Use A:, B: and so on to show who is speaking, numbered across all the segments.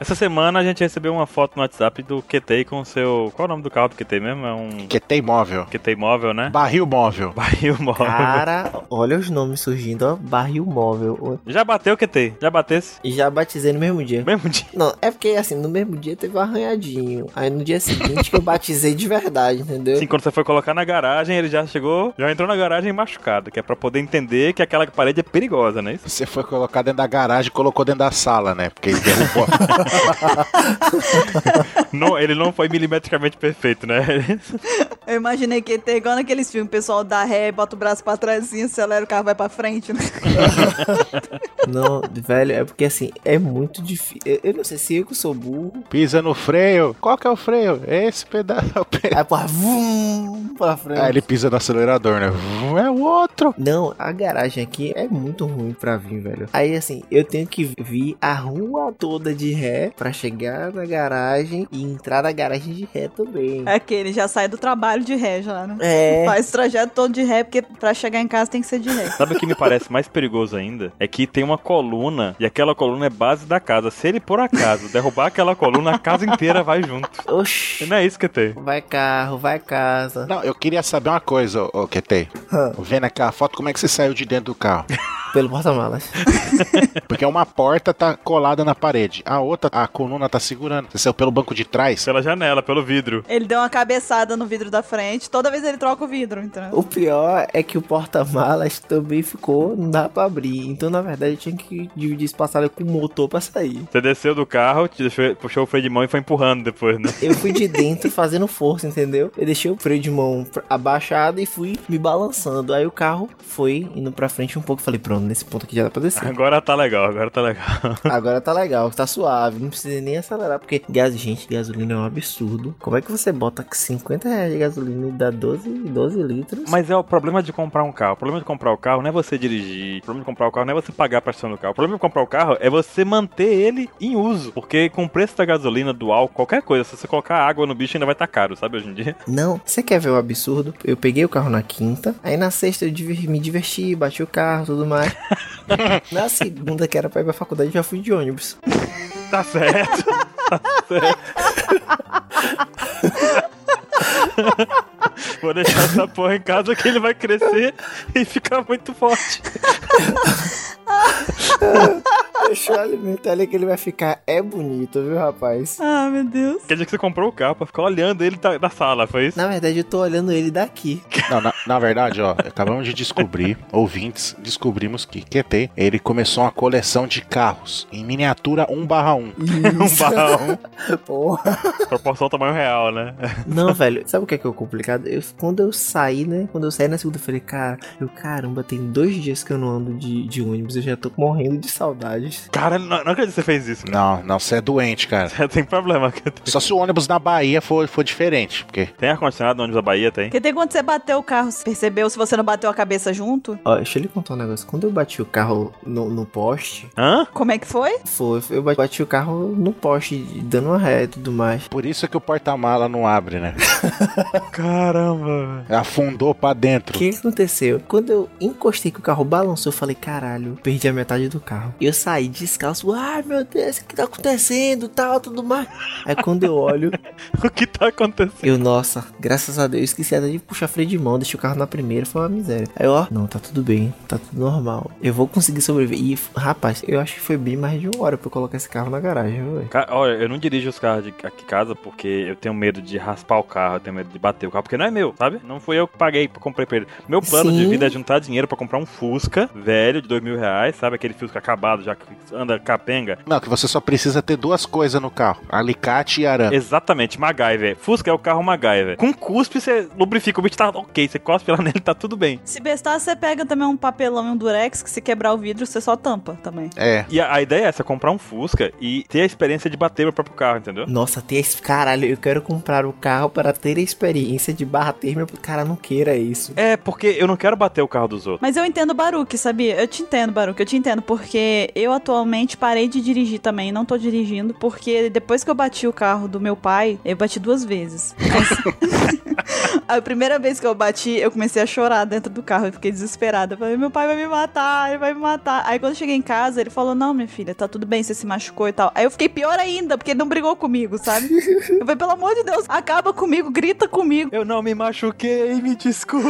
A: Essa semana a gente recebeu uma foto no WhatsApp do QT com o seu. Qual é o nome do carro do QT mesmo? É um.
B: Que tem móvel.
A: QT móvel, né?
B: Barril móvel.
A: Barril móvel.
C: Cara, olha os nomes surgindo, ó. Barril móvel. ó.
A: Já bateu o QT? Já batesse?
C: E já batizei no mesmo dia.
A: Mesmo dia.
C: Não, é porque assim, no mesmo dia teve um arranhadinho. Aí no dia seguinte que eu batizei de verdade, entendeu?
A: Sim, quando você foi colocar na garagem, ele já chegou, já entrou na garagem machucado, que é pra poder entender que aquela parede é perigosa, né? Isso?
B: Você foi colocar dentro da garagem e colocou dentro da sala, né? Porque ele derrubou.
A: Não, ele não foi milimetricamente perfeito, né?
D: Eu imaginei que ia ter igual naqueles filmes, o pessoal dá ré, bota o braço pra trás, assim, acelera, o carro vai pra frente, né?
C: Não, velho, é porque assim, é muito difícil. Eu, eu não sei se eu que sou burro.
B: Pisa no freio. Qual que é o freio? Esse pedaço. é o pe-
C: Aí, porra, vum, pra frente.
B: Ah, ele pisa no acelerador, né? Vum, É o outro.
C: Não, a garagem aqui é muito ruim pra vir, velho. Aí assim, eu tenho que vir a rua toda de ré pra chegar na garagem e entrar na garagem de ré também.
D: É que ele já sai do trabalho de ré, já, né?
C: É.
D: Faz o trajeto todo de ré, porque pra chegar em casa tem que ser de ré.
A: Sabe o que me parece mais perigoso ainda? É que tem uma coluna, e aquela coluna é base da casa. Se ele, por acaso, derrubar aquela coluna, a casa inteira vai junto. E
C: Oxi.
A: não é isso que tem.
C: Vai carro, vai casa.
B: Não, eu queria saber uma coisa, ô, ô QT.
C: Hã.
B: Vendo aquela foto, como é que você saiu de dentro do carro?
C: Pelo porta-malas.
B: Porque uma porta tá colada na parede, a outra, a coluna tá segurando. Você saiu pelo banco de trás.
A: Pela janela, pelo vidro.
D: Ele deu uma cabeçada no vidro da frente, toda vez ele troca o vidro, entendeu?
C: O pior é que o porta-malas também ficou, não dá pra abrir. Então, na verdade, eu tinha que dividir esse passado com o motor pra sair.
A: Você desceu do carro, te deixou- puxou o freio de mão e foi empurrando depois, né?
C: Eu fui de dentro fazendo força, entendeu? Eu deixei o freio de mão pra- abaixado e fui me balançando. Aí o carro foi indo pra frente um pouco. Falei, pronto, nesse ponto aqui já dá pra descer.
A: Agora tá legal, agora tá legal.
C: Agora tá legal, tá suave. Não precisa nem acelerar, porque gas, gente, gasolina é um absurdo. Como é que você bota 50 reais de gasolina e dá 12, 12 litros?
A: Mas é o problema de comprar um carro. O problema de comprar o carro não é você dirigir. O problema de comprar o carro não é você pagar a prestação do carro. O problema de comprar o carro é você manter ele em uso. Porque com o preço da gasolina, do álcool, qualquer coisa, se você colocar água no bicho ainda vai estar caro, sabe, hoje em dia?
C: Não, você quer ver o absurdo? Eu peguei o carro na quinta, aí na sexta eu diver- me diverti, bati o carro tudo mais. na segunda, que era pra ir pra faculdade, já fui de ônibus.
A: Tá certo. Tá certo. Vou deixar essa porra em casa que ele vai crescer e ficar muito forte.
C: Deixa eu alimentar ele que ele vai ficar. É bonito, viu, rapaz?
D: Ah, meu Deus.
A: Quer dizer que você comprou o carro pra ficar olhando ele da, da sala, foi isso?
C: Na verdade, eu tô olhando ele daqui.
B: Não, na, na verdade, ó, acabamos de descobrir, ouvintes, descobrimos que QT, ele começou uma coleção de carros em miniatura 1 barra 1.
A: Um barrão.
C: Porra.
A: Proporção ao tamanho real, né?
C: Não, velho, sabe o que é que é o complicado? Eu, quando eu saí, né? Quando eu saí na segunda, eu falei, cara, eu caramba, tem dois dias que eu não ando de, de ônibus, eu já tô morrendo de saudades.
A: Cara, não, não acredito que você fez isso.
B: Não, não, você é doente, cara.
A: Você tem problema. Tem
B: Só se o ônibus na Bahia for, for diferente, porque
A: ar-condicionado no ônibus da Bahia? Tem.
D: Porque tem quando você bateu o carro, você percebeu se você não bateu a cabeça junto?
C: Ó, deixa eu lhe contar um negócio. Quando eu bati o carro no, no poste,
A: Hã?
D: Como é que foi?
C: foi, eu ba- bati o carro no poste, dando uma ré e tudo mais.
B: por isso que o porta-mala não abre, né?
A: Caramba, velho.
B: Afundou pra
C: O
B: dentro.
C: que aconteceu? Quando eu encostei que o carro balançou, eu falei, caralho, perdi a metade do carro. E eu saí descalço, ai meu Deus, o que tá acontecendo, tal, tudo mais. Aí quando eu olho,
A: O que tá acontecendo?
C: eu, nossa, graças a Deus, esqueci até de puxar freio de mão, deixei o carro na primeira, foi uma miséria. Aí eu, ó, não, tá tudo bem, tá tudo normal. Eu vou conseguir sobreviver. E, rapaz, eu acho que foi bem mais de uma hora pra eu colocar esse carro na garagem, viu? velho?
A: Ca- Olha, eu não dirijo os carros de aqui em casa porque eu tenho medo de raspar o carro, eu tenho medo de bater o carro, porque não é meu, sabe? Não fui eu que paguei pra comprar pra ele. Meu plano de
C: Sim.
A: vida é juntar dinheiro pra comprar um Fusca velho de dois mil reais, sabe? Aquele Fusca acabado, já que anda capenga.
B: Não, que você só precisa ter duas coisas no carro: alicate e arame.
A: Exatamente, MacGyver. Fusca é o carro MacGyver. Com cuspe você lubrifica, o bicho tá ok, você cospe lá nele, tá tudo bem.
D: Se bestar, você pega também um papelão e um durex, que se quebrar o vidro, você só tampa também.
B: É.
A: E a, a ideia é essa, comprar um Fusca e ter a experiência de bater meu próprio carro, entendeu?
C: Nossa, ter esse. Caralho, eu quero comprar o carro para ter a experiência de bater meu. Cara, não queira isso.
A: É, porque eu não quero bater o carro dos outros.
D: Mas eu entendo o Baruque, sabia? Eu te entendo, Baruque, eu te entendo, porque eu atualmente parei de dirigir também, não tô dirigindo, porque depois que eu bati o carro do meu pai, eu bati duas vezes. Mas- A primeira vez que eu bati, eu comecei a chorar dentro do carro. Eu fiquei desesperada. Eu falei, meu pai vai me matar, ele vai me matar. Aí quando eu cheguei em casa, ele falou: Não, minha filha, tá tudo bem, você se machucou e tal. Aí eu fiquei pior ainda, porque ele não brigou comigo, sabe? Eu falei, pelo amor de Deus, acaba comigo, grita comigo.
A: Eu não me machuquei, me desculpa.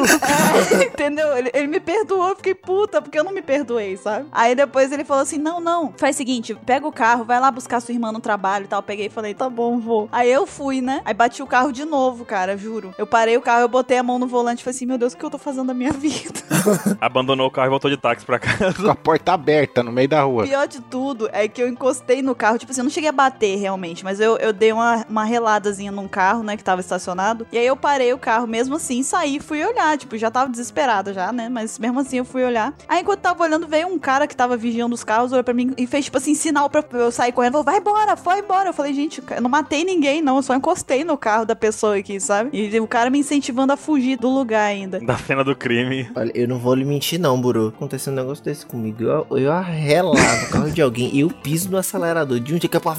D: É, entendeu? Ele, ele me perdoou, eu fiquei puta, porque eu não me perdoei, sabe? Aí depois ele falou assim: não, não, faz o seguinte, pega o carro, vai lá buscar sua irmã no trabalho e tal. Eu peguei e falei, tá bom, vou. Aí eu fui, né? Aí bati o carro de novo, cara, juro. Eu parei o carro, eu botei a mão no volante e falei assim: meu Deus, o que eu tô fazendo da minha vida?
A: Abandonou o carro e voltou de táxi pra casa.
B: Com a porta aberta no meio da rua.
D: Pior de tudo é que eu encostei no carro, tipo assim, eu não cheguei a bater realmente, mas eu, eu dei uma, uma reladazinha num carro, né, que tava estacionado. E aí eu parei o carro mesmo assim, saí e fui olhar. Tipo, já tava desesperada já, né? Mas mesmo assim eu fui olhar. Aí enquanto tava olhando, veio um cara que tava vigiando os carros, olhou pra mim e fez, tipo assim, sinal pra eu sair correndo. Falou, vai embora, foi embora. Eu falei, gente, eu não matei ninguém, não. Eu só encostei no carro da pessoa aqui, sabe? E o cara me incentivando a fugir do lugar ainda.
A: Da cena do crime.
C: Olha, eu não vou lhe mentir, não, Buru. Aconteceu um negócio desse comigo. Eu, eu arrelava o carro de alguém e eu piso no acelerador de um dia que eu falo,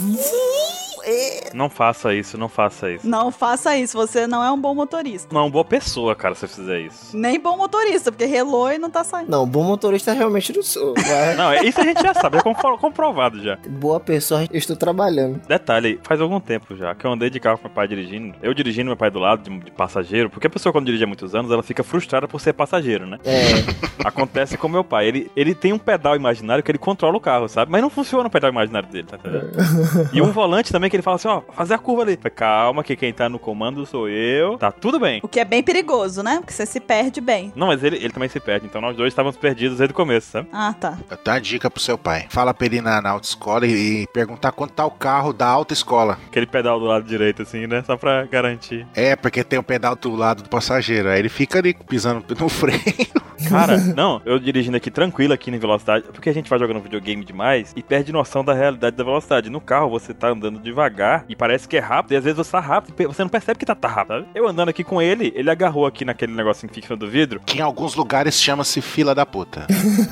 A: Não faça isso, não faça isso.
D: Não faça isso, você não é um bom motorista.
A: Não, boa pessoa, cara, se você fizer isso.
D: Nem bom motorista, porque relou e não tá saindo.
C: Não, bom motorista realmente não sou. mas
A: Não, é- isso a gente já sabe, é compro- comprovado já.
C: Boa pessoa, eu estou trabalhando.
A: Detalhe, faz algum tempo já que eu andei de carro com meu pai dirigindo. Eu dirigindo, meu pai do lado, de, de passageiro. Porque a pessoa, quando dirige há muitos anos, ela fica frustrada por ser passageiro, né?
C: É,
A: Acontece com meu pai. Ele, ele tem um pedal imaginário que ele controla o carro, sabe? Mas não funciona o pedal imaginário dele, tá entendendo? E um volante também que ele fala assim: ó, fazer a curva ali. Fala, Calma, que quem tá no comando sou eu. Tá tudo bem.
D: O que é bem perigoso, né? Porque você se perde bem.
A: Não, mas ele, ele também se perde. Então nós dois estávamos perdidos desde o começo, sabe?
D: Ah, tá.
B: Eu tenho uma dica pro seu pai. Fala pra ele na, na autoescola e, e perguntar quanto tá o carro da autoescola.
A: Aquele pedal do lado direito, assim, né? Só pra garantir.
B: É, porque tem o pedal do lado do passageiro. Aí ele fica ali pisando no freio.
A: Cara, não, eu dirigindo aqui tranquilo, aqui em velocidade, porque a gente vai jogando videogame demais e perde noção da realidade da velocidade. No carro você tá andando devagar e parece que é rápido, e às vezes você tá rápido, e pe- você não percebe que tá, tá rápido. Sabe? Eu andando aqui com ele, ele agarrou aqui naquele negocinho que fica do vidro.
B: Que em alguns lugares chama-se fila da puta.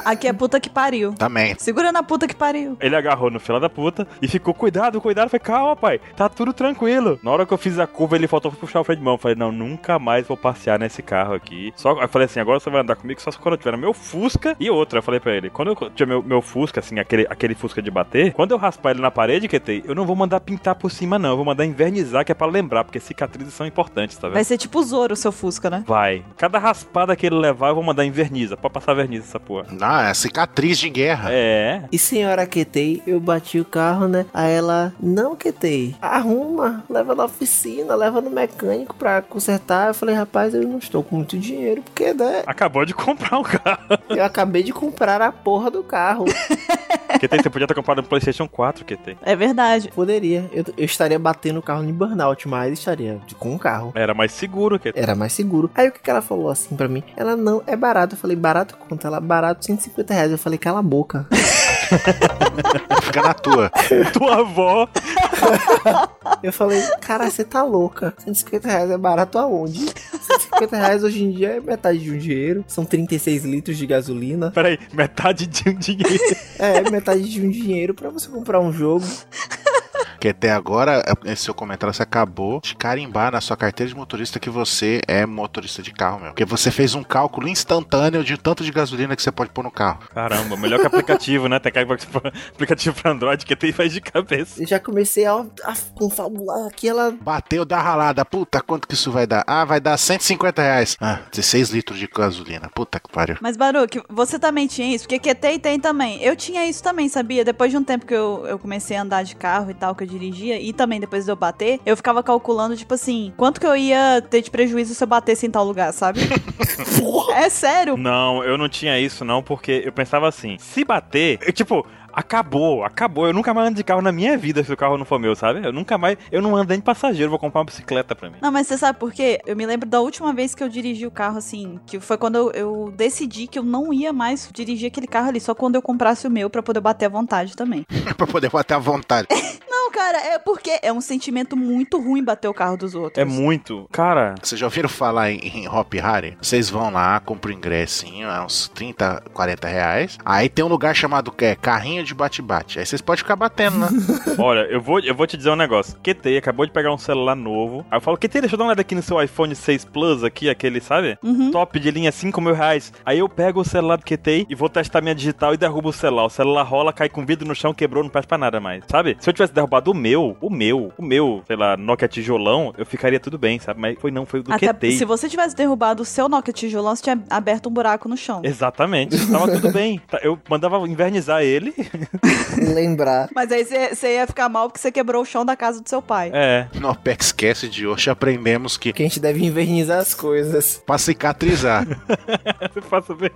D: Aqui é puta que pariu.
B: Também.
D: Segura na puta que pariu.
A: Ele agarrou no fila da puta e ficou, cuidado, cuidado. Eu Falei, calma, pai, tá tudo tranquilo. Na hora que eu fiz a curva, ele faltou puxar o freio de mão. Eu Falei, não, nunca mais vou passear nesse carro aqui. Só, eu falei assim, agora você vai andar comigo só se quando eu tiver meu Fusca e outra. Eu falei pra ele, quando eu tiver meu, meu Fusca, assim, aquele, aquele Fusca de bater, quando eu raspar ele na parede, QT, eu não vou mandar pintar por cima, não. Eu vou mandar invernizar, que é pra lembrar, porque cicatrizes são importantes, tá vendo?
D: Vai ser tipo o Zoro, seu Fusca, né?
A: Vai. Cada raspada que ele levar, eu vou mandar inverniza. Pode passar verniz essa porra.
B: Ah, é cicatriz de guerra.
A: É,
C: E senhora Ketei, eu bati o carro, né? Aí ela, não, Ketei, arruma, leva na oficina, leva no mecânico pra consertar. Eu falei, rapaz, eu não estou com muito dinheiro, porque, né?
A: acabou de comprar o carro.
C: Eu acabei de comprar a porra do carro.
A: QT, você podia ter comprado um PlayStation 4, QT.
D: É verdade.
C: Poderia, eu, eu estaria batendo o carro em burnout, mas estaria de- com o carro.
A: Era mais seguro que.
C: Era mais seguro. Aí o que, que ela falou assim pra mim? Ela, não, é barato. Eu falei, barato quanto? Ela, barato 150 reais. Eu falei, cala a boca.
B: Fica na tua.
A: Tua avó.
C: Eu falei, cara, você tá louca. 150 reais é barato aonde? 150 reais hoje em dia é metade de um dinheiro. São 36 litros de gasolina.
A: Peraí, metade de um dinheiro.
C: É, metade de um dinheiro pra você comprar um jogo.
B: Porque até agora, esse seu comentário se acabou de carimbar na sua carteira de motorista que você é motorista de carro, meu. Porque você fez um cálculo instantâneo de tanto de gasolina que você pode pôr no carro.
A: Caramba, melhor que aplicativo, né? Tem que aplicativo pra Android que tem faz de cabeça.
C: Eu já comecei a, a confabular aqui. Ela,
B: Bateu da ralada. Puta, quanto que isso vai dar? Ah, vai dar 150 reais. Ah, 16 litros de gasolina. Puta que pariu.
D: Mas, Baruque, você também tinha isso? Porque QT tem também. Eu tinha isso também, sabia? Depois de um tempo que eu, eu comecei a andar de carro e tal, que eu dirigia, e também depois de eu bater, eu ficava calculando, tipo assim, quanto que eu ia ter de prejuízo se eu batesse em tal lugar, sabe? é sério.
A: Não, eu não tinha isso não, porque eu pensava assim, se bater, eu, tipo, acabou, acabou. Eu nunca mais ando de carro na minha vida se o carro não for meu, sabe? Eu nunca mais, eu não ando nem de passageiro, vou comprar uma bicicleta pra mim.
D: Não, mas você sabe por quê? Eu me lembro da última vez que eu dirigi o carro, assim, que foi quando eu, eu decidi que eu não ia mais dirigir aquele carro ali, só quando eu comprasse o meu pra poder bater à vontade também.
B: pra poder bater à vontade.
D: Não, cara, é porque é um sentimento muito ruim bater o carro dos outros.
A: É muito. Cara,
B: Vocês já ouviram falar em, em Hop Harry? Vocês vão lá, compram o ingressinho, é uns 30, 40 reais. Aí tem um lugar chamado é, Carrinho de Bate-Bate. Aí vocês podem ficar batendo, né?
A: olha, eu vou, eu vou te dizer um negócio. QT acabou de pegar um celular novo. Aí eu falo, QT, deixa eu dar uma olhada aqui no seu iPhone 6 Plus, aqui, aquele, sabe?
D: Uhum.
A: Top de linha, 5 mil reais. Aí eu pego o celular do QT e vou testar minha digital e derrubo o celular. O celular rola, cai com vidro no chão, quebrou, não presta pra nada mais, sabe? Se eu tivesse derrubado o meu, o meu, o meu, sei lá, Nokia tijolão, eu ficaria tudo bem, sabe? Mas foi não, foi o do
D: Até
A: QT.
D: se você tivesse derrubado o seu Nokia tijolão, você tinha aberto um buraco no
A: É.
D: chão.
A: Exatamente, tava tudo bem. Tá, Eu mandava invernizar ele.
C: Lembrar.
D: Mas aí você você ia ficar mal porque você quebrou o chão da casa do seu pai.
A: É.
B: No Apex Cast de hoje aprendemos que
C: Que a gente deve invernizar as coisas.
B: pra cicatrizar,
A: Você faça bem.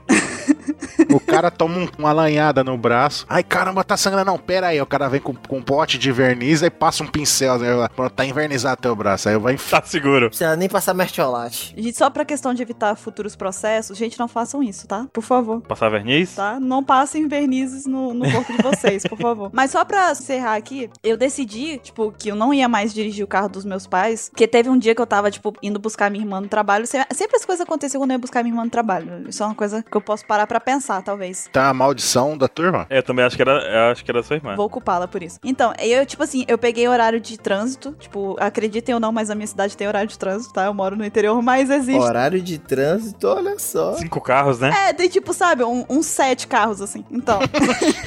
B: o cara toma um- uma lanhada no braço. Ai, caramba, tá sangrando. Não, pera aí. O cara vem com, com um pote de verniz, aí passa um pincel. Né? Pronto, tá invernizado teu braço. Aí vai enfiar.
A: Tá seguro.
C: Não precisa nem passar mercholate.
D: Gente, só pra questão de evitar futuros processos, gente, não façam isso, tá? Por favor.
A: Passar verniz?
D: Tá? Não passem vernizes no, no corpo de vocês, por favor. Mas só pra encerrar aqui, eu decidi, tipo, que eu não ia mais dirigir o carro dos meus pais. Porque teve um dia que eu tava, tipo, indo buscar minha irmã no trabalho. Se- Sempre as coisas acontecem quando eu ia buscar minha irmã no trabalho. Isso é uma coisa que eu posso parar pra pensar, talvez.
B: Tá a maldição da turma?
A: É, eu também acho que era, eu acho que era sua irmã.
D: Vou culpá-la por isso. Então, eu, tipo assim, eu peguei horário de trânsito. Tipo, acreditem ou não, mas a minha cidade tem horário de trânsito, tá? Eu moro no interior, mas existe.
C: Horário de trânsito, olha só.
A: Cinco carros, né?
D: É, tem tipo, sabe, um- uns sete carros, assim. Então.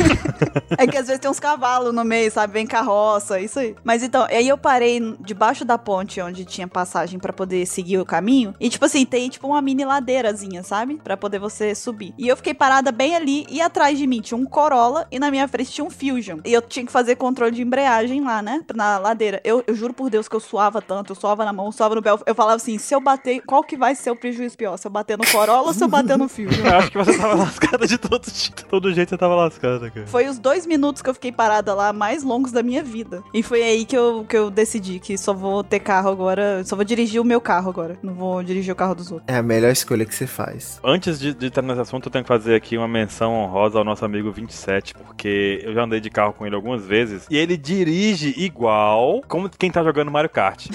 D: é que às vezes tem uns cavalos no meio, sabe? Vem carroça, isso aí. Mas então, aí eu parei debaixo da ponte onde tinha passagem pra poder seguir o caminho. E tipo assim, tem tipo uma mini ladeirazinha, sabe? Pra poder você subir. E eu fiquei parada bem ali e atrás de mim tinha um Corolla e na minha frente tinha um Fusion. E eu tinha que fazer controle de embreagem lá, né? Na ladeira. Eu, eu juro por Deus que eu suava tanto, eu suava na mão, eu suava no pé. Eu- Eu falava assim, se eu bater, qual que vai ser o prejuízo pior? Se eu bater no Corolla ou se eu bater no Fusion?
A: Eu acho que você tava lascada de todo, de todo jeito, você tava lascada, cara.
D: Foi os dois minutos que eu fiquei parada lá, mais longos da minha vida. E foi aí que eu, que eu decidi que só vou ter carro agora, só vou dirigir o meu carro agora. Não vou dirigir o carro dos outros.
C: É a melhor escolha que você faz.
A: Antes de, de terminar esse assunto, eu tenho que fazer aqui uma menção honrosa ao nosso amigo 27, porque eu já andei de carro com ele algumas vezes e ele dirige igual como quem tá jogando Mario Kart.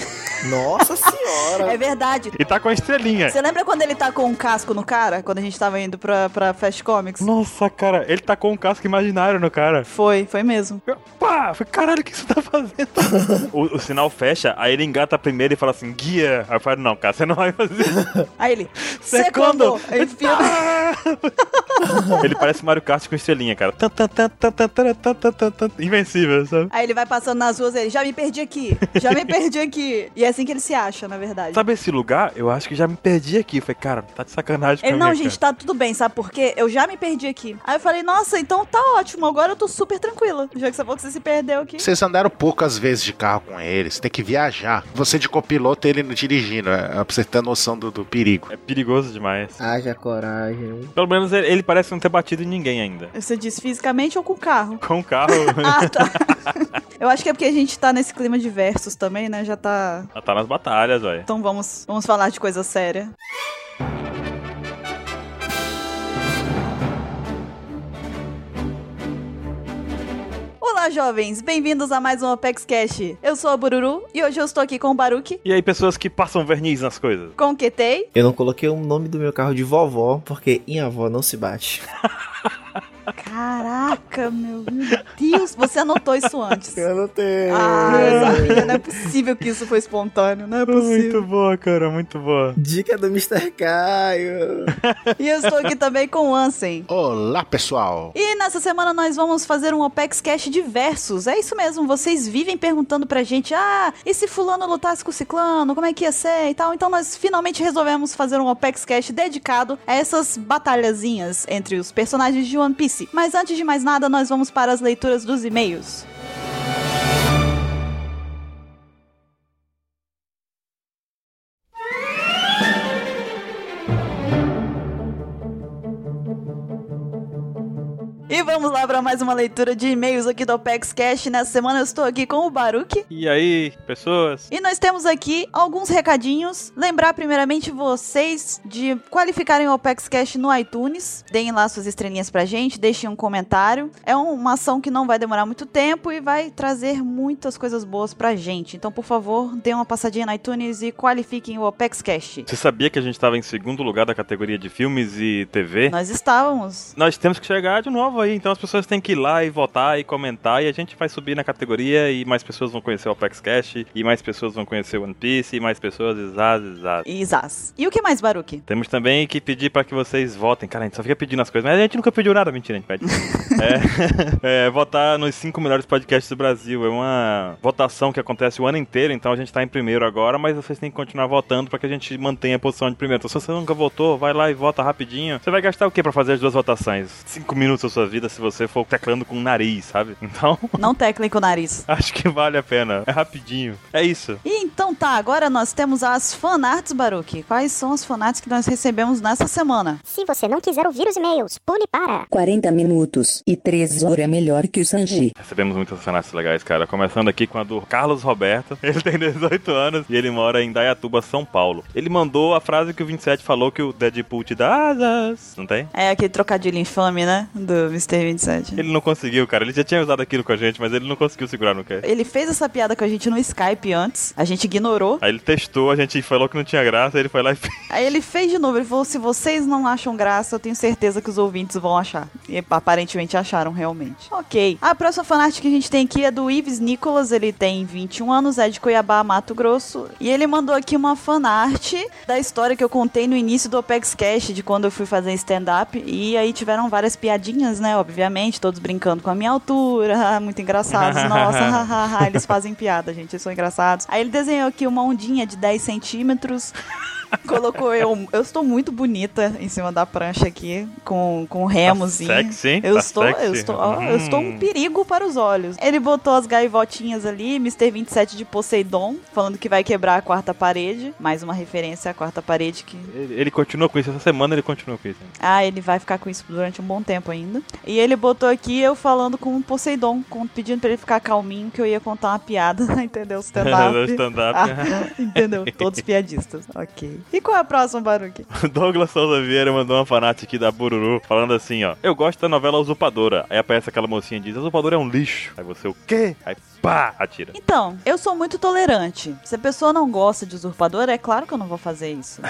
C: Nossa
D: É
C: senhora.
D: verdade.
A: E tá com a estrelinha.
D: Você lembra quando ele tá com um casco no cara? Quando a gente tava indo pra, pra Fast Comics?
A: Nossa, cara, ele tá com um casco imaginário no cara.
D: Foi, foi mesmo.
A: Eu, Pá, eu falei, caralho, o que você tá fazendo? o, o sinal fecha, aí ele engata primeiro e fala assim, guia. Aí eu falo, não, cara, você não vai fazer isso.
D: Aí ele. Secondo! Aí Enfia...
A: Ele parece Mario Kart com estrelinha, cara. Tan, tan, tan, tan, tan, tan, tan, tan, tan, tan. Invencível, sabe?
D: Aí ele vai passando nas ruas ele, já me perdi aqui, já me perdi aqui. E é assim que ele se acha, na verdade.
A: Sabe esse lugar? Eu acho que já me perdi aqui. Eu Falei, cara, tá de sacanagem
D: Ele,
A: comigo.
D: não,
A: cara.
D: gente, tá tudo bem, sabe por quê? Eu já me perdi aqui. Aí eu falei, nossa, então tá ótimo, agora eu tô super tranquila. Já que você falou que você se perdeu aqui.
B: Vocês andaram poucas vezes de carro com eles, tem que viajar. Você de copiloto ele dirigindo, é, pra você ter noção do, do perigo.
A: É perigoso demais.
C: Haja coragem.
A: Pelo menos ele, ele parece não ter batido em ninguém ainda.
D: Você diz fisicamente ou com o carro?
A: Com o carro,
D: Ah, tá. eu acho que é porque a gente tá nesse clima de versos também, né? Já tá.
A: ela tá nas batalhas, velho.
D: Então vamos, vamos falar de coisa séria. Olá, jovens! Bem-vindos a mais um Apex Cash. Eu sou a Bururu e hoje eu estou aqui com o Baruque,
A: E aí, pessoas que passam verniz nas coisas.
D: com o Ketei
C: Eu não coloquei o nome do meu carro de vovó, porque em avó não se bate.
D: Caraca, meu, meu Deus, você anotou isso antes.
C: não tenho.
D: Ah, eu sabia, não é possível que isso foi espontâneo, não é possível.
A: Muito boa, cara, muito boa.
C: Dica do Mr. Caio.
D: E eu estou aqui também com o Ansem.
B: Olá, pessoal!
D: E nessa semana nós vamos fazer um Opex Cash de versos. É isso mesmo, vocês vivem perguntando pra gente: ah, e se Fulano lutasse com o Ciclano, como é que ia ser e tal? Então nós finalmente resolvemos fazer um Opex Cash dedicado a essas batalhazinhas entre os personagens de One Piece. Mas antes de mais nada, nós vamos para as leituras dos e-mails. E vamos lá para mais uma leitura de e-mails aqui do Apex Cash. Nessa semana eu estou aqui com o Baruque.
A: E aí, pessoas?
D: E nós temos aqui alguns recadinhos. Lembrar primeiramente vocês de qualificarem o Apex Cash no iTunes. Deem lá suas estrelinhas pra gente, deixem um comentário. É uma ação que não vai demorar muito tempo e vai trazer muitas coisas boas pra gente. Então, por favor, deem uma passadinha no iTunes e qualifiquem o Apex Cash.
A: Você sabia que a gente estava em segundo lugar da categoria de filmes e TV?
D: Nós estávamos.
A: Nós temos que chegar de novo aí, então as pessoas têm que ir lá e votar e comentar e a gente vai subir na categoria e mais pessoas vão conhecer o Apex Cash e mais pessoas vão conhecer One Piece e mais pessoas zaz, zaz.
D: E Zaz. E o que mais, Baruque?
A: Temos também que pedir pra que vocês votem. Cara, a gente só fica pedindo as coisas, mas a gente nunca pediu nada, mentira, a gente pede. é, é, votar nos cinco melhores podcasts do Brasil. É uma votação que acontece o ano inteiro, então a gente tá em primeiro agora, mas vocês têm que continuar votando pra que a gente mantenha a posição de primeiro. Então se você nunca votou, vai lá e vota rapidinho. Você vai gastar o que pra fazer as duas votações? Cinco minutos da sua vida se você for teclando com o nariz, sabe? Então,
D: Não teclem com o nariz.
A: acho que vale a pena. É rapidinho. É isso.
D: E então tá, agora nós temos as fanarts, Baruque. Quais são as fanarts que nós recebemos nessa semana?
E: Se você não quiser ouvir os e-mails, pule para.
F: 40 minutos e 3 horas é melhor que o Sanji.
A: Recebemos muitas fanarts legais, cara. Começando aqui com a do Carlos Roberto. Ele tem 18 anos e ele mora em Dayatuba, São Paulo. Ele mandou a frase que o 27 falou que o Deadpool te dá asas. Não tem?
D: É aquele trocadilho infame, né? Do Mr. 27.
A: Ele não conseguiu, cara. Ele já tinha usado aquilo com a gente, mas ele não conseguiu segurar no que.
D: Ele fez essa piada com a gente no Skype antes, a gente ignorou.
A: Aí ele testou, a gente falou que não tinha graça, ele foi lá e fez.
D: Aí ele fez de novo, ele falou: se vocês não acham graça, eu tenho certeza que os ouvintes vão achar. E aparentemente acharam realmente. Ok. A próxima fanart que a gente tem aqui é do Ives Nicolas, ele tem 21 anos, é de Cuiabá, Mato Grosso. E ele mandou aqui uma fanart da história que eu contei no início do Opex Cash, de quando eu fui fazer stand-up. E aí tiveram várias piadinhas, né? Obviamente, todos brincando com a minha altura, muito engraçados. Nossa, hahaha, eles fazem piada, gente, eles são engraçados. Aí ele desenhou aqui uma ondinha de 10 centímetros. Colocou eu. Eu estou muito bonita em cima da prancha aqui, com, com remozinho.
A: Tá sexy, hein?
D: É Eu
A: Tá
D: estou, eu
A: sexy.
D: estou, ó, eu
A: Hum.
D: estou um perigo para os olhos. Ele botou as gaivotinhas ali, Mr. 27 de Poseidon, falando que vai quebrar a quarta parede. Mais uma referência à quarta parede que.
A: Ele, ele continua com isso, essa semana ele continua com isso.
D: Ah, ele vai ficar com isso durante um bom tempo ainda. E ele botou aqui eu falando com o Poseidon, com- pedindo pra ele ficar calminho, que eu ia contar uma piada, entendeu?
A: Do
D: Stand-up. Ah.
A: stand-up.
D: entendeu? Todos piadistas. Ok. E qual é a próxima, Baruque?
A: Douglas Souza Vieira mandou uma fanática aqui da Bururu, falando assim, ó. Eu gosto da novela Usurpadora. Aí aparece aquela mocinha e diz, Usurpadora é um lixo. Aí você, o quê? Aí pá, atira.
D: Então, eu sou muito tolerante. Se a pessoa não gosta de usurpador, é claro que eu não vou fazer isso.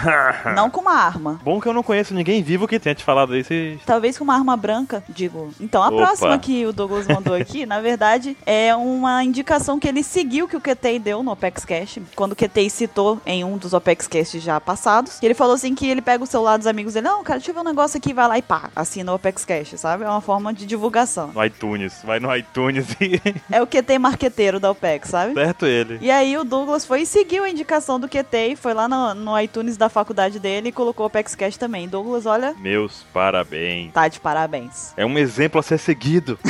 D: não com uma arma.
A: Bom que eu não conheço ninguém vivo que tenha te falado isso e...
D: Talvez com uma arma branca, digo. Então, a
A: Opa.
D: próxima que o Douglas mandou aqui, na verdade, é uma indicação que ele seguiu que o QTI deu no Opex Cash, quando o QTI citou em um dos Opex Cash já passados. que ele falou assim que ele pega o celular dos amigos dele, não, cara, deixa eu ver um negócio aqui, vai lá e pá, assina o Opex Cash, sabe? É uma forma de divulgação.
A: No iTunes. Vai no iTunes e...
D: É o QTI marqueteiro da Opex, sabe?
A: Certo ele.
D: E aí o Douglas foi e seguiu a indicação do QT e foi lá no, no iTunes da faculdade dele e colocou o Apex Cash também. Douglas, olha,
A: Meus parabéns.
D: tá de parabéns.
A: É um exemplo a ser seguido.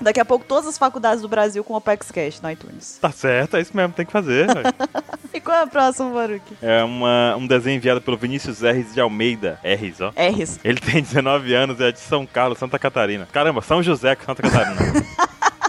D: Daqui a pouco todas as faculdades do Brasil com o Apex Cash no iTunes.
A: Tá certo, é isso mesmo, tem que fazer. velho.
D: E qual é o próximo, Baruque?
A: é uma, um desenho enviado pelo Vinícius R's de Almeida. R's, ó.
D: R's.
A: Ele tem 19 anos, é de São Carlos, Santa Catarina. Caramba, São José, Santa Catarina.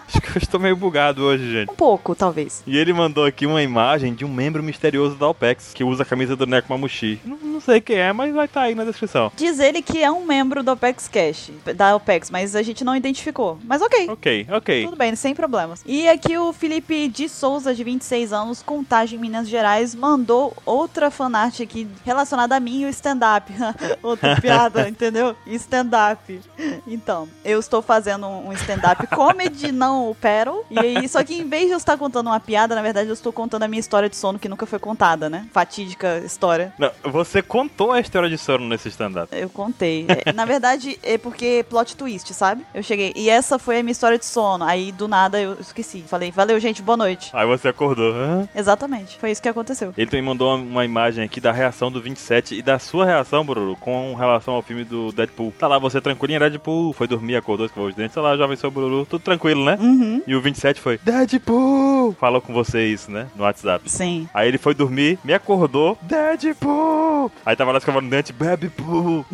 A: Acho que eu estou meio bugado hoje, gente.
D: Um pouco, talvez.
A: E ele mandou aqui uma imagem de um membro misterioso da OPEX que usa a camisa do Nekomamushi. Não, não sei quem é, mas vai estar aí na descrição.
D: Diz ele que é um membro do Apex Cash, da Apex, mas a gente não identificou. Mas ok.
A: Ok, ok.
D: Tudo bem, sem problemas. E aqui o Felipe de Souza, de 26 anos, Contagem, Minas Gerais, mandou outra fanart aqui relacionada a mim e o stand-up. outra piada, entendeu? Stand-up. Então, eu estou fazendo um um stand-up comedy, não o Peril. E aí, só que em vez de eu estar contando uma piada, na verdade eu estou contando a minha história de sono que nunca foi contada, né? Fatídica história.
A: Não, você contou a história de sono nesse stand-up.
D: Eu contei. É, Na verdade, é porque plot twist, sabe? Eu cheguei. E essa foi a minha história de sono. Aí, do nada, eu esqueci. Falei, valeu, gente, boa noite.
A: Aí você acordou. Hã?
D: Exatamente. Foi isso que aconteceu.
A: Ele também mandou uma- uma imagem aqui da reação do 27 e da sua reação, Bruno, com relação ao filme do Deadpool. Tá lá, você tranquilinha, Deadpool foi dormir, acordou, escovou os dentes, tá lá, jovem seu Bruno, tudo tranquilo, né?
D: Uhum.
A: E o 27 foi, Deadpool! Falou com você isso, né? No WhatsApp.
D: Sim.
A: Aí ele foi dormir, me acordou, Deadpool! Aí tava lá escovando o dente, Deadpool!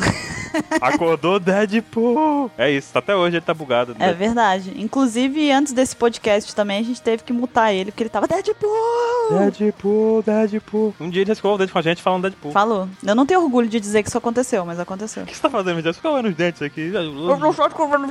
A: Acordou Deadpool! É isso, até hoje ele tá bugado.
D: É verdade. Inclusive, antes desse podcast também, a gente teve que mutar ele, porque ele tava Deadpool!
A: Deadpool, Deadpool. Um dia ele escovou o dente com a gente falando Deadpool.
D: Falou. Eu não tenho orgulho de dizer que isso aconteceu, mas aconteceu.
A: O que você tá fazendo, Deus? Escovando os dentes aqui.
D: só escovando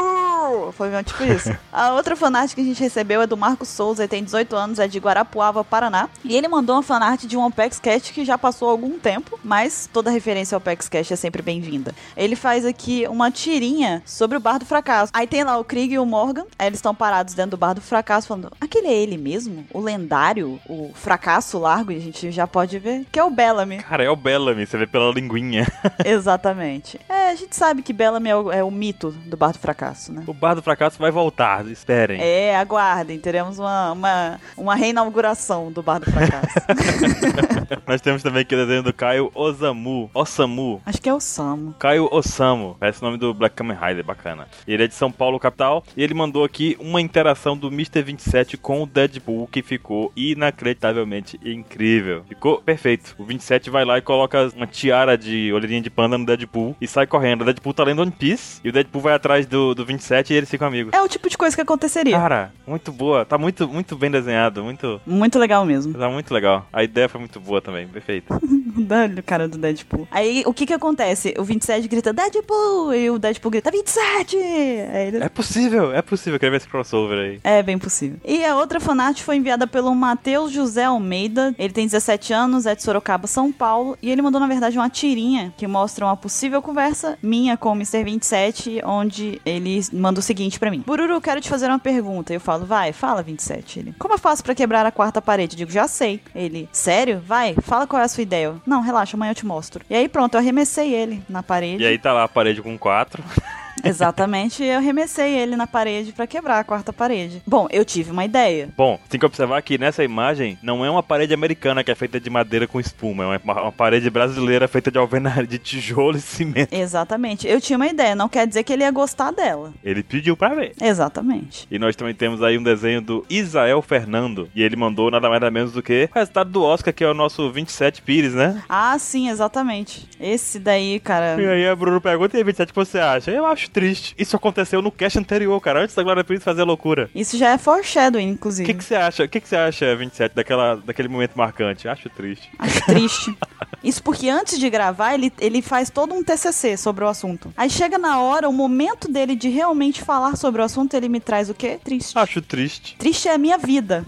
D: cérebro! Foi mesmo tipo isso. A outra fanart que a gente recebeu é do Marcos Souza, ele tem 18 anos, é de Guarapuava, Paraná. E ele mandou uma fanart de um Opex Cat que já passou algum tempo, mas toda referência ao Opex Cat é sempre bem-vinda. Ele faz aqui uma tirinha sobre o Bar do Fracasso. Aí tem lá o Krieg e o Morgan, aí eles estão parados dentro do Bar do Fracasso falando, aquele é ele mesmo? O lendário? O fracasso largo? E a gente já pode ver que é o Bellamy.
A: Cara, é o Bellamy, você vê pela linguinha.
D: Exatamente. É, a gente sabe que Bellamy é o, é o mito do Bar do Fracasso, né?
A: O bar do fracasso vai voltar, esperem.
D: É, aguardem, teremos uma, uma, uma reinauguração do Bar do Fracasso.
A: Nós temos também aqui o desenho do Caio Osamu. Osamu.
D: Acho que é o Samo.
A: Caio Osamu. Parece o nome do Black Kamen Rider, bacana. Ele é de São Paulo, capital. E ele mandou aqui uma interação do Mr. 27 com o Deadpool, que ficou inacreditavelmente incrível. Ficou perfeito. O 27 vai lá e coloca uma tiara de olheirinha de panda no Deadpool e sai correndo. O Deadpool tá lendo One Piece e o Deadpool vai atrás do, do 27 e eles ficam amigos.
D: É o tipo de coisa que aconteceria.
A: Cara, muito boa. Tá muito, muito bem desenhado. Muito.
D: Muito legal mesmo.
A: Tá muito legal. A ideia foi muito boa também. Perfeito.
D: Dá-lhe o cara do Deadpool. Aí o que que acontece? O 27 grita Deadpool e o Deadpool grita 27! Aí ele-
A: É possível, é possível. Queria ver esse crossover aí.
D: É bem possível. E a outra fanart foi enviada pelo Matheus José Almeida. Ele tem 17 anos, é de Sorocaba, São Paulo. E ele mandou, na verdade, uma tirinha que mostra uma possível conversa minha com o Mr. 27, onde ele manda o seguinte pra mim: Bururu, eu quero te fazer uma pergunta. Eu falo, vai, fala, 27. Ele, como eu faço pra quebrar a quarta parede? Eu digo, já sei. Ele, sério? Vai, fala qual é a sua ideia. Eu, Não, relaxa, amanhã eu te mostro. E aí, pronto, eu arremessei ele na parede.
A: E aí tá lá a parede com quatro.
D: Exatamente, eu arremessei ele na parede pra quebrar a quarta parede. Bom, eu tive uma ideia.
A: Bom, tem que observar que nessa imagem não é uma parede americana que é feita de madeira com espuma, é uma, uma parede brasileira feita de alvenaria, de tijolo e cimento.
D: Exatamente. Eu tinha uma ideia, não quer dizer que ele ia gostar dela.
A: Ele pediu pra ver.
D: Exatamente.
A: E nós também temos aí um desenho do Isael Fernando. E ele mandou nada mais nada menos do que o resultado do Oscar, que é o nosso 27 Pires, né?
D: Ah, sim, exatamente. Esse daí,
A: E
D: cara.
A: aí a Bruno pergunta, e aí, 27, o que você acha? Eu acho triste. Isso aconteceu no cast anterior, cara, antes da Glória Pires fazer a loucura.
D: Isso já é foreshadowing,
A: O
D: inclusive.
A: que que você acha? O que que você acha, 27, daquela, daquele momento marcante? Acho triste.
D: Acho triste. Isso porque antes de gravar, ele, ele faz todo um TCC sobre o assunto. Aí chega na hora, o momento dele de realmente falar sobre o assunto, ele me traz o quê? Triste.
A: Acho triste.
D: Triste é a minha vida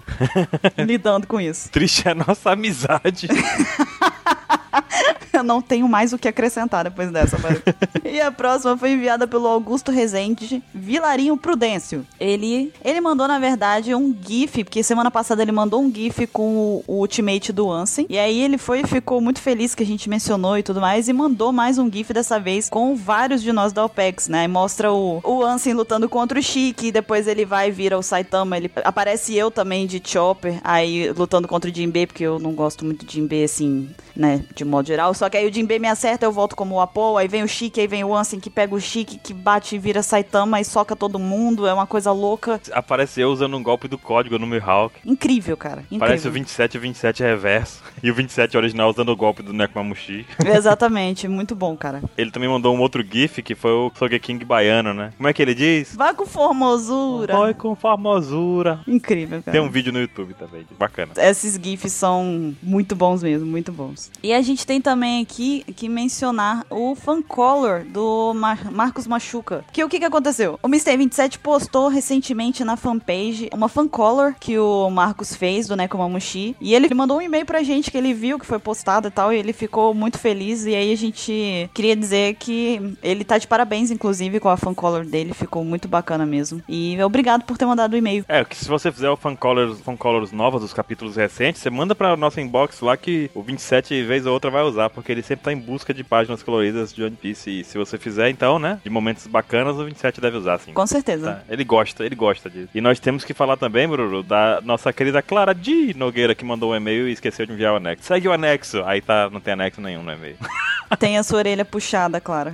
D: lidando com isso.
A: Triste é a nossa amizade.
D: Eu não tenho mais o que acrescentar depois dessa, mano. e a próxima foi enviada pelo Augusto Rezende, Vilarinho Prudêncio. Ele, ele mandou, na verdade, um GIF, porque semana passada ele mandou um GIF com o, o ultimate do Ansem. E aí ele foi e ficou muito feliz que a gente mencionou e tudo mais, e mandou mais um GIF dessa vez com vários de nós da OPEX, né? E mostra o, o Ansem lutando contra o Chique, e depois ele vai e vira o Saitama. Ele aparece eu também de Chopper, aí lutando contra o Jinbei, porque eu não gosto muito de Jinbei assim, né? De modo geral. Só que aí o Jinbei me acerta, eu volto como o Apo, aí vem o Chique, aí vem o Ansem que pega o Chique, que bate e vira Saitama e soca todo mundo. É uma coisa louca.
A: Aparece eu usando um golpe do código no Mihawk.
D: Incrível, cara. Incrível.
A: Parece o 27 e o 27 reverso. E o 27 original usando o golpe do Nekomamushi.
D: Exatamente, muito bom, cara.
A: Ele também mandou um outro GIF que foi o Sogeking baiano, né? Como é que ele diz?
D: Vá com formosura.
A: Vai com formosura.
D: Incrível, cara.
A: Tem um vídeo no YouTube também, bacana.
D: Esses GIFs são muito bons mesmo, muito bons. E a gente tem também aqui que mencionar o fancolor do Mar- Marcos Machuca. Que o que, que aconteceu? O Mr. 27 postou recentemente na fanpage uma fancolor que o Marcos fez do Nekomamushi. E ele mandou um e-mail pra gente que ele viu que foi postado e tal. E ele ficou muito feliz. E aí a gente queria dizer que ele tá de parabéns, inclusive, com a fancolor dele. Ficou muito bacana mesmo. E obrigado por ter mandado o e-mail.
A: É, que se você fizer o fancolors, fancolors novas dos capítulos recentes, você manda pra nossa inbox lá que o 27 vez ou outra vai usar, porque ele sempre tá em busca de páginas coloridas de One Piece. E se você fizer, então, né, de momentos bacanas, o 27 deve usar, sim.
D: Com certeza. né?
A: Tá, Ele gosta, ele gosta disso. E nós temos que falar também, Bruno, da nossa querida Clara de Nogueira, que mandou um e-mail e esqueceu de enviar o anexo. Segue o anexo. Aí tá, não tem anexo nenhum no e-mail.
D: Tem a sua orelha puxada, Clara.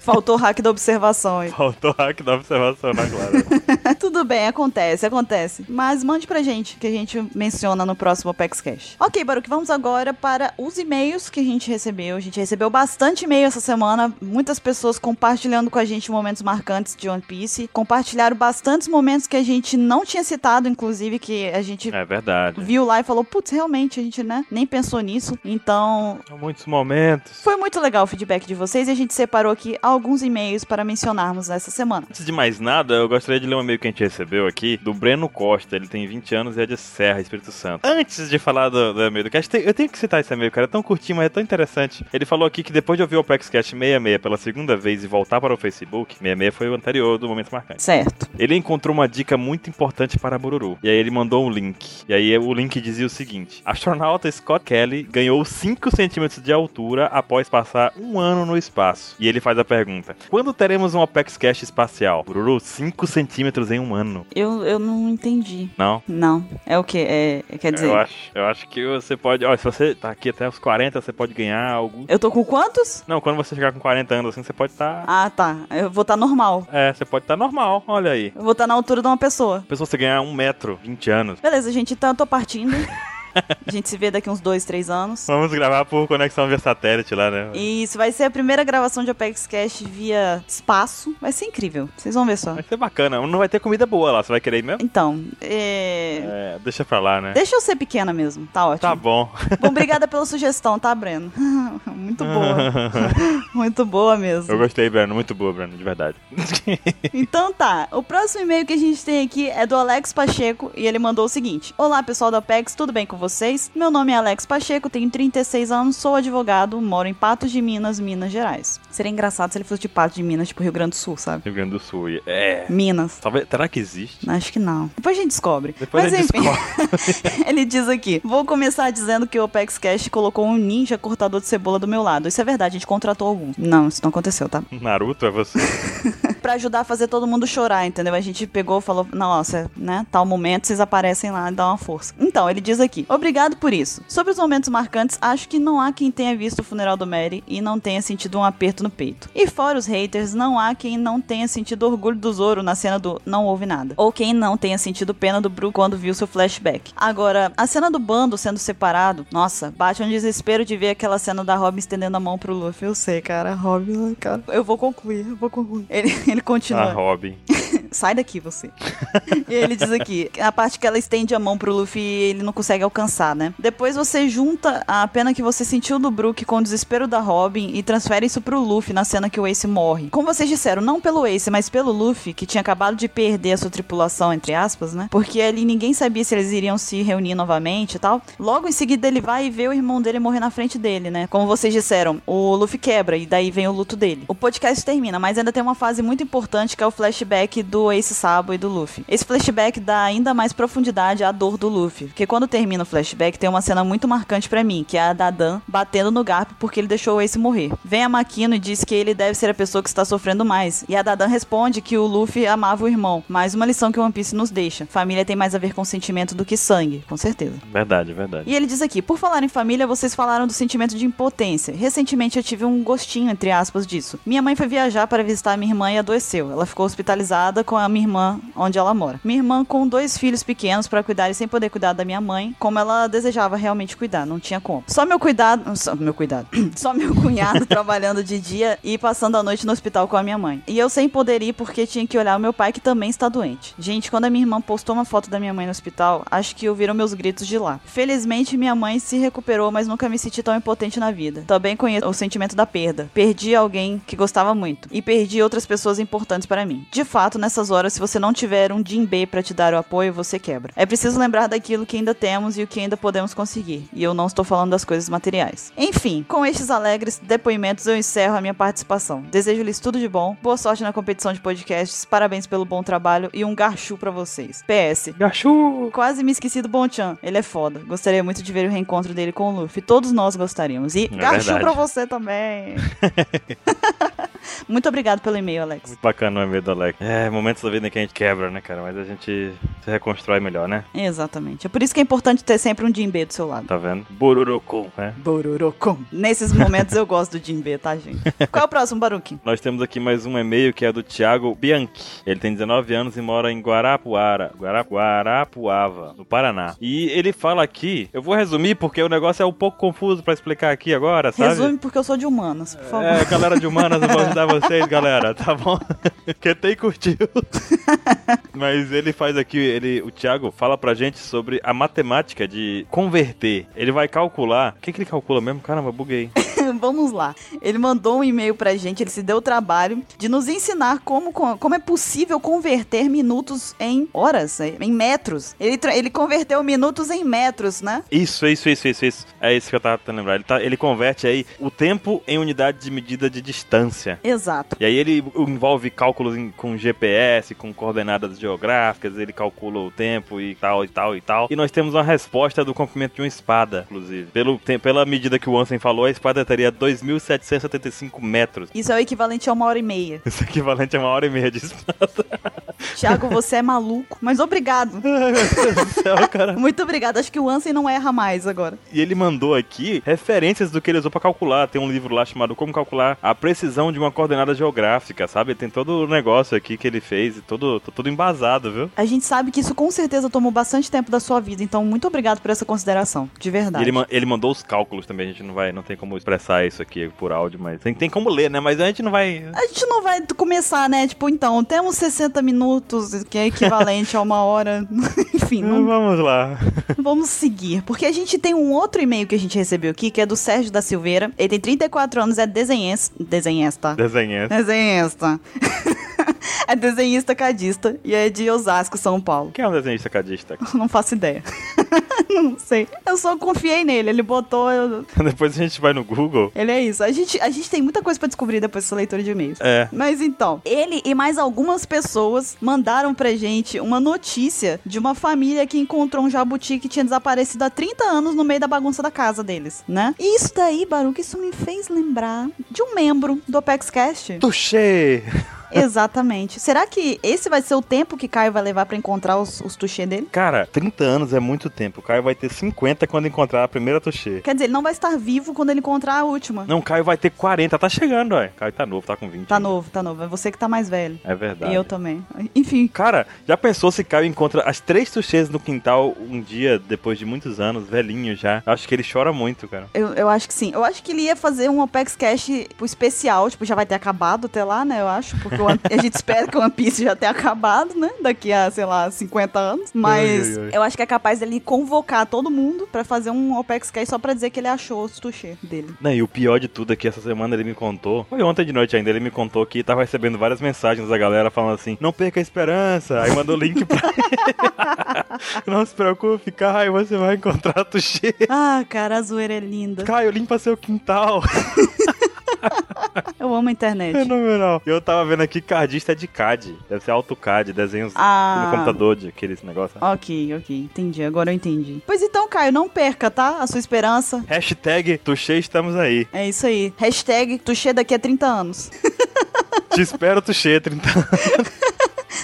D: Faltou o hack da observação aí.
A: Faltou hack da observação na Clara.
D: Tudo bem, acontece, acontece. Mas mande pra gente, que a gente menciona no próximo Apex Cash. Ok, Baruque, vamos agora para os e-mails que a gente recebeu. A gente recebeu bastante e-mail essa semana, muitas pessoas compartilhando com a gente momentos marcantes de One Piece. Compartilharam bastantes momentos que a gente não tinha citado, inclusive, que a gente
A: É verdade.
D: viu lá e falou, putz, realmente, a gente, né, nem pensou nisso. Então,
A: São muitos momentos.
D: foi muito legal o feedback de vocês e a gente separou aqui alguns e-mails para mencionarmos nessa semana.
A: Antes de mais nada, eu gostaria de ler um e-mail que a gente recebeu aqui do Breno Costa. Ele tem 20 anos e é de Serra, Espírito Santo. Antes de falar do, do e-mail do cast, tem- eu tenho que citar esse e-mail, cara. É tão curtinho, mas é tão interessante. Ele falou aqui que depois de ouvir o Apex Cast 66 pela segunda vez e voltar para o Facebook, 66 foi o anterior do Momento Marcante.
D: Certo.
A: Ele encontrou uma dica muito importante para Bururu. E aí ele mandou um link. E aí o link dizia o seguinte: Astronauta Scott Kelly ganhou 5 centímetros de altura após passar um ano no espaço. E ele faz a pergunta: Quando teremos um Apex Cash espacial? Bururu, 5 centímetros em um ano.
D: Eu, eu não entendi.
A: Não?
D: Não. É o quê? É, quer dizer.
A: Eu
D: Eu,
A: acho, eu acho que você pode. Ó, se você tá aqui até os 40, você pode ganhar algo.
D: tô com quantos?
A: Não, quando você chegar com 40 anos assim, você pode estar.
D: Ah, tá. Eu vou estar normal.
A: É, você pode estar normal, olha aí.
D: Eu vou estar na altura de uma pessoa.
A: Pessoa, você ganhar um metro, 20 anos.
D: Beleza, gente, então eu tô partindo. a gente se vê daqui uns dois, três anos.
A: Vamos gravar por conexão via satélite lá, né?
D: E isso vai ser a primeira gravação de Apex Cash via espaço. Vai ser incrível. Vocês vão ver só.
A: Vai ser bacana. Não vai ter comida boa lá. Você vai querer ir mesmo?
D: Então, é...
A: É, deixa pra lá, né?
D: deixa eu ser pequena mesmo. Tá ótimo.
A: Tá bom.
D: Bom, obrigada pela sugestão, tá, Breno? Muito boa. Muito boa mesmo.
A: Eu gostei, Breno. Muito boa, Breno, de verdade.
D: Então tá, o próximo e-mail que a gente tem aqui é do Alex Pacheco e ele mandou o seguinte: Olá pessoal do Apex, tudo bem com vocês? Meu nome é Alex Pacheco, tenho 36 anos, sou advogado, moro em Patos de Minas, Minas Gerais. Seria engraçado se ele fosse de Patos de Minas, tipo Rio Grande do Sul, sabe?
A: Rio Grande do Sul. e- É.
D: Minas.
A: Talvez, será que existe?
D: Acho que não. Depois a gente descobre.
A: Depois
D: Mas
A: a gente
D: enfim.
A: descobre.
D: Ele diz aqui: Vou começar dizendo que o Opex Cash colocou um ninja cortador de cebola do meu lado. Isso é verdade, a gente contratou algum. Não, isso não aconteceu, tá?
A: Naruto é você.
D: Pra ajudar a fazer todo mundo chorar, entendeu? A gente pegou e falou: Nossa, né? Tal momento, vocês aparecem lá e dão uma força. Então, ele diz aqui: Obrigado por isso. Sobre os momentos marcantes, acho que não há quem tenha visto o funeral do Mary e não tenha sentido um aperto no peito. E fora os haters, não há quem não tenha sentido orgulho do Zoro na cena do Não Houve Nada. Ou quem não tenha sentido pena do Bru quando viu seu flashback. Agora, a cena do bando sendo separado, nossa, bate um desespero de ver aquela cena da Robin estendendo a mão pro Luffy. Eu sei, cara, a Robin, né, cara. Eu vou concluir, eu vou concluir. Ele, ele continua.
A: Ah, Robin.
D: Sai daqui você. e ele diz aqui, a parte que ela estende a mão pro Luffy, ele não consegue alcançar, né? Depois você junta a pena que você sentiu do Brook com o desespero da Robin e transfere isso pro Luffy na cena que o Ace morre. Como vocês disseram, não pelo Ace, mas pelo Luffy, que tinha acabado de perder a sua tripulação, entre aspas, né? Porque ali ninguém sabia se eles iriam se reunir novamente e tal. Logo em seguida ele vai e vê o irmão dele morrer na frente dele, né? Como vocês disseram, o Luffy quebra e daí vem o luto dele. O podcast termina, mas ainda tem uma fase muito importante que é o flashback do Ace Sabo e do Luffy. Esse flashback dá ainda mais profundidade à dor do Luffy, porque quando termina o flashback tem uma cena muito marcante pra mim, que é a da Dan batendo no Garp porque ele deixou o Ace morrer. Vem a Makino e diz que ele deve ser a pessoa que está sofrendo mais, e a Dadan responde que o Luffy amava o irmão. Mais uma lição que o One Piece nos deixa. Família tem mais a ver com sentimento do que sangue, com certeza.
A: Verdade, verdade.
D: E ele diz aqui: por falar em família, vocês falaram do sentimento de impotência. Recentemente eu tive um gostinho, entre aspas, disso. Minha mãe foi viajar para visitar minha irmã e adoeceu. Ela ficou hospitalizada com a minha irmã, onde ela mora. Minha irmã com dois filhos pequenos para cuidar e sem poder cuidar da minha mãe, como ela desejava realmente cuidar, não tinha como. Só meu cuidado. Só meu cuidado. Só meu cunhado trabalhando de dia e passando a noite no hospital com a minha mãe. E eu sem poder ir porque tinha que olhar o meu pai que também está doente. Gente, quando a minha irmã postou uma foto da minha mãe no hospital, acho que ouviram meus gritos de lá. Felizmente minha mãe se recuperou, mas nunca me senti tão impotente na vida. Também conheço o sentimento da perda. Perdi alguém que gostava muito e perdi outras pessoas importantes para mim. De fato, nessas horas, se você não tiver um Jinbei para te dar o apoio, você quebra. É preciso lembrar daquilo que ainda temos e o que ainda podemos conseguir. E eu não estou falando das coisas materiais. Enfim, com estes alegres depoimentos eu encerro a minha participação. Desejo-lhes tudo de bom, boa sorte na competição de podcasts, parabéns pelo bom trabalho e um garchu para vocês. PS,
A: Gachu!
D: Quase me esqueci do Bonchan. Ele é foda. Gostaria muito de ver o reencontro dele com o Luffy. Todos nós gostaríamos. E
A: É
D: Garchou
A: verdade.
D: pra você também. muito obrigado pelo e-mail, Alex.
A: Muito bacana o e-mail do Alex. É, momentos da vida em que a gente quebra, né, cara? Mas a gente se reconstrói melhor, né?
D: Exatamente. É por isso que é importante ter sempre um Jinbe do seu lado.
A: Tá vendo? Bororocum, né?
D: Bororocom. Nesses momentos eu gosto do Jinbe, tá, gente? Qual é o próximo, Baruki?
A: Nós temos aqui mais um e-mail que é do Thiago Bianchi. Ele tem 19 anos e mora em Guarapuara, Guara- Guarapuava, no Paraná. E ele fala aqui, eu vou resumir porque o negócio é um pouco confuso pra explicar aqui agora, sabe?
D: Resume, porque eu sou de humanas, por favor.
A: É, galera de humanas, eu vou ajudar vocês, galera, tá bom? Quem tem curtiu. Mas ele faz aqui, ele, o Thiago fala pra gente sobre a matemática de converter. Ele vai calcular. O que, que ele calcula mesmo? Caramba, buguei.
D: Vamos lá. Ele mandou um e-mail pra gente, ele se deu o trabalho de nos ensinar como, co- como é possível converter minutos em horas, né, em metros. Ele, tra- ele converteu minutos em metros, né?
A: Isso, isso, isso, isso, isso. É isso que eu tava tentando lembrar. Ele, tá- ele converte aí o tempo em unidade de medida de distância.
D: Exato.
A: E aí ele envolve cálculos em- com GPS, com coordenadas geográficas, ele calcula o tempo e tal, e tal, e tal. E nós temos uma resposta do comprimento de uma espada, inclusive. Pelo, tem- pela medida que o Ansem falou, a espada teria 2.775 metros.
D: Isso é o equivalente a uma hora e meia.
A: Isso é equivalente a uma hora e meia de espada.
D: Tiago, você é maluco, mas obrigado.
A: Ai, meu Deus do céu, é cara.
D: Muito obrigado. Acho que o Ansem não erra mais agora.
A: E ele mandou aqui referências do que ele usou pra calcular. Tem um livro lá chamado Como Calcular a Precisão de uma Coordenada Geográfica, sabe? Tem todo o negócio aqui que ele fez e todo, tô todo embasado, viu?
D: A gente sabe que isso com certeza tomou bastante tempo da sua vida, então muito obrigado por essa consideração, de
A: E
D: verdade.
A: Ele, ma- ele mandou os cálculos também, a gente não vai, não tem como expressar isso aqui por áudio, mas tem, tem como ler, né? Mas a gente não vai.
D: A gente não vai começar, né? Tipo, então, temos 60 minutos, que é equivalente a uma hora. Enfim, não,
A: Hum, Vamos lá.
D: Vamos seguir, porque a gente tem um outro e-mail que a gente recebeu aqui, que é do Sérgio da Silveira. Ele tem 34 anos, é desenhista. Desenhista.
A: Desenhar.
D: Desenhista. é desenhista cadista e é de Osasco, São Paulo.
A: Quem é um desenhista cadista?
D: Não faço ideia. não sei. Eu só confiei nele, ele botou. eu-
A: Depois a gente vai no Google.
D: Ele é isso. A gente, a gente tem muita coisa pra descobrir depois dessa leitura de e-mails.
A: É.
D: Mas então, ele e mais algumas pessoas mandaram pra gente uma notícia de uma família que encontrou um jabuti que tinha desaparecido há 30 anos no meio da bagunça da casa deles, né? E isso daí, Baruque, isso me fez lembrar de um membro do ApexCast.
A: Tuxê!
D: Exatamente. Será que esse vai ser o tempo que Caio vai levar pra encontrar os, os tuxê dele?
A: Cara, 30 anos é muito tempo. O Caio vai ter 50 quando encontrar a primeira Tuxê.
D: Quer dizer, ele não vai estar vivo quando ele encontrar a última.
A: Não, o Caio vai ter 40. Tá chegando, ó. Caio tá novo, tá com 20.
D: Tá novo, tá novo. É você que tá mais velho.
A: É verdade.
D: E eu também. Enfim,
A: Cara, já pensou se Caio encontra as três tuxês no quintal um dia, depois de muitos anos, velhinho já? Acho que ele chora muito, cara.
D: Eu, eu acho que sim. Eu acho que ele ia fazer um Apex Cash tipo, especial, tipo, já vai ter acabado até lá, né? Eu acho, porque o One- a gente espera que o One Piece já tenha acabado, né? Daqui a, sei lá, 50 anos.
A: Ai,
D: Mas
A: ai, ai.
D: eu acho que é capaz dele convocar todo mundo pra fazer um Apex Cash só pra dizer que ele achou os touchê dele.
A: Não, e o pior de tudo é que essa semana ele me contou, foi ontem de noite ainda, ele me contou que tava recebendo várias mensagens da galera falando assim, não perca a esperança, aí mandou o link pra ele. não se preocupe, Caio, você vai encontrar a tuxê.
D: Ah, cara, a zoeira é linda.
A: Caio, limpa seu quintal.
D: Eu amo a internet.
A: Fenomenal. E eu tava vendo aqui, cardista é de CAD, deve ser AutoCAD, desenhos
D: Ah.
A: no computador, de aqueles negócios.
D: Ok, ok. Entendi, agora eu entendi. Pois então, Caio, não perca, tá? A sua esperança.
A: Hashtag Tuxê estamos aí.
D: É isso aí. Hashtag Tuxê daqui a 30 anos.
A: Te espero, Tuxê, 30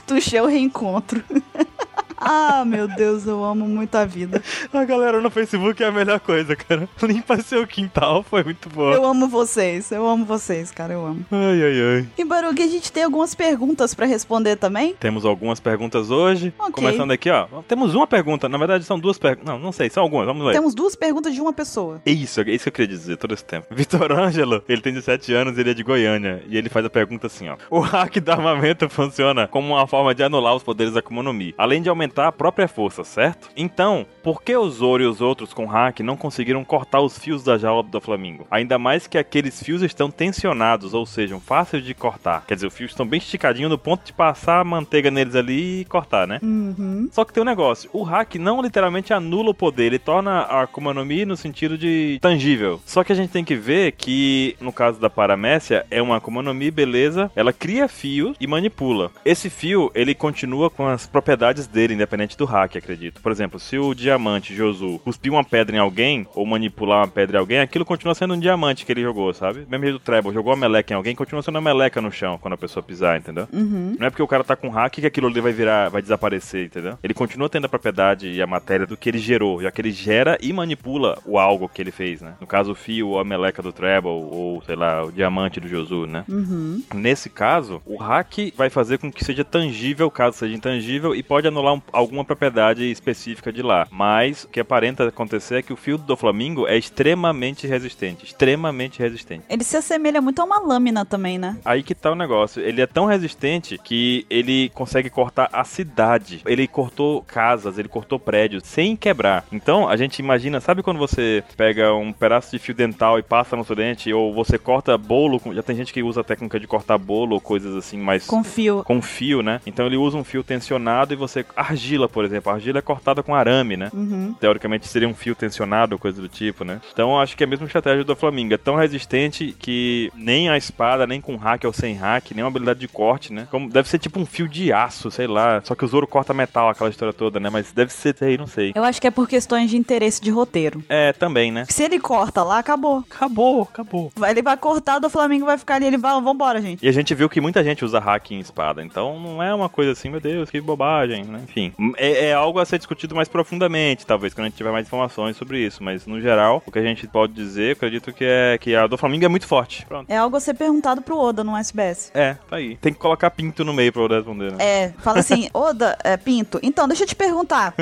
D: Tuxê o reencontro. ah, meu Deus, eu amo muito a vida.
A: A galera no Facebook é a melhor coisa, cara. Limpa seu quintal, foi muito boa.
D: Eu amo vocês, eu amo vocês, cara, eu amo.
A: Ai, ai, ai.
D: E Baruque, a gente tem algumas perguntas pra responder também?
A: Temos algumas perguntas hoje.
D: Ok.
A: Começando aqui, ó. Temos uma pergunta. Na verdade, são duas perguntas. Não, não sei, são algumas. Vamos ver.
D: Temos duas perguntas de uma pessoa.
A: É Isso, é isso que eu queria dizer todo esse tempo. Vitor Ângelo, ele tem 17 anos, ele é de Goiânia. E ele faz a pergunta assim, ó. O hack do armamento funciona como uma forma de anular os poderes da Akuma no Mi, além de aumentar a própria força, certo? Então, por que o Zoro e os outros com hack não conseguiram cortar os fios da jaula do Flamingo? Ainda mais que aqueles fios estão tensionados, ou sejam fáceis de cortar. Quer dizer, os fios estão bem esticadinhos no ponto de passar a manteiga neles ali e cortar, né?
D: Uhum.
A: Só que tem um negócio, o hack não literalmente anula o poder, ele torna a Akuma no Mi no sentido de tangível. Só que a gente tem que ver que, no caso da Paramécia, é uma Akuma no Mi, beleza, ela cria fio e manipula. Esse fio, ele continua com as propriedades dele, independente do hack, acredito. Por exemplo, se o diamante diamante, Josu, cuspir uma pedra em alguém, ou manipular uma pedra em alguém, aquilo continua sendo um diamante que ele jogou, sabe? Mesmo jeito do Treble, jogou uma meleca em alguém, continua sendo uma meleca no chão quando a pessoa pisar, entendeu?
D: Uhum.
A: Não é porque o cara tá com hack que aquilo ali vai virar, vai desaparecer, entendeu? Ele continua tendo a propriedade e a matéria do que ele gerou, já que ele gera e manipula o algo que ele fez, né? No caso, o fio, ou a meleca do Treble, ou sei lá, o diamante do Josu, né?
D: Uhum.
A: Nesse caso, o hack vai fazer com que seja tangível, caso seja intangível, e pode anular um- alguma propriedade específica de lá. Mas o que aparenta acontecer é que o fio do Flamingo é extremamente resistente. Extremamente resistente.
D: Ele se assemelha muito a uma lâmina também, né?
A: Aí que tá o negócio. Ele é tão resistente que ele consegue cortar a cidade. Ele cortou casas, ele cortou prédios sem quebrar. Então, a gente imagina, sabe quando você pega um pedaço de fio dental e passa no seu dente, ou você corta bolo, com- já tem gente que usa a técnica de cortar bolo ou coisas assim mais
D: Confio.
A: com fio, né? Então ele usa um fio tensionado e você argila, por exemplo, a argila é cortada com arame, né?
D: Uhum.
A: Teoricamente seria um fio tensionado ou coisa do tipo, né? Então eu acho que é a mesma estratégia do Flamingo. É tão resistente que nem a espada, nem com hack ou sem hack, nem uma habilidade de corte, né? Como, deve ser tipo um fio de aço, sei lá. Só que o Zoro corta metal, aquela história toda, né? Mas deve ser aí, não sei.
D: Eu acho que é por questões de interesse de roteiro.
A: É, também, né?
D: Se ele corta lá, acabou.
A: Acabou, acabou.
D: Vai- Ele vai cortar, do Flamengo vai ficar ali, ele vai, vambora, gente.
A: E a gente viu que muita gente usa hack em espada, então não é uma coisa assim, meu Deus, que bobagem, né? Enfim, é, é algo a ser discutido mais profundamente, talvez, quando a gente tiver mais informações sobre isso, mas no geral, o que a gente pode dizer, eu acredito que é que a do Flamengo é muito forte. Pronto.
D: É algo a ser perguntado pro Oda no SBS.
A: É, tá aí. Tem que colocar pinto no meio pra eu responder, né?
D: É, fala assim, Oda, é, Pinto, então deixa eu te perguntar.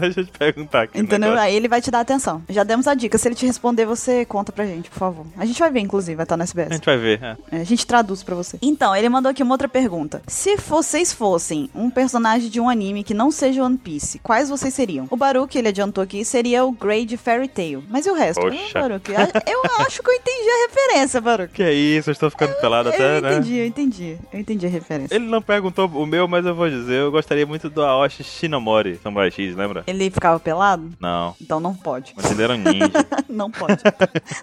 A: Deixa eu te perguntar aqui. um
D: Entendeu?
A: negócio.
D: Aí ele vai te dar atenção. Já demos a dica. Se ele te responder, você conta pra gente, por favor. A gente vai ver, inclusive, vai estar no SBS.
A: A gente vai ver. é.
D: É, a gente traduz pra você. Então, ele mandou aqui uma outra pergunta. Se vocês fossem um personagem de um anime que não seja One Piece, quais vocês seriam? O Baruch, ele adiantou aqui, seria o Grey de Fairy Tail. Mas e o resto?
A: Poxa.
D: Ah, Baruch, a- eu acho que eu entendi a referência, Baruch.
A: Que é isso, eu estou ficando pelado até,
D: Eu
A: né?
D: entendi, eu entendi. Eu entendi a referência.
A: Ele não perguntou o meu, mas eu vou dizer, eu gostaria muito do Aoshi Shinomori, Samurai X, lembra?
D: Ele ficava pelado?
A: Não,
D: Então não pode.
A: mas ele era um ninja.
D: não pode.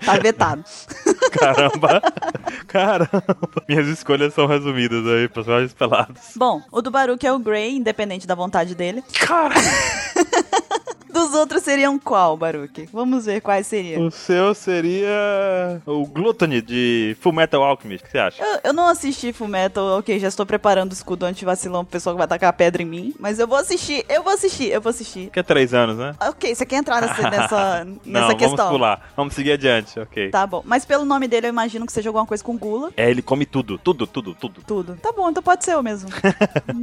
D: Tá vetado.
A: Caramba! Caramba! Minhas escolhas são resumidas aí, personagens pelados.
D: Bom, o do Baruch é o Grey, independente da vontade dele.
A: Cara!
D: Dos outros seriam qual, Baruch? Vamos ver quais seriam.
A: O seu seria. O Gluttony de Full Metal Alchemist, o que você acha?
D: Eu, eu não assisti Fullmetal, ok, já estou preparando o escudo anti-vacilão pro pessoal que vai tacar pedra em mim, mas eu vou assistir, eu vou assistir, eu vou assistir.
A: Que é três anos, né?
D: Ok, você quer entrar nessa, nessa,
A: Não,
D: nessa
A: vamos
D: questão?
A: pular. Vamos seguir adiante, ok.
D: Tá bom, mas pelo nome dele eu imagino que seja alguma coisa com gula.
A: É, ele come tudo, tudo, tudo, tudo.
D: Tudo. Tá bom, então pode ser eu mesmo.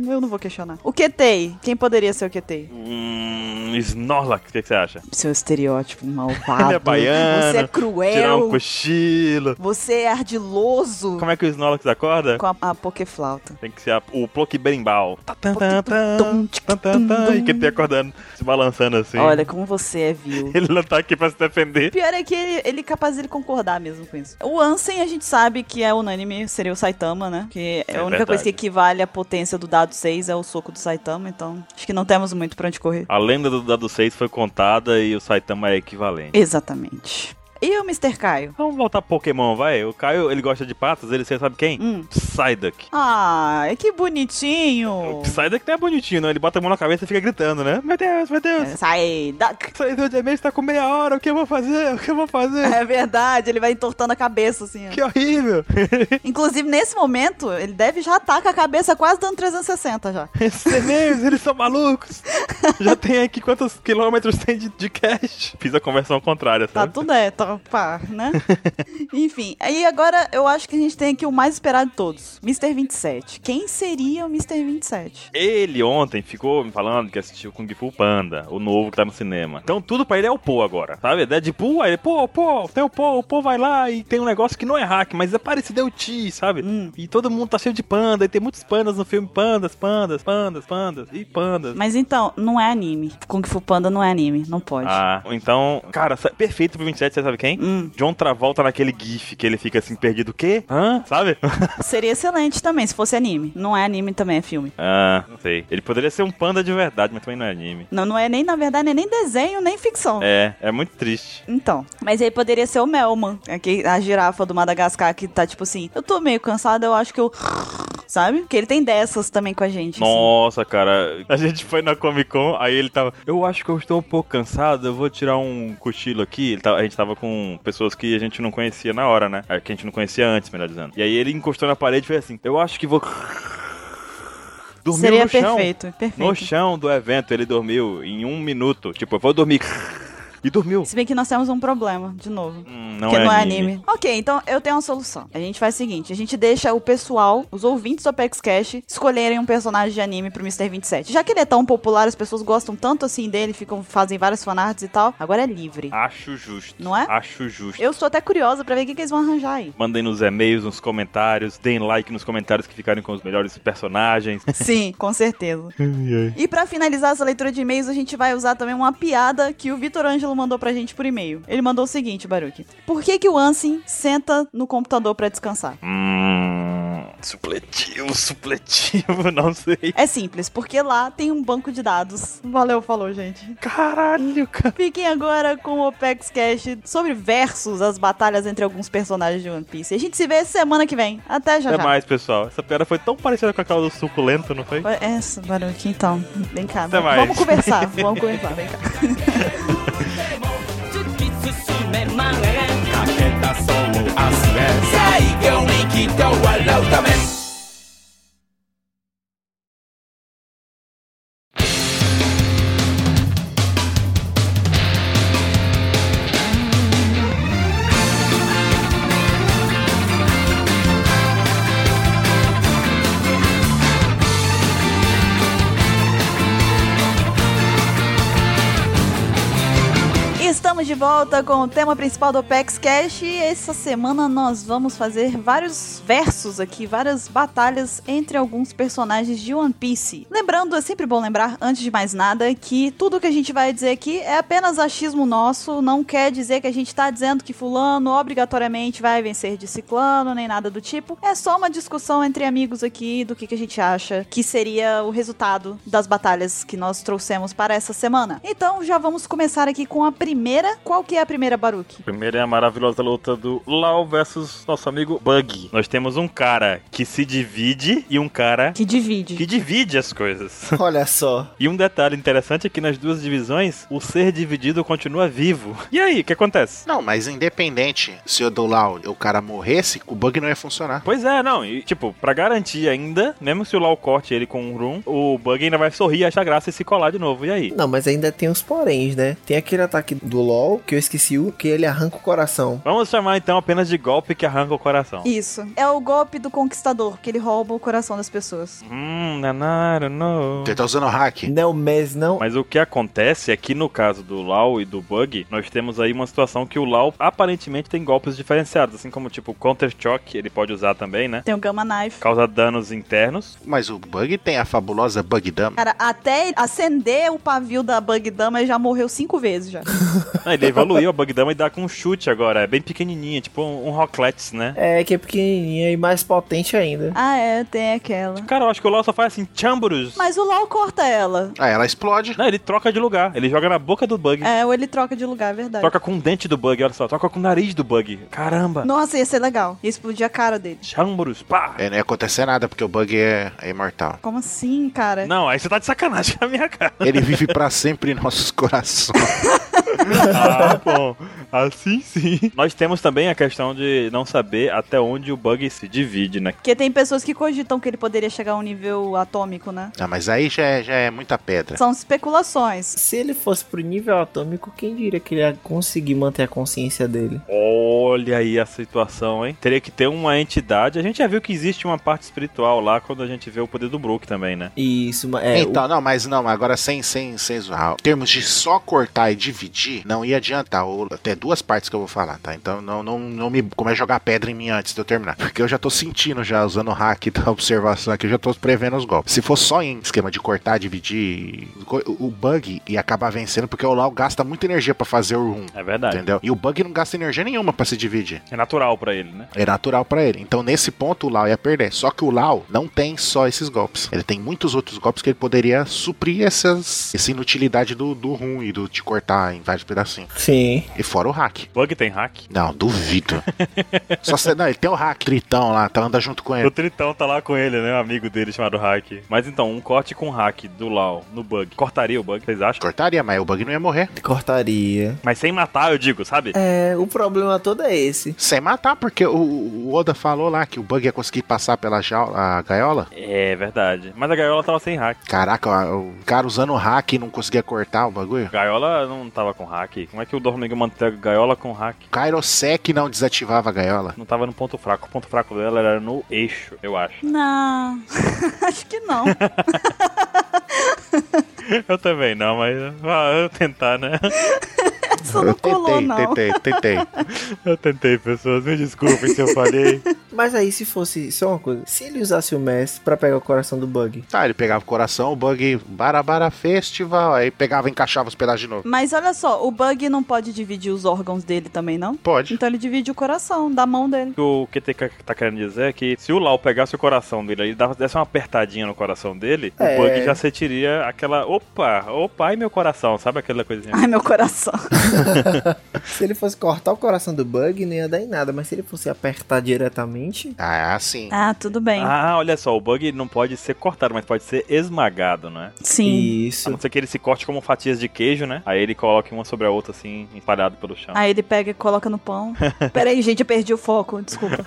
D: eu não vou questionar. O Ketei. Quem poderia ser o Ketei?
A: Hum. Snorlax, o que que você acha?
D: Seu estereótipo malvado.
A: Ele é baiano,
D: Você é
A: Tirar
D: cruel.
A: um cochilo.
D: você é ardiloso.
A: Como é que o Snorlax acorda?
D: Com a, a Pokéflauta.
A: Tem que ser a- o Ploque Berimbau. Tá, tan, tan, tan, tan, tan, tan, E que ele tem acordando, se balançando assim.
D: Olha como você é vil.
A: Ele não tá aqui pra se defender.
D: Pior é que ele, ele é capaz dele concordar mesmo com isso. O Ansem, a gente sabe que é unânime, seria o Saitama, né? Que é
A: É
D: a única
A: verdade.
D: coisa que equivale à potência do dado 6 é o soco do Saitama, então acho que não temos muito pra onde correr.
A: A lenda do dado 6 foi contada e o Saitama é equivalente.
D: Exatamente. E o Mr. Caio?
A: Vamos voltar pro Pokémon, vai. O Caio, ele gosta de patas, ele você sabe quem?
D: Hum.
A: Psyduck.
D: Ah, que
A: O
D: bonitinho!
A: Psyduck não é bonitinho, não. Ele bota a mão na cabeça e fica gritando, né? Meu Deus, meu Deus.
D: É, Sai, Duck!
A: Saí do Demente tá com meia hora, o que eu vou fazer? O que eu vou fazer?
D: É verdade, ele vai entortando a cabeça, assim. ó.
A: Que horrível!
D: Inclusive, nesse momento, ele deve já estar com a cabeça quase dando 360 já.
A: Esses e-mails, eles são malucos! Já tem aqui quantos quilômetros tem de, de cash? Fiz a conversão contrária,
D: Tá
A: sabe?
D: tudo é, tá pá, né? Enfim, aí agora eu acho que a gente tem aqui o mais esperado de todos, Mr. 27. Quem seria o Mr. 27?
A: Ele ontem ficou me falando que assistiu Kung Fu Panda, o novo que tá no cinema. Então tudo pra ele é o Po agora, sabe? Deadpool, aí ele, pô, pô, tem o Po, o Po vai lá e tem um negócio que não é hack, mas é parecido ao Ti, sabe?
D: Hum.
A: E todo mundo tá cheio de panda, e tem muitos pandas no filme, pandas, pandas, pandas, pandas, e pandas.
D: Mas então, não é anime. Kung Fu Panda não é anime, não pode.
A: Ah, então, cara, sa- perfeito pro 27, você sabe quem?
D: Hum,
A: John Travolta naquele gif que ele fica assim perdido, o quê? Hã? Sabe?
D: seria excelente também, se fosse anime. Não é anime também, é filme.
A: ah, não sei. Ele poderia ser um panda de verdade, mas também não é anime.
D: Não, não é nem, na verdade, é nem desenho, nem ficção.
A: É, é muito triste.
D: Então, É mas aí poderia ser o Melman, aqui, a girafa do Madagascar que tá tipo assim, eu tô meio cansada, eu acho que eu sabe? Porque ele tem dessas também com a gente. assim.
A: Nossa, cara, a gente foi na Comic Con, aí ele tava. Eu acho que eu estou um pouco cansado, eu vou tirar um cochilo aqui. Ele tava- a gente tava com pessoas que a gente não conhecia na hora, né? É, Que a gente não conhecia antes, melhor dizendo. E aí ele encostou na parede e fez assim: Eu acho que vou. Dormiu
D: Seria
A: no chão.
D: perfeito, perfeito.
A: No chão do evento, ele dormiu em um minuto. Tipo, eu vou dormir. E dormiu.
D: Se bem que nós temos um problema, de novo.
A: Hum, não
D: que
A: é
D: não é
A: anime.
D: anime. Ok, então eu tenho uma solução. A gente faz o seguinte: a gente deixa o pessoal, os ouvintes do Apex Cash, escolherem um personagem de anime pro Mr. 27. Já que ele é tão popular, as pessoas gostam tanto assim dele, ficam, fazem várias fanarts e tal. Agora é livre.
A: Acho justo.
D: Não é?
A: Acho justo.
D: Eu sou até curiosa pra ver o que, que eles vão arranjar aí.
A: Mandem nos e-mails, nos comentários, deem like nos comentários que ficarem com os melhores personagens.
D: Sim, com certeza. E pra finalizar essa leitura de e-mails, a gente vai usar também uma piada que o Vitor Ângelo mandou pra gente por e-mail. Ele mandou o seguinte, Baruque. Por que que o Ansem senta no computador pra descansar?
A: Hum, supletivo, supletivo, não sei.
D: É simples, porque lá tem um banco de dados. Valeu, falou, gente.
A: Caralho, cara.
D: Fiquem agora com o Opex Cash sobre versus as batalhas entre alguns personagens de One Piece. A gente se vê semana que vem. Até já
A: Até
D: já.
A: mais, pessoal. Essa piada foi tão parecida com aquela do suculento, não foi?
D: Essa, Baruque, então. Vem cá.
A: Até
D: vamos
A: mais.
D: conversar, vamos conversar. Vem cá.
G: 最強にきっと笑うため
D: Estamos de volta com o tema principal do PEX Cash e essa semana nós vamos fazer vários versos aqui, várias batalhas entre alguns personagens de One Piece. Lembrando, é sempre bom lembrar, antes de mais nada, que tudo que a gente vai dizer aqui é apenas achismo nosso, não quer dizer que a gente tá dizendo que fulano obrigatoriamente vai vencer de ciclano, nem nada do tipo. É só uma discussão entre amigos aqui do que, que a gente acha que seria o resultado das batalhas que nós trouxemos para essa semana. Então já vamos começar aqui com a primeira. Qual que é a primeira, Baruque?
A: Primeiro é a maravilhosa luta do Lau versus nosso amigo Bug. Nós temos um cara que se divide e um cara
D: Que divide.
A: que divide as coisas.
C: Olha só.
A: E um detalhe interessante é que nas duas divisões, o ser dividido continua vivo. E aí, o que acontece?
B: Não, mas independente se o do Lau, o cara morresse, o bug não ia funcionar.
A: Pois é, não, e tipo, pra garantir ainda, mesmo se o Lau corte ele com um Room, o Bug ainda vai sorrir, achar graça e se colar de novo. E aí?
C: Não, mas ainda tem os poréns, né? Tem aquele ataque do LOL, que eu esqueci o, que ele arranca o coração.
A: Vamos chamar então apenas de golpe que arranca o coração.
D: Isso. É o golpe do conquistador, que ele rouba o coração das pessoas.
A: Hum, nanaro, no.
B: Você tá usando hack?
C: Não, mas não.
A: Mas o que acontece é que no caso do Lau e do Bug, nós temos aí uma situação que o Lau aparentemente tem golpes diferenciados, assim como tipo Counter Shock, ele pode usar também, né?
D: Tem o Gamma Knife.
A: Causa danos internos.
B: Mas o bug tem a fabulosa bug dama.
D: Cara, até ele acender o pavio da Bug Dama, ele já morreu cinco vezes já.
A: Ah, ele evoluiu a Bug Dama e dá com um chute agora, é bem pequenininha, tipo um, um Rocklets, né?
C: É, que é pequenininha e mais potente ainda.
D: ah, é, tem aquela.
A: Cara, eu acho que o Lau só faz assim, chamburos.
D: Mas o LOL corta ela.
B: Ah, ela explode.
A: Não, ele troca de lugar. Ele joga na boca do bug.
D: É, ou ele troca de lugar, é verdade.
A: Troca com o dente do bug, olha só. Troca com o nariz do bug. Caramba.
D: Nossa, ia ser legal. Ia explodir a cara dele.
A: Chamburos, pá.
B: É, não ia acontecer nada, porque o bug é, é imortal.
D: Como assim, cara?
A: Não, aí você tá de sacanagem com a minha cara.
B: Ele vive pra sempre em nossos corações.
A: Ah, bom. Assim sim. Nós temos também a questão de não saber até onde o bug se divide, né?
D: Porque tem pessoas que cogitam que ele poderia chegar a um nível atômico, né?
B: Ah, mas aí já é, já é muita pedra.
D: São especulações.
C: Se ele fosse pro nível atômico, quem diria que ele ia conseguir manter a consciência dele?
A: Olha aí a situação, hein? Teria que ter uma entidade. A gente já viu que existe uma parte espiritual lá quando a gente vê o poder do Brook também, né?
C: Isso, ma- é.
B: então, não, mas não, agora sem, sem, sem zoar. Em termos de só cortar e dividir, não ia adiantar. Ou, até duas partes que eu vou falar, tá? Então não, não, não me comece a jogar pedra em mim antes de eu terminar. Porque eu já tô sentindo, já usando o hack da observação aqui, eu já tô prevendo os golpes. Se for só em esquema de cortar, dividir, co- o o bug ia acabar vencendo, porque o Lau gasta muita energia pra fazer o 1.
A: É verdade.
B: Entendeu? E o bug não gasta energia nenhuma pra se dividir.
A: É natural pra ele, né?
B: É natural pra ele. Então, nesse ponto, o Lau ia perder. Só que o Lau não tem só esses golpes. Ele tem muitos outros golpes que ele poderia suprir essas, essa inutilidade do, do Rum e do de cortar em metade do pedacinho.
C: Sim.
B: E fora o hack.
A: Bug tem hack?
B: Não, duvido. Só se, não, ele tem o hack, Tritão lá, tá anda junto com
A: O
B: ele.
A: Tritão tá lá com ele, né? Um amigo dele chamado Hack. Mas então, um corte com hack do Lau no bug. Cortaria o bug, vocês acham?
B: Cortaria, mas o bug não ia morrer.
C: Cortaria.
A: Mas sem matar, eu digo, sabe?
C: É, o problema todo é esse.
B: Sem matar, porque o, o Oda falou lá que o bug ia conseguir passar pela jaula, a gaiola.
A: É verdade. Mas a gaiola tava sem hack.
B: Caraca, o o cara usando o hack e não conseguia cortar o bagulho.
A: Gaiola não tava com hack. Como é que o Dormigo mantém a gaiola com hack?
B: Kairosek não desativava a gaiola.
A: Não tava no ponto fraco. O ponto fraco dela era no eixo, eu acho.
D: Não, acho que não.
A: eu também não, mas ah, eu tentar, né?
D: Essa não colou, não.
B: tentei, tentei.
A: Eu tentei, pessoas. Me desculpem se eu falei.
C: Mas aí, se fosse só uma coisa, se ele usasse o mestre pra pegar o coração do bug,
B: Tá, ele pegava o coração, o bug Barabara Festival, aí pegava e encaixava os pedaços de novo.
D: Mas olha só, o Bug não pode dividir os órgãos dele também, não?
B: Pode.
D: Então ele divide o coração da mão dele.
A: O que o QTK tá querendo dizer é que se o Lau pegasse o coração dele aí, dava- desse uma apertadinha no coração dele,
C: É.
A: o bug já sentiria aquela. Opa, opa, ai meu coração, sabe aquela coisinha?
D: Ai, meu coração.
C: se ele fosse cortar o coração do bug, não ia dar em nada. Mas se ele fosse apertar diretamente,
B: Ah, sim.
D: Ah, tudo bem.
A: Ah, olha só, o bug não pode ser cortado, mas pode ser esmagado, né?
D: Sim.
A: A
C: isso.
A: não ser que ele se corte como fatias de queijo, né? Aí ele coloca uma sobre a outra, assim, espalhado pelo chão.
D: Aí ele pega e coloca no pão. Peraí, gente, eu perdi o foco, desculpa.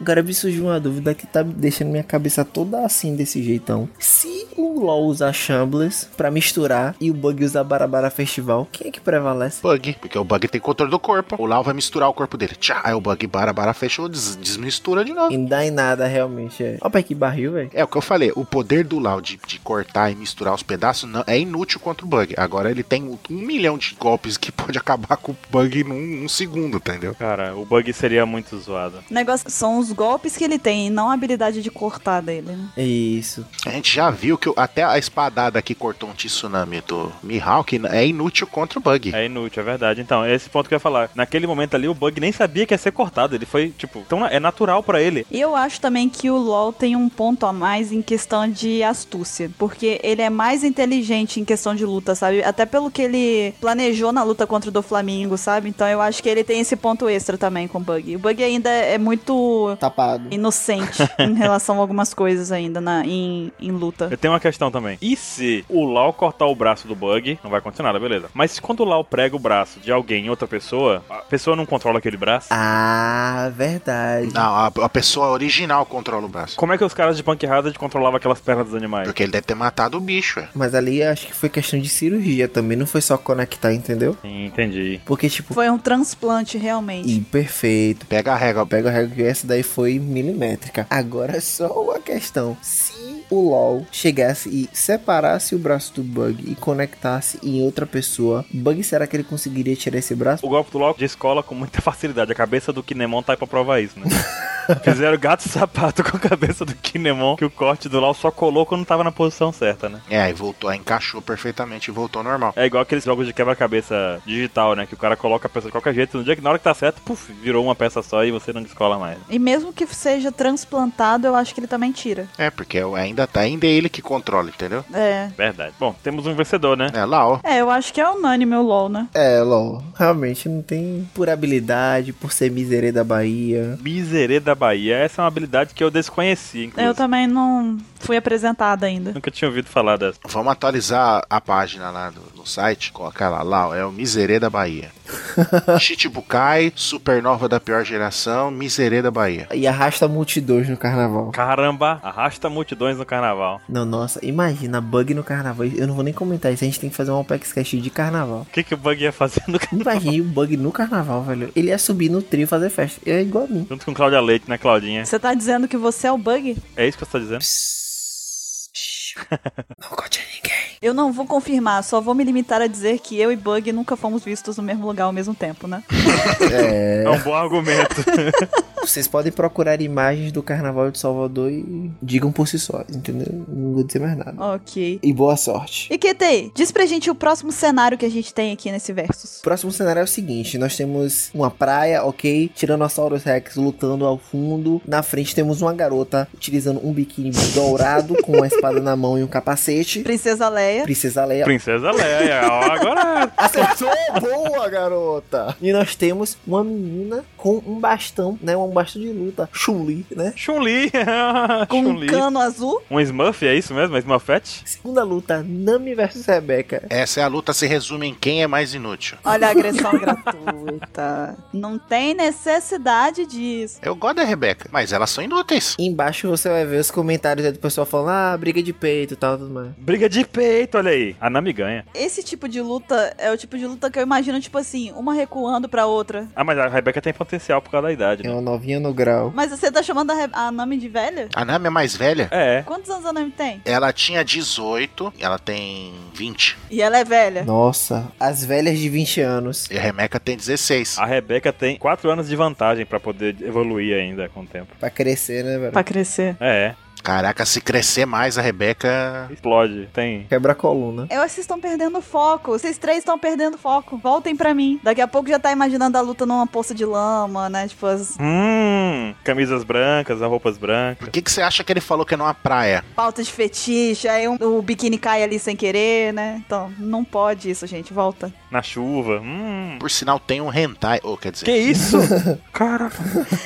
C: Agora me surgiu uma dúvida que tá deixando minha cabeça toda assim desse jeitão. Se o LOL usar Shambles pra misturar e o bug usar Barabara Festival, quem é que prevalece?
B: Bug, porque o bug tem controle do corpo. O Lau vai misturar o corpo dele. Tchá, aí o bug Barabara fechou, des- desmistura de novo.
C: E não dá em nada realmente. É. Olha pra que barril, velho.
B: É o que eu falei, o poder do Lau de, de cortar e misturar os pedaços não- é inútil contra o bug. Agora ele tem um, um milhão de golpes que pode acabar com o bug num um segundo, entendeu?
A: Cara, o bug seria muito zoado.
D: O negócio são os golpes que ele tem, não a habilidade de cortar dele, né?
C: Isso.
B: A gente já viu que o- até a espadada que cortou um tsunami do Mihawk é inútil contra o bug.
A: É inútil, é verdade. Então, esse ponto que eu ia falar. Naquele momento ali, o bug nem sabia que ia ser cortado. Ele foi, tipo, então é natural pra ele.
D: E eu acho também que o LoL tem um ponto a mais em questão de astúcia, porque ele é mais inteligente em questão de luta, sabe? Até pelo que ele planejou na luta contra o do Flamengo, sabe? Então eu acho que ele tem esse ponto extra também com o Bug. O Bug ainda é muito
C: Tapado.
D: inocente em relação a algumas coisas ainda na, em, em luta.
A: Eu tenho uma questão também. E se o Lau cortar o braço do Bug, não vai acontecer nada, beleza. Mas se quando o Lau prega o braço de alguém em outra pessoa, a pessoa não controla aquele braço?
C: Ah, verdade.
B: Não, a, a pessoa original controla o braço.
A: Como é que os caras de Punk Hazard controlavam aquelas pernas dos animais?
B: Porque ele deve ter matado o bicho, é.
C: Mas ali acho que foi questão de cirurgia também, não foi só conectar, entendeu?
A: Sim, entendi.
C: Porque, tipo,
D: Foi um transplante, realmente.
C: e perfeito.
B: Pega a régua.
C: Pega a regra que essa daí foi milimétrica. Agora é só uma questão. Se o LOL chegasse e separasse o braço do Bug e conectasse em outra pessoa, Bug será que ele conseguiria tirar esse braço?
A: O golpe do Lau descola com muita facilidade. A cabeça do Kinemon tá aí pra provar isso, né? Fizeram gato e sapato com a cabeça do Kinemon, que o corte do Lau só colou quando tava na posição certa, né?
B: É, aí voltou, aí encaixou perfeitamente e voltou ao normal.
A: É igual aqueles jogos de quebra-cabeça digital, né? Que o cara coloca a peça de qualquer jeito, no dia que na hora que tá certo, puf, virou uma peça só e você não descola mais.
D: E mesmo que seja transplantado, eu acho que ele também tira.
B: É, porque eu ainda tá, ainda é ele que controla, entendeu?
D: É.
A: Verdade. Bom, temos um vencedor, né?
B: É, lá, ó.
D: É, eu acho que é unânime o LoL, né?
C: É, LOL. Realmente não tem por habilidade, por ser miserê da Bahia.
A: Miserê da Bahia. Essa é uma habilidade que eu desconhecia, inclusive.
D: É, Eu também não fui apresentada ainda.
A: Nunca tinha ouvido falar dessa.
B: Vamos atualizar a página lá do, no site. Colocar lá, lá, é o Miserê da Bahia. Chichibukai, Supernova da Pior Geração, Miserê da Bahia.
C: E arrasta multidões no carnaval.
A: Caramba, arrasta multidões no carnaval.
C: Não, nossa, imagina, bug no carnaval. Eu não vou nem comentar isso, a gente tem que fazer um Apex Cash de carnaval.
A: O que, que o Bug ia fazer no carnaval?
C: Imagina o bug no carnaval, velho. Ele ia subir no trio fazer festa. É igual a mim.
A: Junto com Cláudia Leite, né, Claudinha?
D: Você tá dizendo que você é o bug?
A: É isso que você tá dizendo?
C: Não conte a ninguém.
D: Eu não vou confirmar, só vou me limitar a dizer que eu e Bug nunca fomos vistos no mesmo lugar ao mesmo tempo, né?
A: É um bom argumento.
C: Vocês podem procurar imagens do carnaval de Salvador e digam por si só, entendeu? Não vou dizer mais nada.
D: ok.
C: E boa sorte.
D: E Ketei, diz pra gente o próximo cenário que a gente tem aqui nesse Versus.
C: O próximo cenário é o seguinte: nós temos uma praia, ok? Tiranossauros Rex lutando ao fundo. Na frente temos uma garota utilizando um biquíni dourado com uma espada na mão e um capacete.
D: Princesa Leia.
C: Princesa Leia.
A: Princesa Leia, ó, agora.
C: Acertou! Boa, garota! E nós temos uma menina com um bastão, né? Um bastão de luta. Chun-Li, né?
A: Chun-Li.
D: Com um
A: Chun-Li.
D: cano azul.
A: Um Smurf, é isso mesmo? É Smurfette?
C: Segunda luta, Nami versus Rebeca.
B: Essa é a luta, se resume em quem é mais inútil.
D: Olha a agressão gratuita. Não tem necessidade disso.
B: Eu gosto da Rebeca, mas elas são inúteis.
C: Embaixo você vai ver os comentários aí do pessoal falando, ah, briga de peito e tal, tudo mais.
A: Briga de peito, olha aí. A Nami ganha.
D: Esse tipo de luta é o tipo de luta que eu imagino, tipo assim, uma recuando pra outra.
A: Ah, mas a Rebeca tem potencial por causa da idade,
C: É
A: né?
C: uma novinha no grau.
D: Mas você tá chamando a, Re- a Nami de velha?
B: A Nami é mais velha.
A: É.
D: Quantos anos a Nami tem?
B: Ela tinha 18, ela tem 20.
D: E ela é velha.
C: Nossa, as velhas de 20 anos.
B: E a Rebeca tem 16.
A: A Rebeca tem 4 anos de vantagem pra poder evoluir ainda com o tempo.
C: Pra crescer, né, velho?
D: Pra crescer.
A: É,
B: Caraca, se crescer mais, a Rebeca.
A: explode. Tem.
C: Quebra a coluna.
D: Eu, vocês estão perdendo foco. Vocês três estão perdendo foco. Voltem pra mim. Daqui a pouco já tá imaginando a luta numa poça de lama, né? Tipo, as
A: Hum, camisas brancas, roupas brancas.
B: Por que, que você acha que ele falou que é numa praia?
D: pautas de fetiche. Aí um- o biquíni cai ali sem querer, né? Então, não pode isso, gente. Volta.
A: Na chuva. Hum.
B: Por sinal, tem um hentai. Ou quer dizer,
A: Que isso? Cara.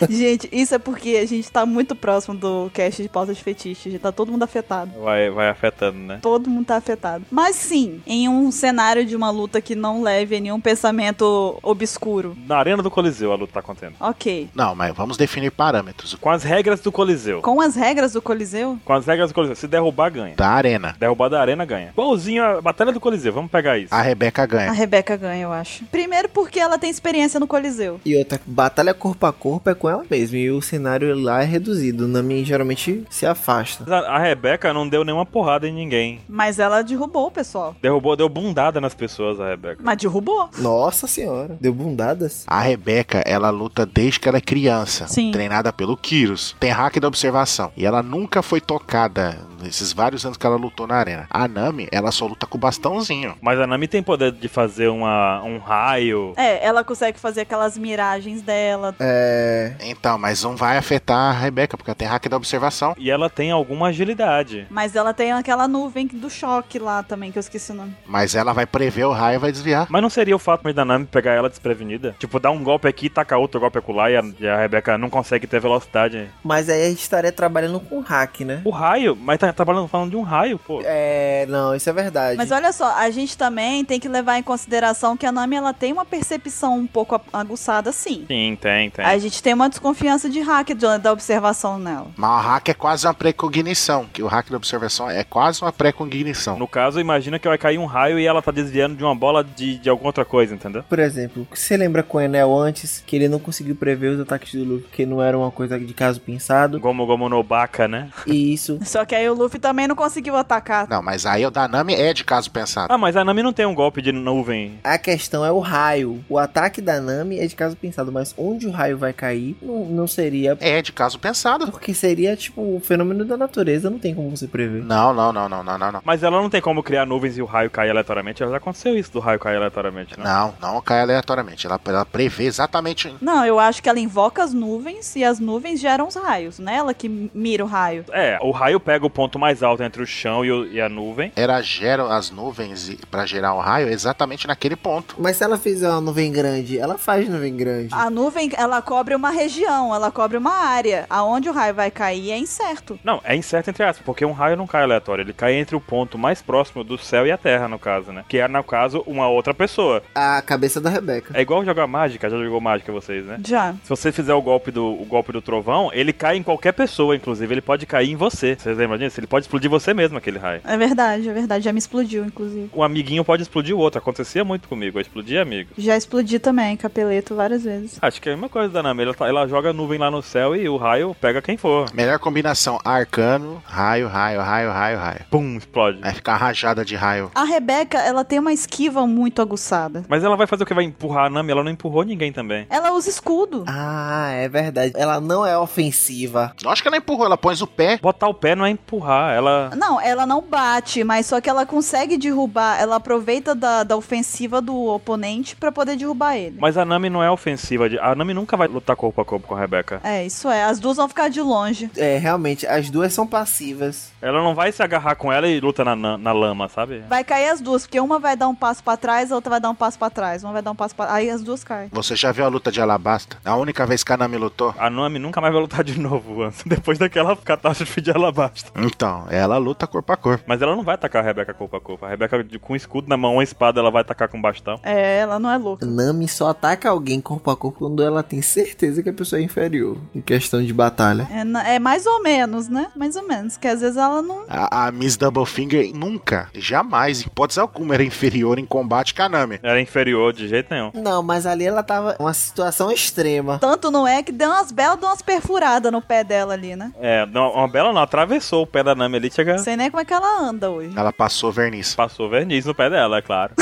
D: gente, isso é porque a gente tá muito próximo do cast de pautas de fetiche. Já tá todo mundo afetado.
A: Vai, vai afetando, né?
D: Todo mundo tá afetado. Mas sim, em um cenário de uma luta que não leve a nenhum pensamento obscuro.
A: Na arena do Coliseu a luta tá acontecendo.
D: Ok.
B: Não, mas vamos definir parâmetros.
A: Com as regras do Coliseu.
D: Com as regras do Coliseu,
A: Com as regras do Coliseu. Se derrubar, ganha.
B: Da arena.
A: Derrubar da arena, ganha. Igualzinho a Batalha do Coliseu. Vamos pegar isso.
B: A Rebeca
C: É.
D: a
B: ganha.
D: Rebeca ganha, eu acho. Primeiro porque ela tem experiência no Coliseu.
C: E outra, batalha corpo a corpo é com ela mesma. E o cenário lá é reduzido. Nami geralmente se afasta.
A: A, a Rebeca não deu nenhuma porrada em ninguém.
D: Mas ela derrubou o pessoal.
A: Derrubou, deu bundada nas pessoas a Rebeca.
D: Mas derrubou.
C: Nossa senhora. Deu bundadas?
B: A Rebeca, ela luta desde que ela é criança,
D: Sim.
B: treinada pelo Kyrus. Tem hack da observação. E ela nunca foi tocada nesses vários anos que ela lutou na arena. A Nami, ela só luta com o bastãozinho.
A: Mas a Nami tem poder de fazer uma, um raio.
D: É, ela consegue fazer aquelas miragens dela.
C: É.
B: Então, mas não vai afetar a Rebeca, porque ela tem hack da observação.
A: E ela tem alguma agilidade.
D: Mas ela tem aquela nuvem do choque lá também, que eu esqueci o nome.
B: Mas ela vai prever o raio e vai desviar.
A: Mas não seria o fato mesmo da Nami pegar ela desprevenida? Tipo, dar um golpe aqui, tacar outro golpe acolá e a, e a Rebeca não consegue ter velocidade.
C: Mas aí a gente estaria trabalhando com hack, né?
A: O raio, mas tá trabalhando falando de um raio, pô.
C: É, não, isso é verdade.
D: Mas olha só, a gente também tem que levar em consideração que a Nami ela tem uma percepção um pouco a- aguçada, sim.
A: Sim, tem, tem.
D: A gente tem uma desconfiança de hack do- da observação nela.
B: Mas o hack é quase uma precognição, que o hack da observação é quase uma precognição.
A: No caso, imagina que vai cair um raio e ela tá desviando de uma bola de, de alguma outra coisa, entendeu?
C: Por exemplo, você lembra com o Enel antes que ele não conseguiu prever os ataques do Luffy, que não era uma coisa de caso pensado.
A: Gomu Gomu no Baka, né?
C: E isso.
D: Só que aí o Luffy também não conseguiu atacar.
B: Não, mas aí o da Nami é de caso pensado.
A: Ah, mas a Nami não tem um golpe de nuvem.
C: A questão é o raio. O ataque da Nami é de caso pensado, mas onde o raio vai cair não, não seria.
B: É de caso pensado.
C: Porque seria, tipo, um fenômeno da natureza, não tem como você prever.
B: Não, não, não, não, não, não, não.
A: Mas ela não tem como criar nuvens e o raio cair aleatoriamente. Já aconteceu isso do raio cair aleatoriamente, né?
B: Não, não cai aleatoriamente. Ela, ela prevê exatamente.
D: Não, eu acho que ela invoca as nuvens e as nuvens geram os raios, né? Ela que mira o raio.
A: É, o raio pega o ponto mais alto entre o chão e, o- e a nuvem.
B: Ela gera as nuvens e- pra gerar o raio exatamente naquele ponto.
C: Mas se ela fizer uma nuvem grande, ela faz nuvem grande.
D: A nuvem, ela cobre uma região, ela cobre uma área. Aonde o raio vai cair é incerto.
A: Não, é incerto entre aspas, porque um raio não cai aleatório. Ele cai entre o ponto mais próximo do céu e a terra, no caso, né? Que é, no caso, uma outra pessoa.
C: A cabeça da Rebeca.
A: É igual jogar mágica, já jogou mágica vocês, né?
D: Já.
A: Se você fizer o golpe do, o golpe do trovão, ele cai em qualquer pessoa, inclusive. Ele pode cair em você. Vocês lembram disso? Ele pode explodir você mesmo, aquele raio.
D: É verdade, é verdade. Já me explodiu, inclusive.
A: Um amiguinho pode explodir o outro. Acontecia muito comigo. Eu explodia amigo.
D: Já explodi também, capeleto, várias vezes.
A: Acho que é a mesma coisa da Nami. Ela, tá- ela joga a nuvem lá no céu e o raio pega quem for.
B: Melhor combinação: arcano, raio, raio, raio, raio, raio.
A: Pum, explode.
B: Vai ficar rajada de raio.
D: A Rebeca, ela tem uma esquiva muito aguçada.
A: Mas ela vai fazer o que? Vai empurrar a Nami? Ela não empurrou ninguém também.
D: Ela usa escudo.
C: Ah, é verdade. Ela não é ofensiva.
B: Lógico que ela empurrou, ela põe o pé.
A: Botar o pé não é empurrar. Ela
D: Não, ela não bate, mas só que ela consegue derrubar. Ela aproveita da, da ofensiva do oponente pra poder derrubar ele.
A: Mas a Nami não é ofensiva. de- A Nami nunca vai lutar corpo a corpo com a Rebeca.
D: É, isso é. As duas vão ficar de longe.
C: É, realmente, as duas são passivas.
A: Ela não vai se agarrar com ela e luta na, na, na lama, sabe?
D: Vai cair as duas, porque uma vai dar um passo pra trás, a outra vai dar um passo pra trás. Uma vai dar um passo pra Aí as duas caem.
B: Você já viu a luta de Alabasta? A única vez que a Nami lutou?
A: A Nami nunca mais vai lutar de novo, Anson, depois daquela catástrofe de alabasta.
B: Então, ela luta corpo a corpo.
A: Mas ela não vai atacar a Rebeca corpo a corpo. A Rebeca de- com escudo na mão, uma espada, ela vai atacar com bastão.
D: É, ela não é louca.
C: Nami só ataca alguém corpo a corpo quando ela tem certeza que a pessoa é inferior. Em questão de batalha.
D: É, na- é mais ou menos, né? Mais ou menos. Que às vezes ela não.
B: A, a Miss Doublefinger nunca, jamais, em hipótese alguma, era inferior em combate com a Nami.
A: Ela é inferior de jeito nenhum.
C: Não, mas ali ela tava uma situação extrema.
D: Tanto não é que deu umas belas, deu umas perfuradas no pé dela ali, né?
A: É, não, uma bela não, atravessou o pé da Nami ali, chega,
D: Não sei nem como é que ela anda hoje.
B: Ela passou verniz.
A: passou verniz no pé dela, é claro.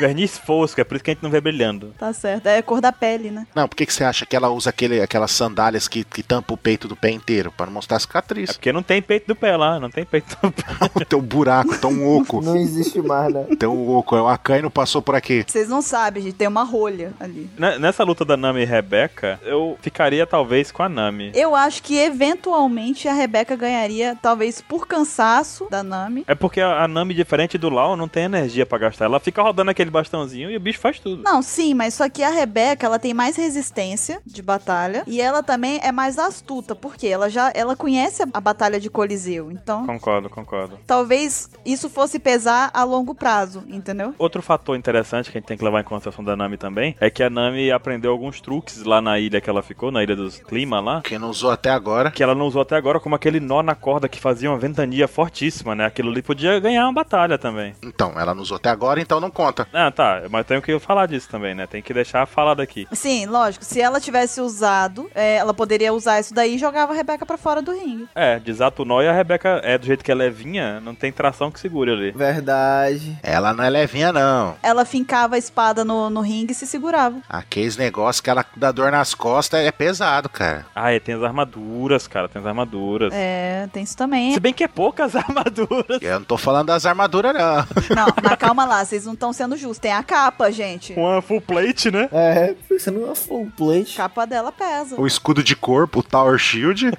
A: verniz fosco, é por isso que a gente não vê brilhando.
D: Tá certo. É cor da pele, né?
B: Não, por que, que você acha que ela usa aquele, aquelas sandálias que, que tampa o peito do pé inteiro? Pra não mostrar a
A: É
B: cicatriz.
A: porque não tem peito do pé lá, não tem peito do pé.
B: Tem um buraco, tão oco.
C: Não existe mais, né?
B: Tem um oco. O Akainu passou por aqui.
D: Vocês não sabem, gente. Tem uma rolha ali.
A: Ne- Né, Nessa luta da Nami e Rebeca, eu ficaria talvez com a Nami.
D: Eu acho que eventualmente a Rebeca ganharia, talvez por cansaço da Nami.
A: É porque a a Nami, diferente do Lau, não tem energia pra gastar. Ela fica rodando aquele bastãozinho e o bicho faz tudo.
D: Não, sim, mas só que a Rebeca, ela tem mais resistência de batalha e ela também é mais astuta, porque ela já ela conhece a batalha de Coliseu. Então,
A: Concordo, concordo.
D: talvez isso fosse pesar a longo prazo, entendeu?
A: Outro fator interessante que a gente tem que levar em consideração da Nami também é que a Nami aprendeu alguns truques lá na ilha que ela ficou, na ilha dos clima lá.
B: Quem não usou até agora.
A: Que ela não usou até agora, como aquele nó na corda que fazia uma ventania fortíssima, né? Aquilo ali podia ganhar uma batalha também.
B: Então, ela não usou até agora, então não conta.
A: Ah, tá, mas tenho que falar disso também, né? Tem que deixar falado aqui.
D: Sim, lógico. Se ela tivesse usado, é, ela poderia usar isso daí e jogava a Rebeca pra fora do ringue.
A: É, desata o nó e a Rebeca é do jeito que ela é vinha, não tem tração que segure ali.
C: Verdade.
B: Ela não é levinha, não.
D: Ela fincava a espada no, no ringue e se segurava.
B: Aqueles negócios que ela dá dor nas costas é pesado, cara.
A: Ah, e tem as armaduras, cara, tem as armaduras.
D: É, tem isso também.
A: Se bem que é poucas armaduras.
B: Eu não tô falando das armaduras, não.
D: Não, mas calma lá, vocês não estão sendo justos. Tem a capa, gente.
A: Uma full plate, né?
C: É, pensando numa full plate.
D: capa dela pesa.
B: O escudo de corpo, o Tower Shield,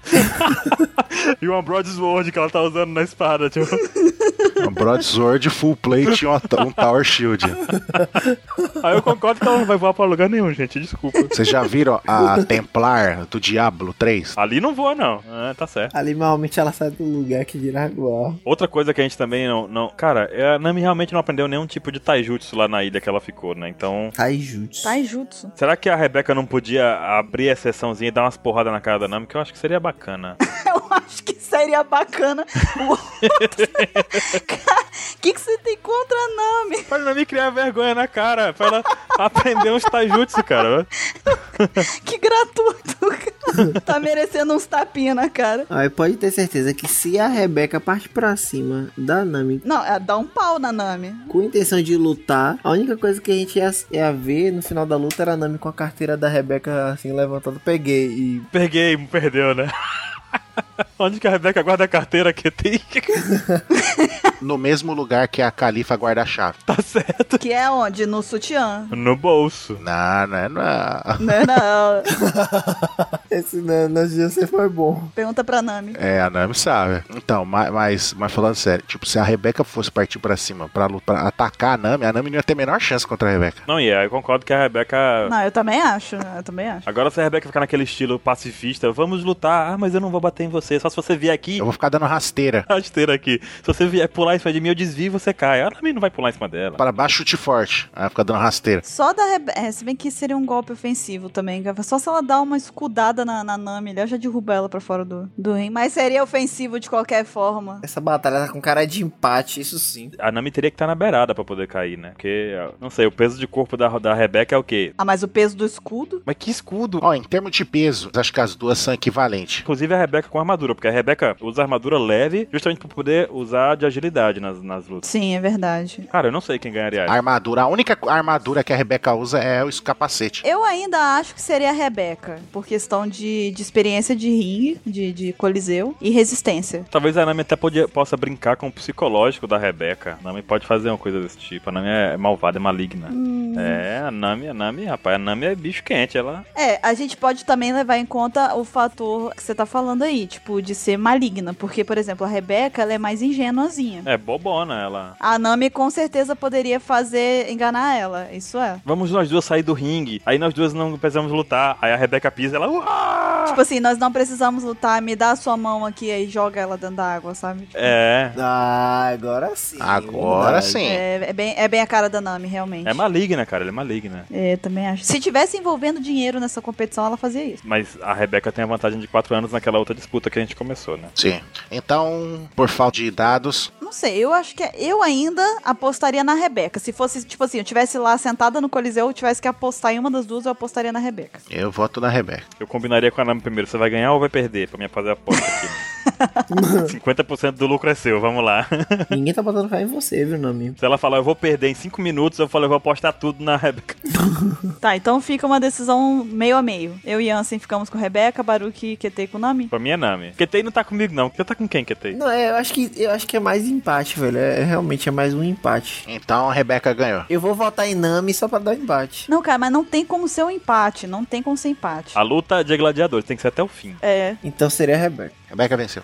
A: E uma broadsword que ela tá usando na espada, tipo.
B: um broadsword, full plate e uma- um Tower Shield.
A: Aí eu concordo que ela não vai voar pra lugar nenhum, gente, desculpa.
B: Vocês já viram a Templar do Diablo 3?
A: Ali não voa, não. Ah, tá certo.
C: Ali normalmente ela sai do lugar que vira agora.
A: Outra coisa que a gente também não, não... Cara, é, a Nami realmente não aprendeu nenhum tipo de taijutsu lá na ilha que ela ficou, né? Então...
C: Taijutsu.
D: Tá Taijutsu.
A: Será que a Rebeca não podia abrir a sessãozinha e dar umas porradas na cara da Nami? Que eu acho que seria bacana.
D: Eu acho que seria bacana. O outro- que, que você tem contra a Nami?
A: pra Nami criar vergonha na cara. Pra ela aprender uns taijutsu, cara.
D: Que gratuito. cara. tá merecendo uns tapinhas na cara.
C: Aí pode ter certeza que se a Rebeca parte pra cima da Nami
D: Não, é dá um pau na Nami.
C: com a intenção de lutar, a única coisa que a gente ia, ia ver no final da luta era a Nami com a carteira da Rebeca assim levantada. Peguei e.
A: Peguei, perdeu, né? Onde que a Rebeca guarda a carteira que tem?
B: No mesmo lugar que a Califa guarda a chave.
A: tá certo.
D: Que é onde? No sutiã.
A: No bolso.
B: Não, não é não.
D: Né, não.
C: Esse Nós já você foi bom.
D: Pergunta pra Nami.
B: É, a Nami sabe. Então, ma- mas, mas falando sério, tipo, se a Rebeca fosse partir pra cima pra, lu- pra atacar a Nami, a Nami não ia ter a menor chance contra a Rebeca.
A: Não, e yeah, eu concordo que a Rebeca...
D: Não, eu também acho. né? Eu também acho.
A: Agora se a Rebeca ficar naquele estilo pacifista, vamos lutar. Ah, mas eu não vou bater em você. Só se você vier aqui...
B: Eu vou ficar dando rasteira.
A: Rasteira aqui. Se você vier pular em cima de mim, eu desvio e você cai. A Nami não vai pular em cima dela.
B: Para baixo, chute forte. Aí fica dando rasteira.
D: Só da Rebeca. É, se bem que seria um golpe ofensivo também. cara. Só se ela dá uma escudada na, na Nami, ela já derruba ela pra fora do, do rim. Mas seria ofensivo de qualquer forma.
C: Essa batalha tá com cara de empate, isso sim.
A: A Nami teria que estar na beirada pra poder cair, né? Porque, não sei, o peso de corpo da, da Rebeca é o quê?
D: Ah, mas o peso do escudo?
A: Mas que escudo!
B: Ó, em termos de peso, acho que as duas são equivalentes.
A: Inclusive a Rebeca com armadura, porque a Rebeca usa armadura leve justamente pra poder usar de agilidade nas, nas lutas.
D: Sim, é verdade.
A: Cara, eu não sei quem ganharia.
B: A armadura, a única armadura que a Rebeca usa é o capacete.
D: Eu ainda acho que seria a Rebeca, por questão de, de experiência de ringue, de, de coliseu e resistência.
A: Talvez a Nami até podia- possa brincar com o psicológico da Rebeca. A Nami pode fazer uma coisa desse tipo. A Nami é malvada, é maligna. É, a Nami, a Nami, rapaz, a Nami é bicho quente, ela.
D: É, a gente pode também levar em conta o fator que você tá falando aí, tipo, tipo, de ser maligna. Porque, por exemplo, a Rebeca, ela é mais ingenuazinha.
A: É bobona ela.
D: A Nami com certeza poderia fazer enganar ela. Isso é.
A: Vamos nós duas sair do ringue. Aí nós duas não precisamos lutar. Aí a Rebeca pisa, ela. Uá!
D: Tipo assim, nós não precisamos lutar, me dá a sua mão aqui aí joga ela dentro da água, sabe? Tipo,
A: É.
C: Ah, agora sim.
B: Agora
C: verdade.
B: sim.
D: é, é bem, é bem a cara da Nami, realmente.
A: É maligna, cara. Ela é maligna.
D: É, também acho. Se tivesse envolvendo dinheiro nessa competição, ela fazia isso.
A: Mas a Rebeca tem a vantagem de 4 anos naquela outra disputa que a gente começou, né?
B: Sim. Então, por falta de dados,
D: Não sei, eu acho que é, eu ainda apostaria na Rebeca. Se fosse, tipo assim, eu tivesse lá sentada no Coliseu, eu tivesse que apostar em uma das duas, eu apostaria na Rebeca.
B: eu voto na Rebeca.
A: Eu combinaria com a Nami primeiro. Você vai ganhar ou vai perder? Pra minha fazer a aposta aqui. né? 50% do lucro é seu, vamos lá.
C: Ninguém tá botando fé em você, viu, Nami?
A: Se ela falar, eu vou perder em 5 minutos, eu falo, eu vou apostar tudo na Rebeca.
D: Tá, então fica uma decisão meio a meio. Eu e Ansem ficamos com Rebeca, Baruki e QT com Nami.
A: Pra mim é Nami. Ketei não tá comigo, não. Você tá com quem, Ketei?
C: Não, é, eu acho que eu acho que é mais empate, velho. É, realmente é mais um empate.
B: Então a Rebeca ganhou.
C: Eu vou votar em Nami só pra dar um empate.
D: Não, cara, mas não tem como ser um empate. Não tem como ser empate.
A: A luta de gladiadores tem que ser até o fim.
D: É.
C: Então seria a Rebeca.
B: Rebeca venceu.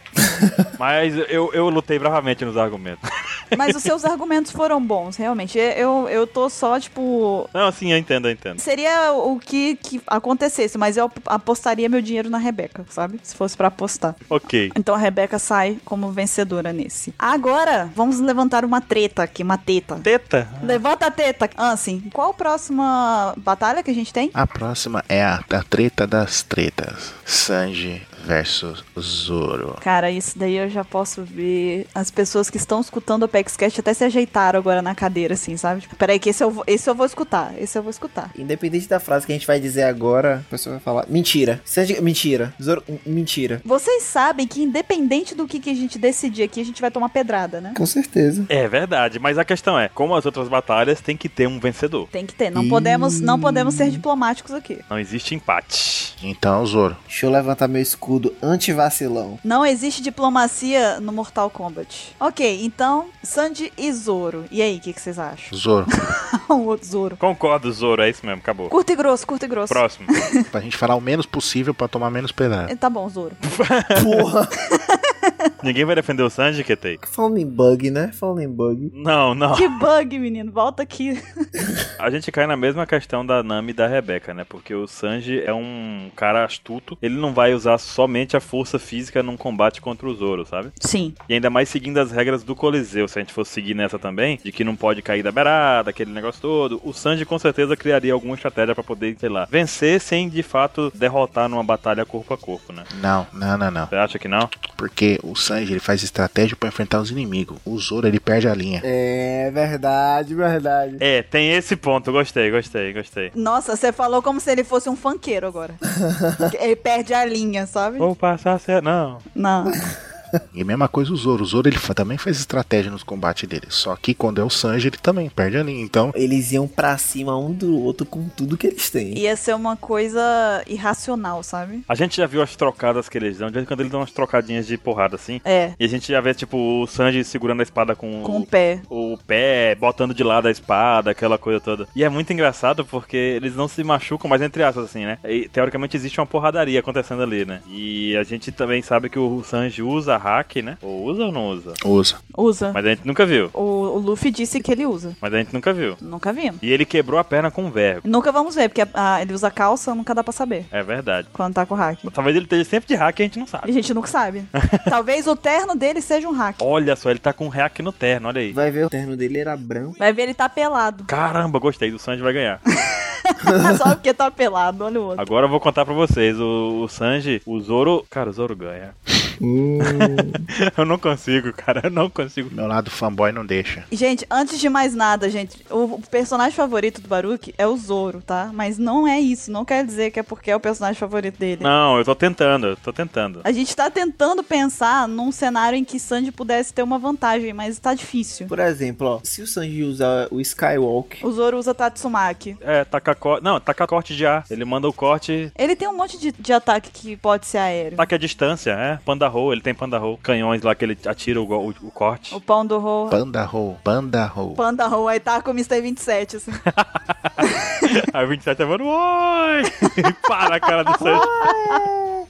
A: Mas eu, eu lutei bravamente nos argumentos.
D: Mas os seus argumentos foram bons, realmente. Eu, eu tô só, tipo.
A: Não, assim, eu entendo, eu entendo.
D: Seria o que, que acontecesse, mas eu apostaria meu dinheiro na Rebeca, sabe? Se fosse pra apostar.
A: Ok.
D: Então a Rebeca sai como vencedora nesse. Agora, vamos levantar uma treta aqui, uma teta.
A: Teta?
D: Levanta a teta. Ansem, qual a próxima batalha que a gente tem?
B: A próxima é a, a treta das tretas. Sanji versus Zoro.
D: Cara, isso daí eu já posso ver. As pessoas que estão escutando o Cast até se ajeitaram agora na cadeira, assim, sabe? Tipo, peraí, que esse eu, vou, esse eu vou escutar. Esse eu vou escutar.
C: Independente da frase que a gente vai dizer agora, a pessoa vai falar mentira. Sanji, mentira. Zoro, m- mentira.
D: Vocês sabem que, independente do que, que a gente decidir aqui, a gente vai tomar pedrada, né?
C: Com certeza.
A: É verdade, mas a questão é, como as outras batalhas, tem que ter um vencedor.
D: Tem que ter. Não podemos, não podemos ser diplomáticos aqui.
A: Não existe empate.
B: Então, Zoro.
C: Deixa eu levantar meu escudo anti-vacilão.
D: Não existe diplomacia no Mortal Kombat. Ok, então, Sandy e Zoro. E aí, o que, que vocês acham?
B: Zoro.
D: o outro Zoro.
A: Concordo, Zoro, é isso mesmo, acabou.
D: Curto e grosso, curto e grosso.
A: Próximo.
B: pra gente falar o menos possível pra tomar menos pedaço.
D: Tá bom, Zoro.
C: Porra.
A: Ninguém vai defender o Sanji, Ketei?
C: Falando em bug, né? Falando em bug.
A: Não, não.
D: Que bug, menino. Volta aqui.
A: A gente cai na mesma questão da Nami e da Rebeca, né? Porque o Sanji é um cara astuto. Ele não vai usar somente a força física num combate contra o Zoro, sabe?
D: Sim.
A: E ainda mais seguindo as regras do Coliseu, se a gente fosse seguir nessa também, de que não pode cair da beirada, aquele negócio todo. O Sanji com certeza criaria alguma estratégia pra poder, sei lá, vencer sem de fato derrotar numa batalha corpo a corpo, né?
B: Não, não, não, não.
A: Você acha que não?
B: Porque o Sanji ele faz estratégia pra enfrentar os inimigos. O Zoro ele perde a linha.
C: É verdade, verdade.
A: É, tem esse ponto. Gostei, gostei, gostei.
D: Nossa, você falou como se ele fosse um funkeiro agora. ele perde a linha, sabe?
A: Vou passar certo. Não.
D: Não.
B: E mesma coisa o Zoro. O Zoro ele fa- também faz estratégia nos combates dele. Só que quando é o Sanji ele também perde a linha. Então,
C: Eles iam pra cima um do outro com tudo que eles têm.
D: Ia ser uma coisa irracional, sabe?
A: A gente já viu as trocadas que eles dão. De vez em quando eles dão umas trocadinhas de porrada assim.
D: É,
A: E a gente já vê, tipo, o Sanji segurando a espada com,
D: com o pé.
A: o pé, botando de lado a espada, aquela coisa toda. E é muito engraçado porque eles não se machucam, mas entre aspas, assim, né? E, teoricamente existe uma porradaria acontecendo ali, né? E a gente também sabe que o Sanji usa hack, né? Ou usa ou não usa?
B: usa.
D: Usa.
A: Mas a gente nunca viu.
D: O, o Luffy disse que ele usa.
A: Mas a gente nunca viu.
D: Nunca vimos.
A: E ele quebrou a perna com um verbo.
D: Nunca vamos ver, porque ah, ele usa calça, nunca dá pra saber
A: É verdade.
D: quando tá com o hack.
A: Talvez ele esteja sempre de hack e a gente não
D: A
A: sabe.
D: gente nunca sabe. Talvez o terno dele seja um hack.
A: Olha só, ele tá com um hack no terno, olha aí.
C: Vai ver, o terno dele era branco.
D: Vai ver, ele tá pelado.
A: Caramba, gostei. O Sanji vai ganhar.
D: Só porque tá pelado, olha o outro.
A: Agora eu vou contar pra vocês. O, o Sanji, o Zoro. Cara, o Zoro ganha. eu não consigo, cara. Eu não consigo.
B: Meu lado fanboy não deixa.
D: Gente, antes de mais nada, gente, o personagem favorito do Baruch é o Zoro, tá? Mas não é isso, não quer dizer que é porque é o personagem favorito dele.
A: Não, eu tô tentando, eu tô tentando.
D: A gente tá tentando pensar num cenário em que Sanji pudesse ter uma vantagem, mas tá difícil.
C: Por exemplo, ó, se o Sanji usar o Skywalk,
D: O Zoro usa Tatsumaki.
A: É, taca corte. Não, taca corte de ar. Ele manda o corte.
D: Ele tem um monte de, de ataque que pode ser aéreo.
A: Ataque à distância, é. Panda roll, ele tem panda roll. Canhões lá que ele atira o, go- o- o corte.
D: O pão do Ho.
B: Panda roll, panda roll.
D: Panda Ho, aí tá com o Mr. 27, assim.
A: Aí o 27 é mano, oi! Para a cara do Sanji.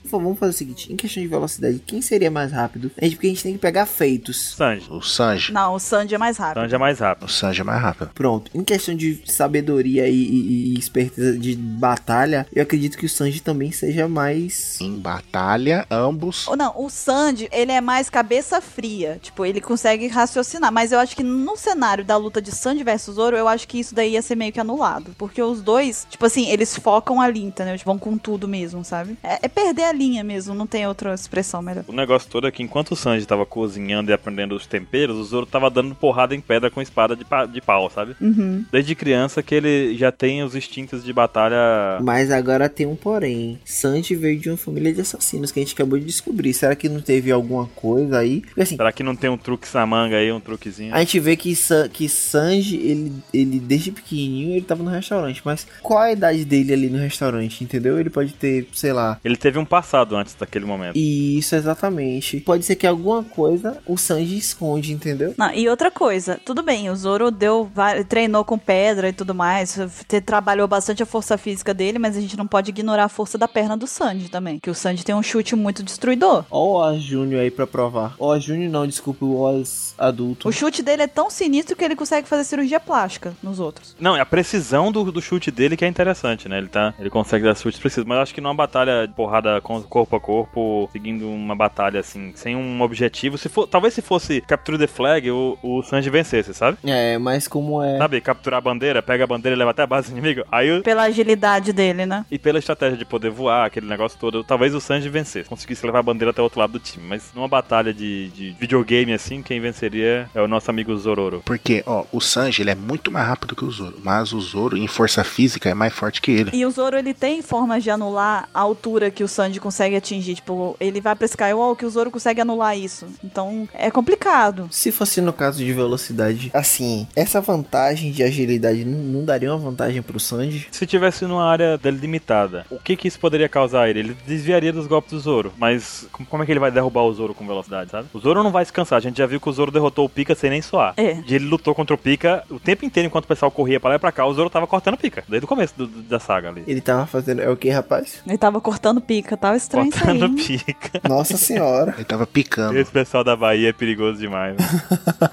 C: Então, vamos fazer o seguinte: em questão de velocidade, quem seria mais rápido? A gente, porque a gente tem que pegar feitos.
A: Sanji.
B: O Sanji.
D: Não, o Sanji é mais rápido.
A: Sanji é mais rápido.
B: O Sanji é mais rápido.
C: Pronto. Em questão de sabedoria e, e- e esperteza de batalha, eu acredito que o Sanji também seja mais.
B: Em batalha, ambos.
D: Ou Não, o Sandy, ele é mais cabeça fria. Tipo, ele consegue raciocinar. Mas eu acho que no cenário da luta de Sandy versus Zoro, eu acho que isso daí ia ser meio que anulado. Porque os dois, tipo assim, eles focam ali, entendeu? Eles vão com tudo mesmo, sabe? É, é perder a linha mesmo, não tem outra expressão melhor.
A: O negócio todo é que enquanto o Sanji tava cozinhando e aprendendo os temperos, o Zoro tava dando porrada em pedra com espada de, pa- de pau, sabe?
D: Uhum.
A: Desde criança que ele já tem os instintos de batalha.
C: Mas agora tem um porém. Sanji veio de uma família de assassinos que a gente acabou de descobrir. Será que não teve alguma coisa aí? Porque assim,
A: Será que não tem um truque na manga aí, um truquezinho?
C: A gente vê que, San, que Sanji, ele, ele desde pequenininho, ele tava no restaurante. Mas qual a idade dele ali no restaurante, entendeu? Ele pode ter, sei lá...
A: Ele teve um passado antes daquele momento.
C: e Isso, exatamente. Pode ser que alguma coisa o Sanji esconde, entendeu?
D: Não, e outra coisa, tudo bem, o Zoro deu, va- treinou com pedra e tudo mais, te- trabalhou bastante a força física dele, mas a gente não pode ignorar a força da perna do Sanji também, que o Sanji tem um chute muito destruidor.
C: Ó o Oz Júnior aí pra provar. Ó o Júnior não, desculpa, o Oz adulto.
D: O chute dele é tão sinistro que ele consegue fazer cirurgia plástica nos outros.
A: Não, é a precisão do, do chute dele que é interessante, né? Ele, tá, ele consegue dar chutes precisos, mas eu acho que numa batalha de porrada com- corpo a corpo, seguindo uma batalha assim, sem um objetivo, se for, talvez se fosse Capture the Flag, o, o Sanji vencesse, sabe?
C: É, mas como é...
A: Sabe, capturar a bandeira, pega a bandeira e leva até a base do inimigo. Aí o-
D: Pela agilidade dele, né?
A: E pela estratégia de poder voar, aquele negócio todo, talvez o Sanji vencesse, conseguisse levar a bandeira até o outro lado do time. Mas numa batalha de, de videogame assim, quem venceria é o nosso amigo Zororo.
B: Porque, ó, o Sanji, ele é muito mais rápido que o Zoro. Mas o Zoro, em força física, é mais forte que ele.
D: E o Zoro, ele tem formas de anular a altura que o Sanji consegue atingir. Tipo, ele vai pra Skywalk e o Zoro consegue anular isso. Então, é complicado.
C: Se fosse no caso de velocidade, assim, essa vantagem de agilidade não, não daria uma vantagem pro Sanji?
A: Se tivesse numa área delimitada, o que que isso poderia causar a ele? Ele desviaria dos golpes do Zoro, mas com- como é que ele vai derrubar o Zoro com velocidade, sabe? O Zoro não vai se cansar, a gente já viu que o Zoro derrotou o Pika sem nem suar.
D: É.
A: E ele lutou contra o Pika o tempo inteiro enquanto o pessoal corria pra lá e pra cá, o Zoro tava cortando o Pika, desde o começo do- do- da saga ali.
C: Ele tava fazendo... É o que, rapaz?
D: Ele tava cortando pica, tava estranho isso aí.
A: Cortando
D: hein?
A: Pika.
C: Nossa senhora.
B: Ele tava picando.
A: Esse pessoal da Bahia é perigoso demais. né?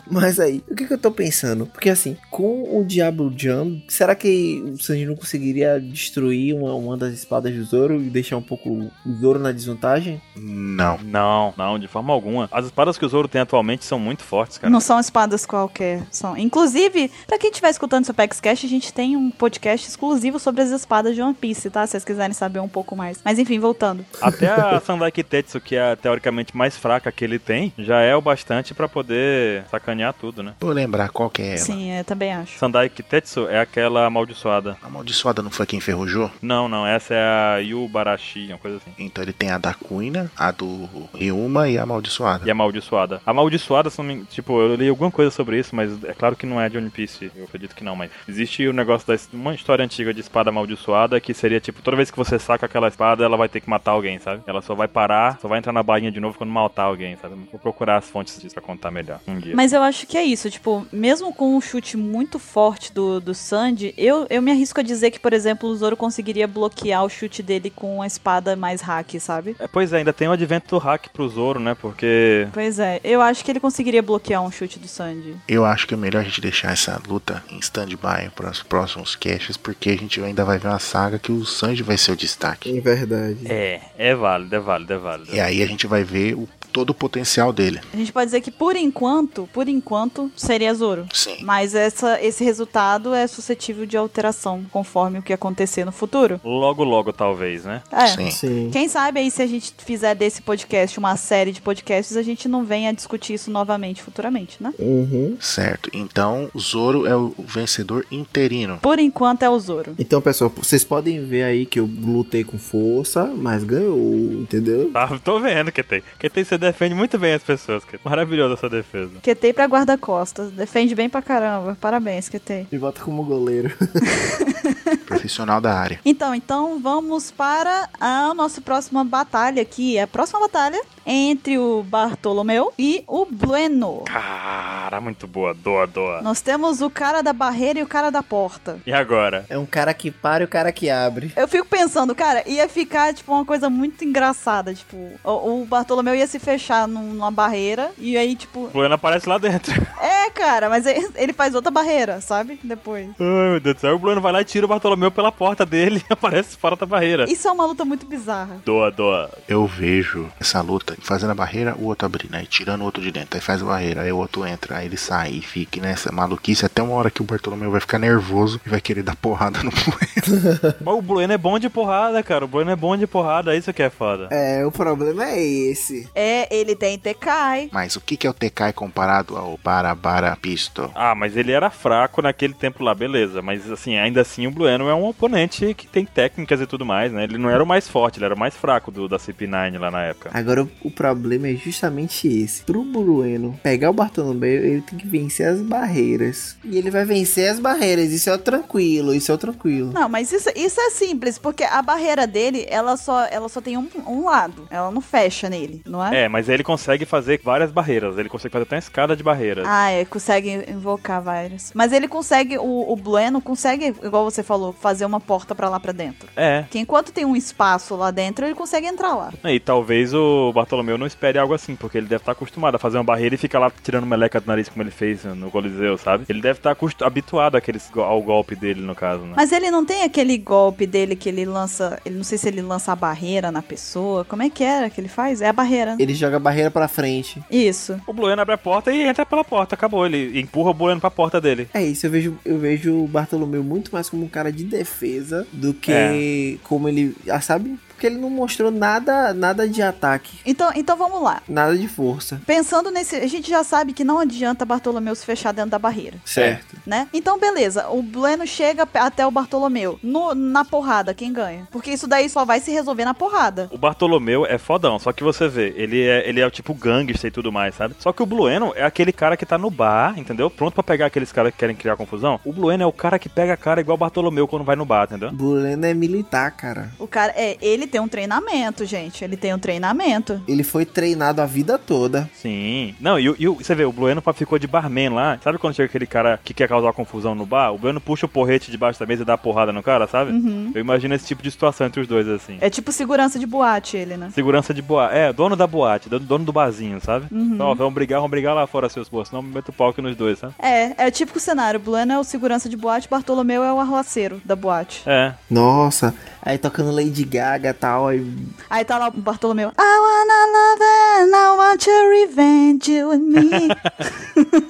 C: Mas aí, o que, que eu tô pensando? Porque assim, com o Diablo Jam, será que o Sanji não conseguiria destruir uma, uma das espadas do Zoro e deixar um pouco o Zoro na desvantagem?
B: Não.
A: Não, não, de forma alguma. As espadas que o Zoro tem atualmente são muito fortes, cara.
D: Não são espadas qualquer. São. Inclusive, pra quem estiver escutando seu Paxcast, a gente tem um podcast exclusivo sobre as espadas de One Piece, tá? Se vocês quiserem saber um pouco mais. Mas enfim, voltando.
A: Até a Sandai Kitetsu, que é a teoricamente mais fraca que ele tem, já é o bastante pra poder sacanear tudo, né?
B: Vou lembrar qual que é ela.
D: Sim, eu também acho.
A: Sandai Kitetsu é aquela amaldiçoada.
B: A amaldiçoada não foi quem enferrujou?
A: Não, não, essa é a Yubarashi, uma coisa assim.
B: Então ele tem a da Kuina, a do Ryuma e a amaldiçoada.
A: E a amaldiçoada. A amaldiçoada, se não me- tipo, eu li alguma coisa sobre isso, mas é claro que não é de One Piece, eu acredito que não, mas existe o negócio da uma história antiga de espada amaldiçoada que seria tipo, toda vez que você saca aquela espada, ela vai ter que matar alguém, sabe? Ela só vai parar, só vai entrar na bainha de novo quando matar alguém, sabe? Vou procurar as fontes disso pra contar melhor um dia.
D: Mas eu acho que é isso, tipo, mesmo com um chute muito forte do, do Sandy, eu, eu me arrisco a dizer que, por exemplo, o Zoro conseguiria bloquear o chute dele com uma espada mais hack, sabe?
A: É, Pois é, ainda tem o advento do hack pro Zoro, né? Porque
D: Pois é, eu acho que ele conseguiria bloquear um chute do Sandy.
B: Eu acho que é melhor a gente deixar essa luta em stand-by para os próximos caches, porque a gente ainda vai ver uma saga que o Sanji vai ser o destaque.
C: É verdade.
A: é, é válido, é válido, é válido.
B: E aí a gente vai ver o- todo o potencial dele.
D: A gente pode dizer que, por enquanto, por enquanto, seria Zoro.
B: Sim.
D: Mas essa, esse resultado é suscetível de alteração conforme o que acontecer no futuro.
A: Logo, logo, talvez, né?
D: É.
B: Sim.
C: Sim.
D: Quem sabe aí se a gente fizer desse podcast uma série de podcasts, a gente não venha discutir isso novamente futuramente, né?
C: Uhum.
B: Certo. Então o Zoro é o vencedor interino.
D: Por enquanto é o Zoro.
C: Então, pessoal, vocês podem ver aí que eu lutei com força, mas ganhou, entendeu?
A: Tá, tô vendo, Ketei. Ketei, você defende muito bem as pessoas, Ketei. Maravilhosa essa defesa.
D: QT pra guarda-costas. Defende bem pra caramba. Parabéns, QT.
C: E volta como goleiro.
B: Profissional da área.
D: Então, então vamos para a nossa próxima batalha aqui. A próxima batalha é entre o Bartolomeu e o Bueno.
A: Cara, muito boa. Doa, doa.
D: Nós temos o cara da barreira e o cara da porta.
A: E agora?
C: É um cara que para e o cara que abre.
D: Eu fico pensando, cara, ia ficar, tipo, uma coisa muito engraçada. Tipo, o, o Bartolomeu ia se fechar num- numa barreira e aí, tipo.
A: O Bueno aparece lá dentro.
D: É, cara, mas ele ele faz outra barreira, sabe? Depois.
A: Ai, meu Deus do céu. O Bruno vai lá e tira o Bartolomeu pela porta dele e aparece fora da barreira.
D: Isso é uma luta muito bizarra.
A: Doa, doa.
B: Eu vejo essa luta, fazendo a barreira, o outro abrindo, aí tirando o outro de dentro, aí faz a barreira, aí o outro entra, aí ele sai e fica nessa maluquice até uma hora que o Bartolomeu vai ficar nervoso e vai querer dar porrada no Bueno.
A: Mas o Bueno é bom de porrada, cara. O Bueno é bom de porrada. Isso que é foda.
C: É, o problema é esse.
D: É, ele tem Tekai.
B: Mas o que que é o Tekai comparado ao Barabara Pisto?
A: Ah, mas ele era fraco naquele tempo lá, beleza. Mas assim, ainda assim o Bueno é um oponente que tem técnicas e tudo mais, né? Ele não era o mais forte, ele era o mais fraco do, da CP9 lá na época.
C: Agora, o- o problema é justamente esse. Pro Brueno pegar o Bartolomeu, ele tem que vencer as barreiras. E ele vai vencer as barreiras. Isso é o tranquilo, isso é o tranquilo.
D: Não, mas isso, isso é simples, porque a barreira dele, ela só, ela só tem um, um lado. Ela não fecha nele, não é?
A: É, mas ele consegue fazer várias barreiras. Ele consegue fazer até uma escada de barreiras.
D: Ah, é, consegue invocar vários. Mas ele consegue, o, o Bueno consegue, igual você falou, fazer uma porta pra lá pra dentro.
A: É.
D: Que enquanto tem um espaço lá dentro, ele consegue entrar lá.
A: E talvez o Bartolomeu não espere algo assim, porque ele deve estar acostumado a fazer uma barreira e ficar lá tirando meleca do nariz, como ele fez no Coliseu, sabe? Ele deve estar acostu- habituado àqueles, go- ao golpe dele, no caso, né?
D: Mas ele não tem aquele golpe dele que ele lança. Ele não sei se ele lança a barreira na pessoa. Como é que era que ele faz? É a barreira. né?
C: Ele joga a barreira pra frente.
D: Isso.
A: O Blueno abre a porta e entra pela porta, acabou. Ele empurra o Blueno pra porta dele.
C: É isso, eu vejo, eu vejo o Bartolomeu muito mais como um cara de defesa do que como ele. Ah, sabe? Porque ele não mostrou nada, nada de ataque,
D: Então, então vamos lá.
C: nada de força.
D: Pensando nesse. A gente já sabe que não adianta Bartolomeu se fechar dentro da barreira.
C: Certo.
D: né? Então, beleza. O Bueno chega pe- até o Bartolomeu. No, na porrada, quem ganha? Porque isso daí só vai se resolver na porrada.
A: O Bartolomeu é fodão, só que você vê, ele é, ele é o tipo gangster e tudo mais, sabe? Só que o Blueno é aquele cara que tá no bar, entendeu? Pronto pra pegar aqueles caras que querem criar confusão. O Blueno é o cara que pega a cara igual o Bartolomeu quando vai no bar, entendeu?
C: Bulena é militar, cara.
D: O cara, é, ele tem um treinamento, gente. Ele tem um treinamento.
C: Ele foi treinado a vida toda.
A: Sim. Não, e, o- e o- você vê, o Blueno pa- ficou de barman lá. Sabe quando chega aquele cara que quer causar confusão no bar? O Blueno puxa o porrete debaixo da mesa e dá a porrada no cara, sabe? Eu imagino esse tipo de situação entre os dois, assim.
D: É tipo segurança de boate, ele, né?
A: Segurança de boate. É, dono da boate, dono, dono do barzinho, sabe? Então, ó, vamos brigar, vamos brigar lá fora, seus porra. Senão eu meto o pau aqui nos dois, sabe?
D: É, é o típico cenário. Bueno é o segurança de boate, Bartolomeu é o arroaceiro da boate.
A: É.
C: Nossa, aí tocando Lady Gaga e tal, aí
D: Aí tá lá o Bartolomeu. I wanna love and I want your revenge you and me.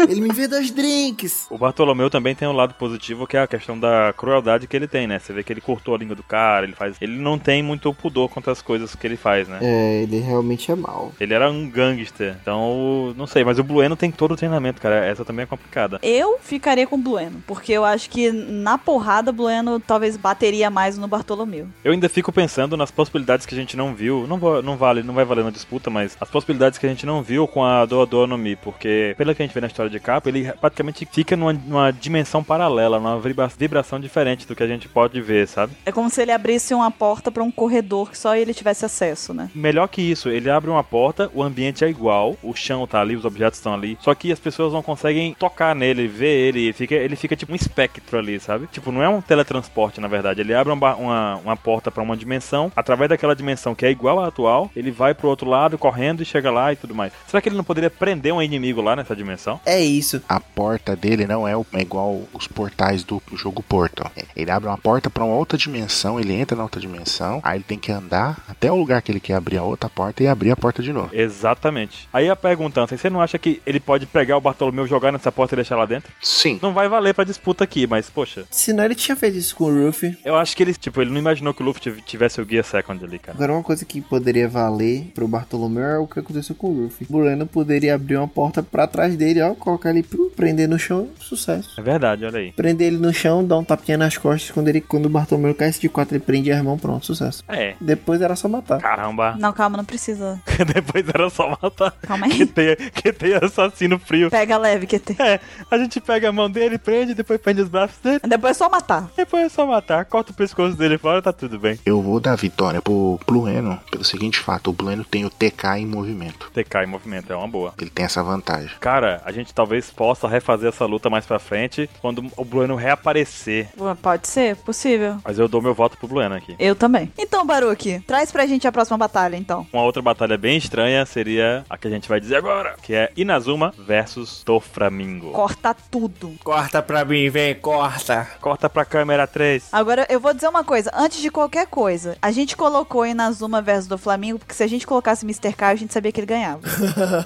C: ele me vê dois drinks.
A: O Bartolomeu também tem um lado positivo, que é a questão da crueldade que ele tem, né? Você vê que ele cortou a língua do cara, ele faz. Ele não tem muito pudor quanto as coisas que ele faz, né?
C: É, ele realmente é mal.
A: Ele era um gangster, então não sei, mas o Blueno tem todo o treinamento, cara. Essa também é complicada.
D: Eu ficaria com o Bueno, porque eu acho que na porrada, Bueno talvez bateria mais no Bartolomeu.
A: Eu ainda fico pensando nas possibilidades que a gente não viu. Não, vou- não vale, não vai valer na disputa, mas as possibilidades que a gente não viu com a doador no Mi, porque pelo que a gente vê na história de capa, ele praticamente fica numa, numa dimensão paralela, numa vibra- vibração diferente do que a gente pode ver, sabe?
D: É como se ele abrisse uma porta pra um corredor que só ele tivesse acesso, né?
A: Melhor que isso, ele abre uma porta, o ambiente é igual, o chão tá ali, os objetos estão ali, só que as pessoas não conseguem tocar nele, ver ele, ele fica, ele fica tipo um espectro ali, sabe? Tipo, não é um teletransporte, na verdade. Ele abre uma, ba- uma, uma porta pra uma dimensão, através daquela dimensão que é igual à atual, ele vai pro outro lado correndo e chega lá e tudo mais. Será que ele não poderia prender um inimigo lá nessa dimensão?
C: É isso.
B: A porta dele não é, o- é igual os portais do jogo Portal. É, Ele abre uma porta pra uma outra dimensão, ele entra na outra dimensão, aí ele tem que andar até o lugar que ele quer abrir a outra porta e abrir a porta de novo.
A: Exatamente. Aí a pergunta, Ansem, você não acha que ele pode pegar o Bartolomeu, jogar nessa porta e deixar lá dentro?
B: Sim.
A: Não vai valer pra disputa aqui, mas poxa.
C: Senão ele tinha feito isso com o Ruffy.
A: Eu acho que ele, tipo, ele não imaginou que o Luffy tiv- tivesse o Gear Second ali, cara.
C: Agora, uma coisa que poderia valer pro Bartolomeu é o que aconteceu com o Ruffy. Burano poderia abrir uma porta pra trás dele, ó, colocar ele, pru, prender no chão, sucesso.
A: É verdade, olha aí.
C: Prender ele no chão, dar um tapinha nas costas, quando, ele, quando o Bartolomeu caísse de quatro, ele prende a mão, pronto, sucesso.
A: É.
C: Depois era só matar.
A: Caramba.
D: Não, calma, não precisa.
A: Depois era só matar.
D: Calma
A: Que
D: aí.
A: tem, que tem assassino frio.
D: Pega leve, QT.
A: É, a gente pega a mão dele, prende, depois prende os braços dele,
D: Depois é só matar.
A: depois é só matar, corta o pescoço dele fora, tá tudo bem.
B: Eu vou dar vitória pro Blueno pelo seguinte fato: o Blueno tem o TK em movimento.
A: TK em movimento é uma boa.
B: Ele tem essa vantagem.
A: Cara, a gente talvez possa refazer essa luta mais pra frente quando o Blueno reaparecer.
D: Ué, Pode ser, possível.
A: Mas eu dou meu voto pro Blueno aqui.
D: Eu também. Então, Baruque, traz pra gente a próxima batalha, então.
A: Uma outra batalha bem estranha seria a que a gente vai dizer agora, que é Inazuma versus Doflamingo.
D: Corta tudo.
H: Corta pra mim, vem, corta.
A: Corta pra câmera 3.
D: Agora, eu vou dizer uma coisa. Antes de qualquer coisa, a gente colocou Inazuma versus do Flamengo, porque se a gente colocasse Mr. K, a gente sabia que ele ganhava.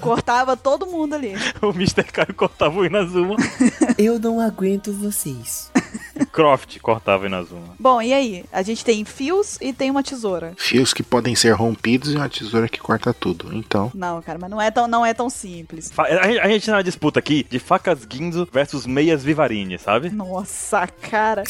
D: Cortava todo mundo ali.
A: O Mr. Caio cortava o Inazuma.
C: Eu não aguento vocês.
A: e Croft cortava o Inazuma.
D: Bom, e aí? A gente tem fios e tem uma tesoura.
B: Fios que podem ser rompidos e uma tesoura que corta tudo. Então,
D: Não, cara, mas não é tão, não é tão simples.
A: Fa- A gente, a gente tá na disputa aqui de facas Guinzo versus meias Vivarine, sabe?
D: Nossa, cara.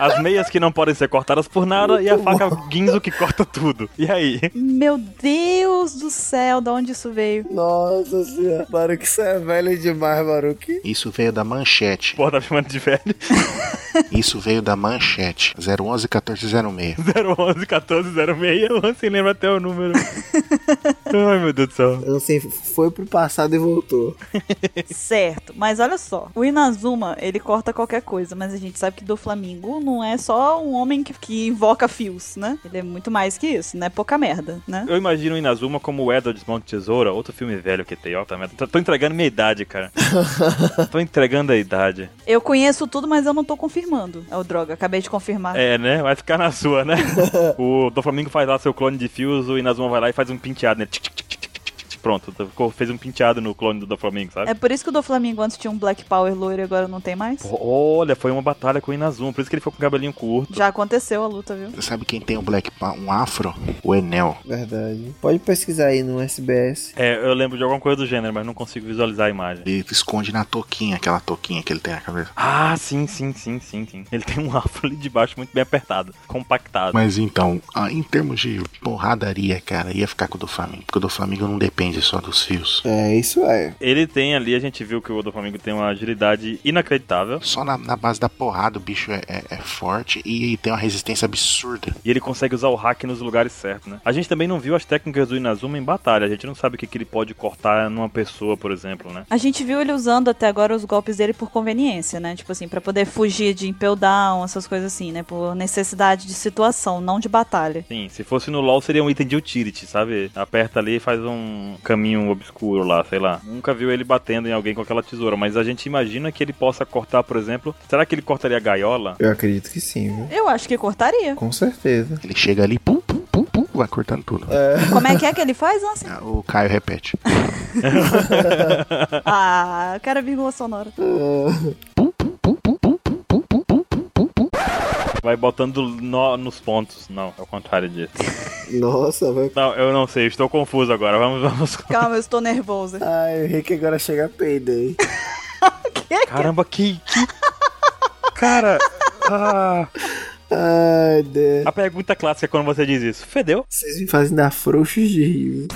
A: As meias que não podem ser cortadas por nada e a faca Guinzo que corta tudo. E aí?
D: Meu Deus do céu, de onde isso veio?
C: Nossa senhora. Baruque, você é velho demais, Baruque.
B: isso veio da manchete.
A: Porra, tá me chamando de velho.
B: Isso veio da manchete. 011 1406.
A: 011 1406. Eu não sei lembra até o número. Ai, meu Deus do céu.
C: Eu não sei, Assim, foi pro passado e voltou.
D: certo, mas olha só. O Inazuma, ele corta qualquer coisa, mas a gente sabe que do Flamengo não é só um homem que, que invoca fios, né? Ele é muito mais que isso, né? Pouca merda, né?
A: Eu imagino o Inazuma como o Edward Mão de Tesoura, outro filme velho que tem, ó, tá merda. Tô- Tô entregando minha idade, cara. Tô entregando a idade.
D: Eu conheço tudo, mas eu não tô confirmando. É o droga, acabei de confirmar.
A: É, né? Vai ficar na sua, né? o do Flamengo faz lá seu clone de fios, o Inazuma vai lá e faz um penteado, né? Tic, tic, tic, tic, tic, tic, tic. Pronto, ficou- fez um penteado no clone do Flamengo, sabe?
D: É por isso que o do Flamengo antes tinha um Black Power loiro e agora não tem mais?
A: Pô, Olha, foi uma batalha com o Inazuma, por isso que ele foi com o cabelinho curto.
D: Já aconteceu a luta, viu?
B: Sabe quem tem um black pa- um afro? O Enel.
C: Verdade. Pode pesquisar aí no SBS.
A: É, eu lembro de alguma coisa do gênero, mas não consigo visualizar a imagem.
B: Ele esconde na toquinha, aquela toquinha que ele tem na cabeça.
A: Ah, sim, sim, sim, sim, sim. Ele tem um afro ali de baixo muito bem apertado, compactado.
B: Mas então, ah, em termos de porradaria, cara, ia ficar com o do Flamengo. Porque o do Flamengo não depende só dos fios.
C: É, isso é.
A: Ele tem ali, a gente viu que o Doflamingo tem uma agilidade inacreditável.
B: Só na, na base da porrada o bicho é, é- é forte e tem uma resistência absurda.
A: E ele consegue usar o hack nos lugares certos, né? A gente também não viu as técnicas do Inazuma em batalha. A gente não sabe o que, que ele pode cortar numa pessoa, por exemplo, né?
D: A gente viu ele usando até agora os golpes dele por conveniência, né? Tipo assim, pra poder fugir de Impel Down, essas coisas assim, né? Por necessidade de situação, não de batalha.
A: Sim, se fosse no LoL seria um item de utility, sabe? Aperta ali e faz um caminho obscuro lá, sei lá. Nunca viu ele batendo em alguém com aquela tesoura, mas a gente imagina que ele possa cortar, por exemplo. Será que ele cortaria a gaiola?
C: Eu acredito que sim, viu?
D: Eu acho que cortaria.
C: Com certeza.
B: Ele chega ali, pum, pum, pum, pum, vai cortando tudo.
D: Como é que é que ele faz, Ansem?
B: Ah, O Caio repete.
D: Ah, cara vírgula sonora.
C: Ah.
A: Vai botando nó nos pontos. Não, é o contrário disso.
C: Nossa, vai.
A: Não, eu não sei, estou confuso agora. Vamos, vamos.
D: Calma, eu estou nervosa.
C: Ai, o Rick agora chega a peidei.
A: Caramba, que. que... Cara. Ah.
C: Ai, Deus.
A: A pergunta clássica é quando você diz isso, fedeu?
C: Vocês me fazem dar frouxos de rir.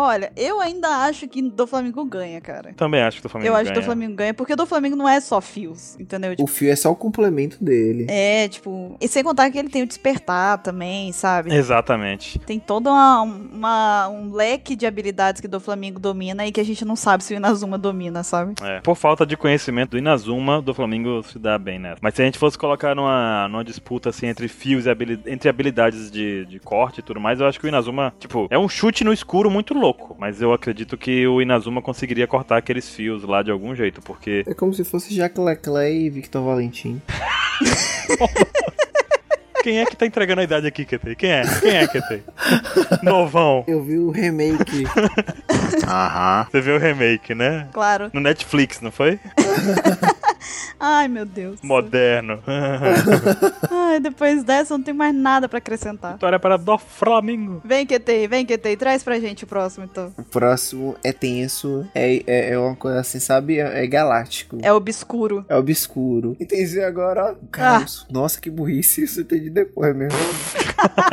D: Olha, eu ainda acho que do Flamengo ganha, cara.
A: Também acho que o Flamengo
D: Eu acho que
A: ganha.
D: do Flamengo ganha, porque do Flamengo não é só fios, entendeu?
C: O
D: Tipo,
C: fio é só o complemento dele.
D: é, tipo. E sem contar que ele tem o despertar também, sabe?
A: Exatamente.
D: Tem todo uma, uma- um leque de habilidades que o Flamengo domina e que a gente não sabe se o Inazuma domina, sabe?
A: É. Por falta de conhecimento do Inazuma, do Flamengo se dá bem nessa. Mas se a gente fosse colocar numa, numa disputa assim entre fios e habili- entre habilidades de, de corte e tudo mais, eu acho que o Inazuma, tipo, é um chute no escuro muito louco. Mas eu acredito que o Inazuma conseguiria cortar aqueles fios lá de algum jeito, porque.
C: É como se fosse Jacques Leclerc e Victor Valentim.
A: Quem é que tá entregando a idade aqui, QT? Quem é? Quem é, QT? Novão.
C: Eu vi o remake.
B: Aham.
A: Você viu o remake, né?
D: Claro.
A: No Netflix, não foi?
D: Ai, meu Deus.
A: Moderno.
D: Ai, depois dessa eu não tem mais nada pra acrescentar.
A: Vitória para do Flamengo.
D: Vem, QTI, vem, QTI. Traz pra gente o próximo, então.
C: O próximo é tenso, é, é, é uma coisa assim, sabe? É, é galáctico.
D: É obscuro.
C: É obscuro. Entendi agora, ó. Caos. Nossa, que burrice. Isso eu entendi depois mesmo.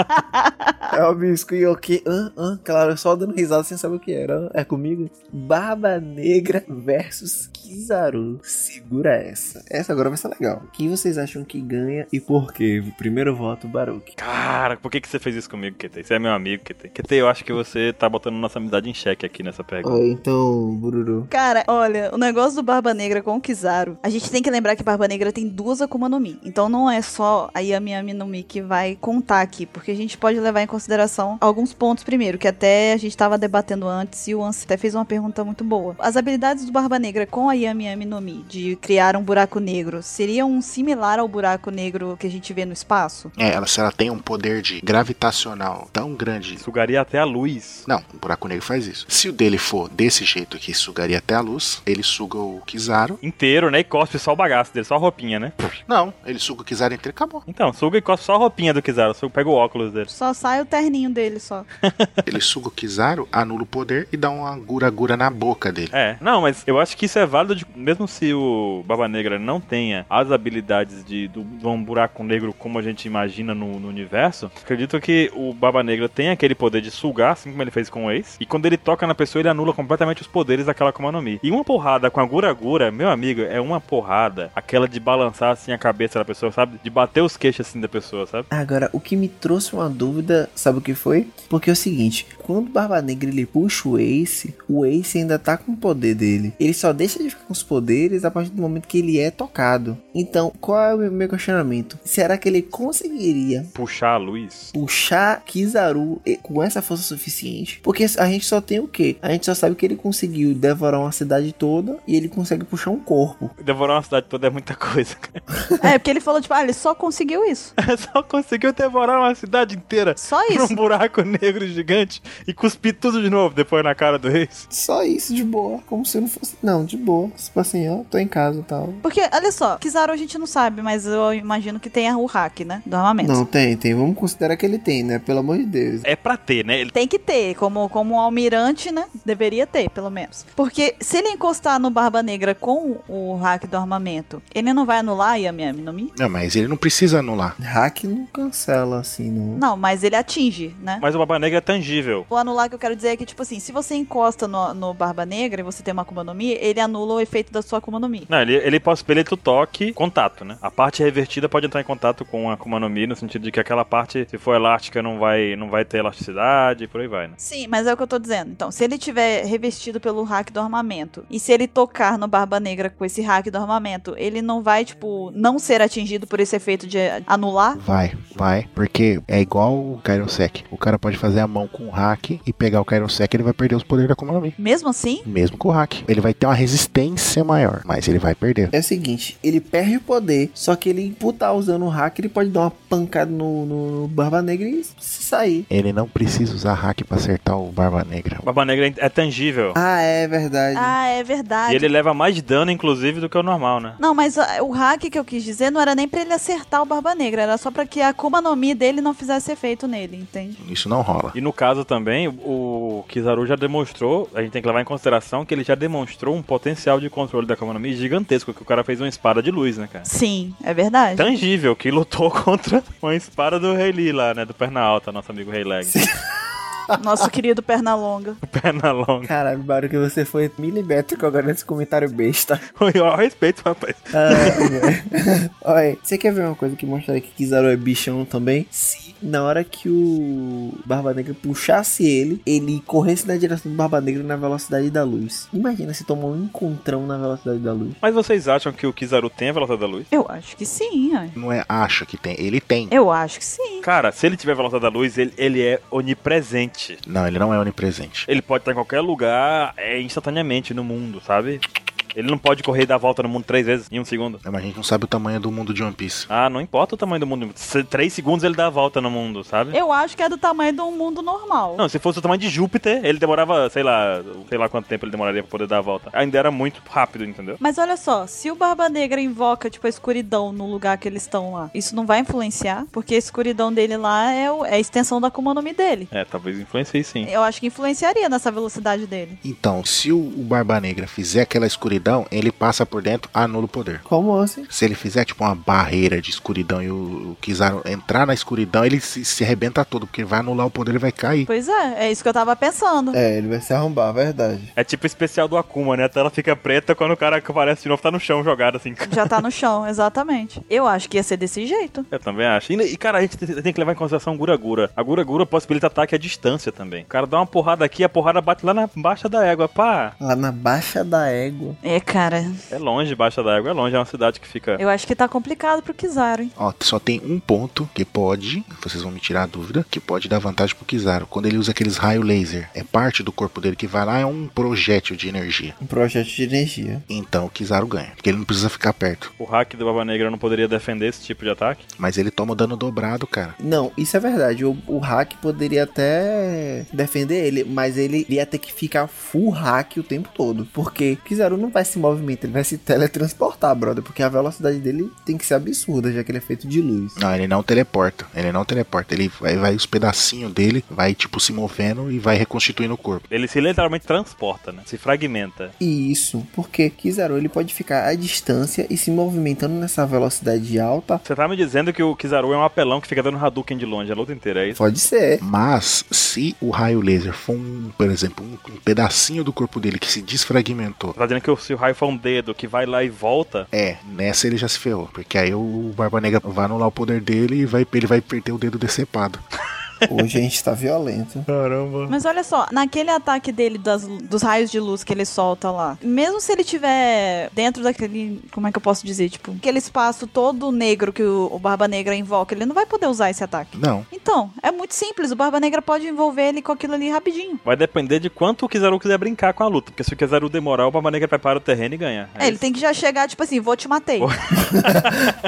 C: é obscuro. E eu que. Hã, hã, claro, só dando risada sem saber o que era. É comigo? Barba Negra versus Kizaru. Segura essa. Essa agora vai ser legal. Quem vocês acham que ganha e por quê? Primeiro voto, Baruque.
A: Cara, por que, que você fez isso comigo, QT? Você é meu amigo, QT. QT, eu acho que você tá botando nossa amizade em xeque aqui nessa pergunta.
C: Ó, então, Bururu.
D: Cara, olha, o negócio do Barba Negra com o Kizaru, a gente tem que lembrar que Barba Negra tem duas Akuma no Mi. Então não é só a Yami Yami no Mi que vai contar aqui, porque a gente pode levar em consideração alguns pontos primeiro, que até a gente tava debatendo antes e o Anse até fez uma pergunta muito boa. As habilidades do Barba Negra com a Yami Yami no Mi de criar um buraco negro seriam um similar ao buraco negro que a gente vê no espaço?
B: É, ela, se ela tem um poder de gravitacional tão grande.
A: Sugaria até a luz.
B: Não, o buraco negro faz isso. Se o dele for desse jeito que sugaria até a luz, ele suga o Kizaru.
A: Inteiro, né? E cospe só o bagaço dele, só a roupinha, né?
B: Não, ele suga o Kizaru inteiro e acabou.
A: Então, suga e cospe só a roupinha do Kizaru. Suga, pega o óculos dele.
D: Só sai o terninho dele só.
B: Ele suga o Kizaru, anula o poder e dá uma gura-gura na boca dele.
A: É, não, mas eu acho que isso é válido de- mesmo se o Barba Negra não tenha as habilidades de, do, de um buraco negro como a gente imagina no, no universo, acredito que o Barba Negra tem aquele poder de sugar, assim como ele fez com o Ace, e quando ele toca na pessoa, ele anula completamente os poderes daquela Akuma no Mi. E uma porrada com a Gura Gura, meu amigo, é uma porrada, aquela de balançar assim a cabeça da pessoa, sabe? De bater os queixos assim da pessoa, sabe?
C: Agora, o que me trouxe uma dúvida, sabe o que foi? Porque é o seguinte, quando o Barba Negra ele puxa o Ace, o Ace ainda tá com o poder dele. Ele só deixa de ficar com os poderes a partir do momento que ele é tocado. Então, qual é o meu questionamento? Será que ele conseguiria
A: Puxar a luz.
C: puxar Kizaru e- com essa força suficiente? Porque a gente só tem o quê? A gente só sabe que ele conseguiu devorar uma cidade toda e ele consegue puxar um corpo.
A: Devorar uma cidade toda é muita coisa.
D: é, porque ele falou, tipo, ah, ele só conseguiu isso.
A: Só conseguiu devorar uma cidade inteira.
D: Só
A: Pra um
D: É isso.
A: buraco negro gigante e cuspir tudo de novo depois na cara do Reis.
C: Só isso, de boa. Como se não fosse. Não, de boa. Tipo assim, ó, tô em casa e tal.
D: Porque, olha só, Kizaru a gente não sabe, mas eu imagino que tenha o hack, né? Do armamento.
C: Não, tem, tem. Vamos considerar que ele tem, né? Pelo amor de Deus.
A: É pra ter, né? Ele-
D: Tem que ter, como, como um almirante, né? Deveria ter, pelo menos. Porque se ele encostar no Barba Negra com o hack do armamento, ele não vai anular a Yami Yami no Mi?
B: Não, mas ele não precisa anular.
C: Hack não cancela, assim, não.
D: Não, mas ele atinge, né?
A: Mas o Baba Negra é tangível.
D: O anular que eu quero dizer é que, tipo assim, se você encosta no, no Barba Negra e você tem uma Akuma no Mi, ele anula o efeito da sua Akuma no Mi.
A: Não, ele, ele pode peleto toque, contato, né? A parte revertida pode entrar em contato com a Akuma no Mi, no sentido de que aquela parte, se for elástica, não vai, não vai ter elasticidade e por aí vai, né?
D: Sim, mas é o que eu tô dizendo. Então, se ele tiver revestido pelo hack do armamento e se ele tocar no Barba Negra com esse hack do armamento, ele não vai, tipo, não ser atingido por esse efeito de anular?
B: Vai, vai, porque é igual o Kairosek. O cara pode fazer a mão com o hack e pegar o Kairosek, ele vai perder os poderes da Akuma no Mi.
D: Mesmo assim?
B: Mesmo com o hack. Ele vai ter uma resistência maior, mas ele vai perder.
C: É o seguinte, ele perde o poder, só que ele, por estar usando o hack, ele pode dar uma pancada no, no- no Barba Negra e se sair.
B: Ele não precisa usar hack pra acertar o Barba Negra.
A: O Baba Negra é tangível.
C: Ah, é verdade.
D: Ah, é
A: E
D: verdade.
A: ele leva mais dano, inclusive, do que o normal, né?
D: Não, mas ah, o hack que eu quis dizer não era nem pra ele acertar o Barba Negra, era só pra que a Akuma no Mi dele não fizesse efeito nele, entende?
B: Isso não rola.
A: E no caso também, o Kizaru já demonstrou, a gente tem que levar em consideração que ele já demonstrou um potencial de controle da Akuma no Mi gigantesco, que o cara fez uma espada de luz, né, cara?
D: Sim, é verdade.
A: Então- tangível que lutou contra uma espada do Rei Lee lá, né? Do perna alta, nosso amigo Rei Leg.
D: Nosso querido Pernalonga.
A: Perna longa.
C: Caralho, barulho que você foi milimétrico agora nesse comentário besta.
A: Olha o respeito, rapaz.
C: Ah, Olha, você quer ver uma coisa que mostra que Kizaru é bichão também? Se na hora que o Barba Negra puxasse ele, ele corresse na direção do Barba Negra na velocidade da luz. Imagina se tomar um encontrão na velocidade da luz.
A: Mas vocês acham que o Kizaru tem a velocidade da luz?
D: Eu acho que sim, ai.
B: Não é acho que tem, ele tem.
D: eu acho que sim.
A: Cara, se ele tiver a velocidade da luz, ele, ele é onipresente.
B: Não, ele não é onipresente.
A: Ele pode estar em qualquer lugar é, instantaneamente no mundo, sabe? Ele não pode correr e dar a volta no mundo três vezes em um segundo.
B: É, mas a gente não sabe o tamanho do mundo de One Piece.
A: Ah, não importa o tamanho do mundo. Se- Três segundos ele dá a volta no mundo, sabe?
D: Eu acho que é do tamanho de um mundo normal.
A: Não, se fosse o tamanho de Júpiter, ele demorava, sei lá, sei lá quanto tempo ele demoraria pra poder dar a volta. Ainda era muito rápido, entendeu?
D: Mas olha só, se o Barba Negra invoca, tipo, a escuridão no lugar que eles estão lá, isso não vai influenciar? Porque a escuridão dele lá é, o- é a extensão da Akuma no Mi dele.
A: É, talvez influencie sim.
D: Eu acho que influenciaria nessa velocidade dele.
B: Então, se o o Barba Negra fizer aquela escuridão, ele passa por dentro, ah, anula o poder.
C: Como assim?
B: Se ele fizer tipo uma barreira de escuridão e o, o Kizaru entrar na escuridão, ele se, se arrebenta todo, porque ele vai anular o poder, ele vai cair.
D: Pois é, é isso que eu tava pensando.
I: É, ele vai se arrombar, verdade.
A: É tipo o especial do Akuma, né? A tela fica preta quando o cara aparece de novo, tá no chão jogado assim.
D: Já tá no chão, exatamente. Eu acho que ia ser desse jeito.
A: Eu também acho. E, e, cara, a gente tem tem que levar em consideração o Gura-Gura. A Gura-Gura possibilita ataque à distância também. O cara dá uma porrada aqui, a porrada bate lá na baixa da égua. Pá!
C: Lá na baixa da égua.
D: É, cara,
A: É longe, baixa da égua. É longe, é uma cidade que fica.
D: eu acho que tá complicado pro Kizaru, hein?
B: Ó, só tem um ponto que pode, vocês vão me tirar a dúvida, que pode dar vantagem pro Kizaru. Quando ele usa aqueles raio laser, é parte do corpo dele que vai lá, é um projétil de energia.
I: Um projeto de energia.
B: Então o Kizaru ganha, porque ele não precisa ficar perto.
A: O hack do Baba Negra não poderia defender esse tipo de ataque?
B: Mas ele toma o dano dobrado, cara.
C: Não, isso é verdade. O, o hack poderia até defender ele, mas ele ia ter que ficar full hack o tempo todo. Porque Kizaru não vai se movimentar, ele vai se teletransportar, brother. Porque a velocidade dele tem que ser absurda, já que ele é feito de luz.
I: Ah.
B: Não, Ah, ele não teleporta. Ele não teleporta. Ele vai, vai os pedacinhos dele, vai tipo se movendo e vai reconstituindo o corpo.
A: Ele se literalmente transporta, né? Se fragmenta.
C: E Isso, porque Kizaru ele pode ficar à distância e se movimentando nessa velocidade alta.
A: Você tá me dizendo que o Kizaru é um apelão que fica dando Hadouken de longe a luta inteira, é isso?
C: Pode ser.
B: Mas se o raio laser for um, por exemplo, um, um pedacinho do corpo dele que se desfragmentou,
A: Tá dizendo que o- se o raio for um dedo que vai lá e volta,
B: é, nessa ele já se ferrou. Porque aí o Barba Negra vai anular o poder dele e vai, ele vai perder o dedo decepado.
I: Hoje a gente tá violento.
D: Mas olha só, naquele ataque dele das- dos raios de luz que ele solta lá, mesmo se ele tiver dentro daquele, como é que eu posso dizer, tipo, aquele espaço todo negro que o, o Barba Negra invoca, ele não vai poder usar esse ataque.
B: Não.
D: Então, é muito simples, o Barba Negra pode envolver ele com aquilo ali rapidinho.
A: vai depender de quanto o Kizaru quiser brincar com a luta. Porque se o Kizaru demorar, o Baba Negra prepara o terreno e ganha.
D: É, ele
A: isso.
D: tem que já chegar, tipo assim, vou te matei.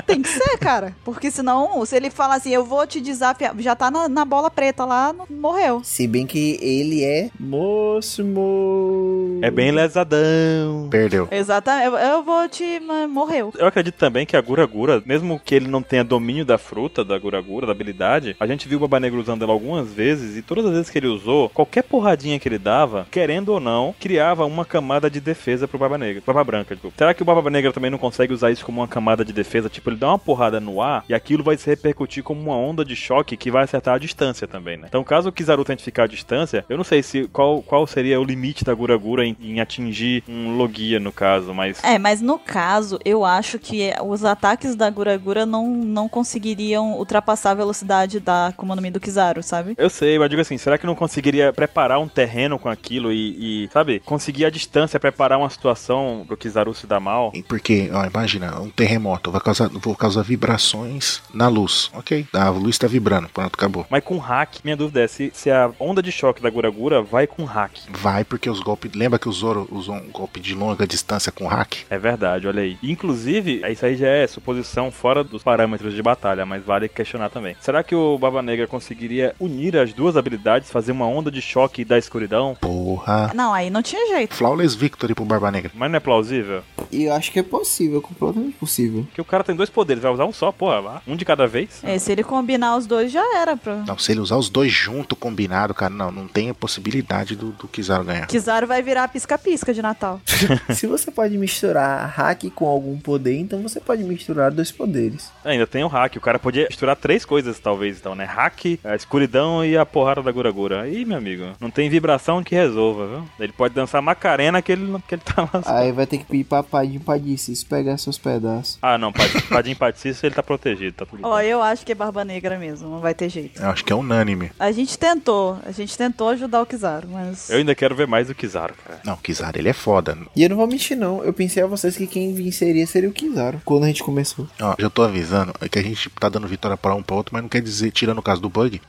D: tem que ser, cara. Porque senão, se ele falar assim, eu vou te desafiar, já tá na, na bola preta lá, não- morreu.
C: Se bem que ele é
I: Moço, mo...
A: É bem lesadão.
B: Perdeu.
D: Exatamente, eu, eu vou te. ma- morreu.
A: Eu acredito também que a Gura-Gura, mesmo que ele não tenha domínio da fruta, da Gura-Gura, da habilidade, a gente viu o Baba Negra usando ela algumas vezes e todas as vezes que ele usou, qualquer porradinha que ele dava, querendo ou não, criava uma camada de defesa pro Baba Negra, Baba Branca, tipo. Será que o Baba Negra também não consegue usar isso como uma camada de defesa? Tipo, ele dá uma porrada no ar e aquilo vai se repercutir como uma onda de choque que vai acertar a distância também, né? Então, caso o Kizaru tente ficar à distância, eu não sei se qual, qual seria o limite da Gura-Gura em, em atingir um Logia, no caso, mas...
D: É, mas no caso, eu acho que os ataques da Guragura não, não conseguiriam ultrapassar a velocidade da Akuma no Mi do Kizaru, sabe?
A: Eu sei, mas digo assim, será que não conseguiria preparar um terreno com aquilo e, e, sabe, conseguir a distância preparar uma situação pro Kizaru se dar mal?
B: E Porque, ó, imagina, um terremoto vai causar, vou causar vibrações na luz. Ok. A luz tá vibrando. Pronto, acabou.
A: Mas com hack, minha dúvida é se, se a onda de choque da Guragura vai com hack.
B: Vai porque os golpes. Lembra que o Zoro usou um golpe de longa distância com hack?
A: É verdade, olha aí. Inclusive, isso aí já é suposição fora dos parâmetros de batalha, mas vale questionar também. Será que o Baba Negra conseguiria unir as duas habilidades, fazer uma onda de choque da escuridão?
B: Porra.
D: Não, aí não tinha jeito.
B: Flawless Victory pro Barba Negra.
A: Mas não é plausível?
I: E eu acho que é possível, completamente possível.
A: Porque o cara tem dois poderes, vai usar um só, porra, vá. um de cada vez?
D: É, se ele combinar os dois, já era pro.
B: Não, se ele usar os dois junto, combinado, cara, não, não tem a possibilidade do, do Kizaru ganhar.
D: Kizaru vai virar pisca-pisca de Natal.
C: Se você pode misturar hack com algum poder, então você pode misturar dois poderes.
A: Ah, Ainda tem o hack. O cara podia misturar três coisas, talvez, então, né? Hack, a escuridão e a porrada da Guragura. Aí, meu amigo,
C: Ah.
A: não tem vibração que resolva, viu? Ele pode dançar Macarena que ele, que ele tá lá.
I: Aí vai ter que ir pra um Padim Padicis pegar seus pedaços.
A: Ah, não, Pad- Padim Patício, ele tá protegido, tá tudo
D: Ó,
A: bem.
D: eu acho que é barba negra mesmo, não vai ter jeito.
B: Eu acho que é unânime.
D: A gente tentou, a gente tentou ajudar o Kizaru, mas.
A: Eu ainda quero ver mais do Kizaru, cara.
B: Não, Kizaru, ele é foda.
I: E eu não vou mentir, não. Eu pensei a vocês que quem venceria seria o Kizaru quando a gente começou.
B: Ó, já tô avisando é que a gente tá dando vitória pra um pra outro, mas não quer dizer, tirando o caso do bug,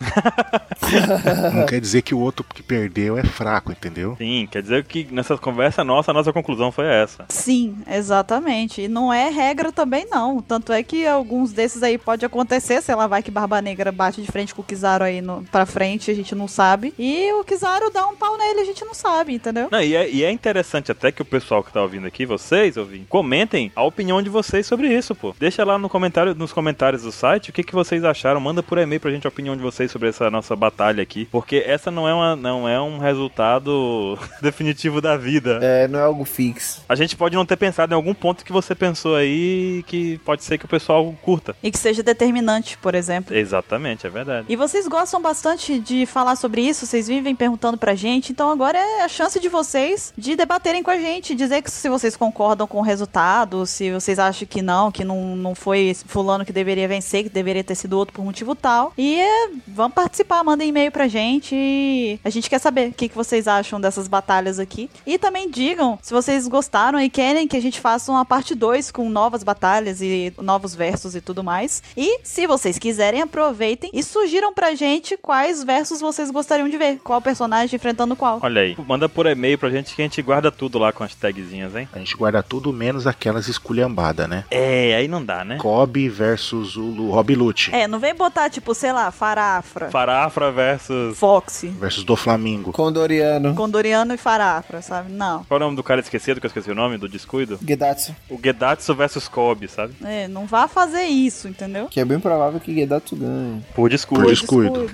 B: não quer dizer que o outro que perdeu é fraco, entendeu?
A: Sim, quer dizer que nessa conversa nossa, a nossa conclusão foi essa.
D: Sim, exatamente. E não é regra também, não. Tanto é que alguns desses aí pode acontecer, sei lá, vai que Barba Negra bate de frente com o Kizaru aí no, pra frente, a gente não sabe. E o Kizaru dá um pau nele, a gente não sabe, entendeu?
A: Não, e é, e é interessante até que o pessoal que tá ouvindo aqui, vocês, ouvindo, comentem a opinião de vocês sobre isso, pô. Deixa lá no comentário, nos comentários do site o que, que vocês acharam. Manda por e-mail pra gente a opinião de vocês sobre essa nossa batalha aqui. Porque essa não é, uma, não é um resultado definitivo da vida.
I: É, não é algo fixo.
A: A gente pode não ter pensado em algum ponto que você pensou aí que pode ser que o pessoal curta.
D: E que seja determinante, por exemplo.
A: Exatamente, é verdade.
D: E vocês gostam bastante de falar sobre isso, vocês vivem perguntando pra gente, então agora é a chance de vocês de debaterem com a gente, dizer que se vocês concordam com o resultado, se vocês acham que não, que não, não foi esse fulano que deveria vencer, que deveria ter sido outro por motivo tal. E é, vamos participar, mandem e-mail pra gente. e A gente quer saber o que, que vocês acham dessas batalhas aqui. E também digam se vocês gostaram e querem que a gente faça uma parte 2 com novas batalhas e novos versos e tudo mais. E se vocês quiserem, aproveitem e sugiram pra gente quais versos vocês gostariam de ver, qual personagem enfrentando qual.
A: Olha aí, manda por e-mail pra gente que a gente guarda tudo lá com as tagzinhas, hein?
B: A gente guarda tudo menos aquelas esculhambadas, né?
A: É, aí não dá, né?
B: Kobe versus o Lu- Rob Lute
D: É, não vem botar tipo, sei lá, Farafra,
A: Farafra versus.
D: Foxy,
B: versus do Flamengo.
I: Condoriano.
D: Condoriano e Farafra, sabe? Não.
A: Qual é o nome do cara esquecido que eu esqueci o nome? Do descuido?
I: Gedatsu.
A: O Gedatsu versus Kobe, sabe?
D: É, não vá fazer isso, entendeu?
I: Que é bem provável que Gedatsu ganhe.
A: Por
B: Por
A: descuido.
B: descuido. Descuido.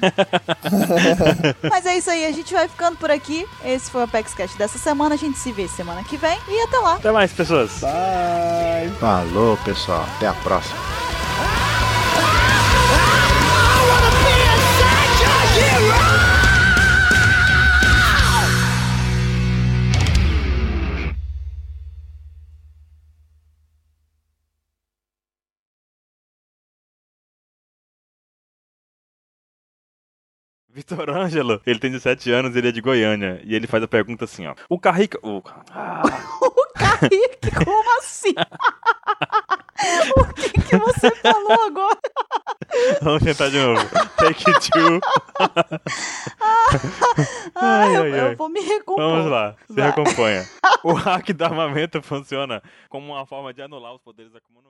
D: Mas é isso aí, a gente vai ficando por aqui. Esse foi o Apex Cash dessa semana. A gente se vê semana que vem e até lá.
A: Até mais, pessoas.
D: Tá.
I: Bye!
B: Falou, pessoal. Até a próxima.
A: Vitor Ângelo, ele tem 17 anos, ele é de Goiânia. E ele faz a pergunta assim, ó. O Carrica. O...
D: O Kaique, como assim? o que, que você falou agora?
A: Vamos tentar de novo. Take two.
D: Ah,
A: Ai,
D: eu,
A: ai,
D: eu
A: ai.
D: vou me recompor.
A: Vamos lá, se
D: Vai.
A: recomponha. O hack do armamento funciona como uma forma de anular os poderes acumulados.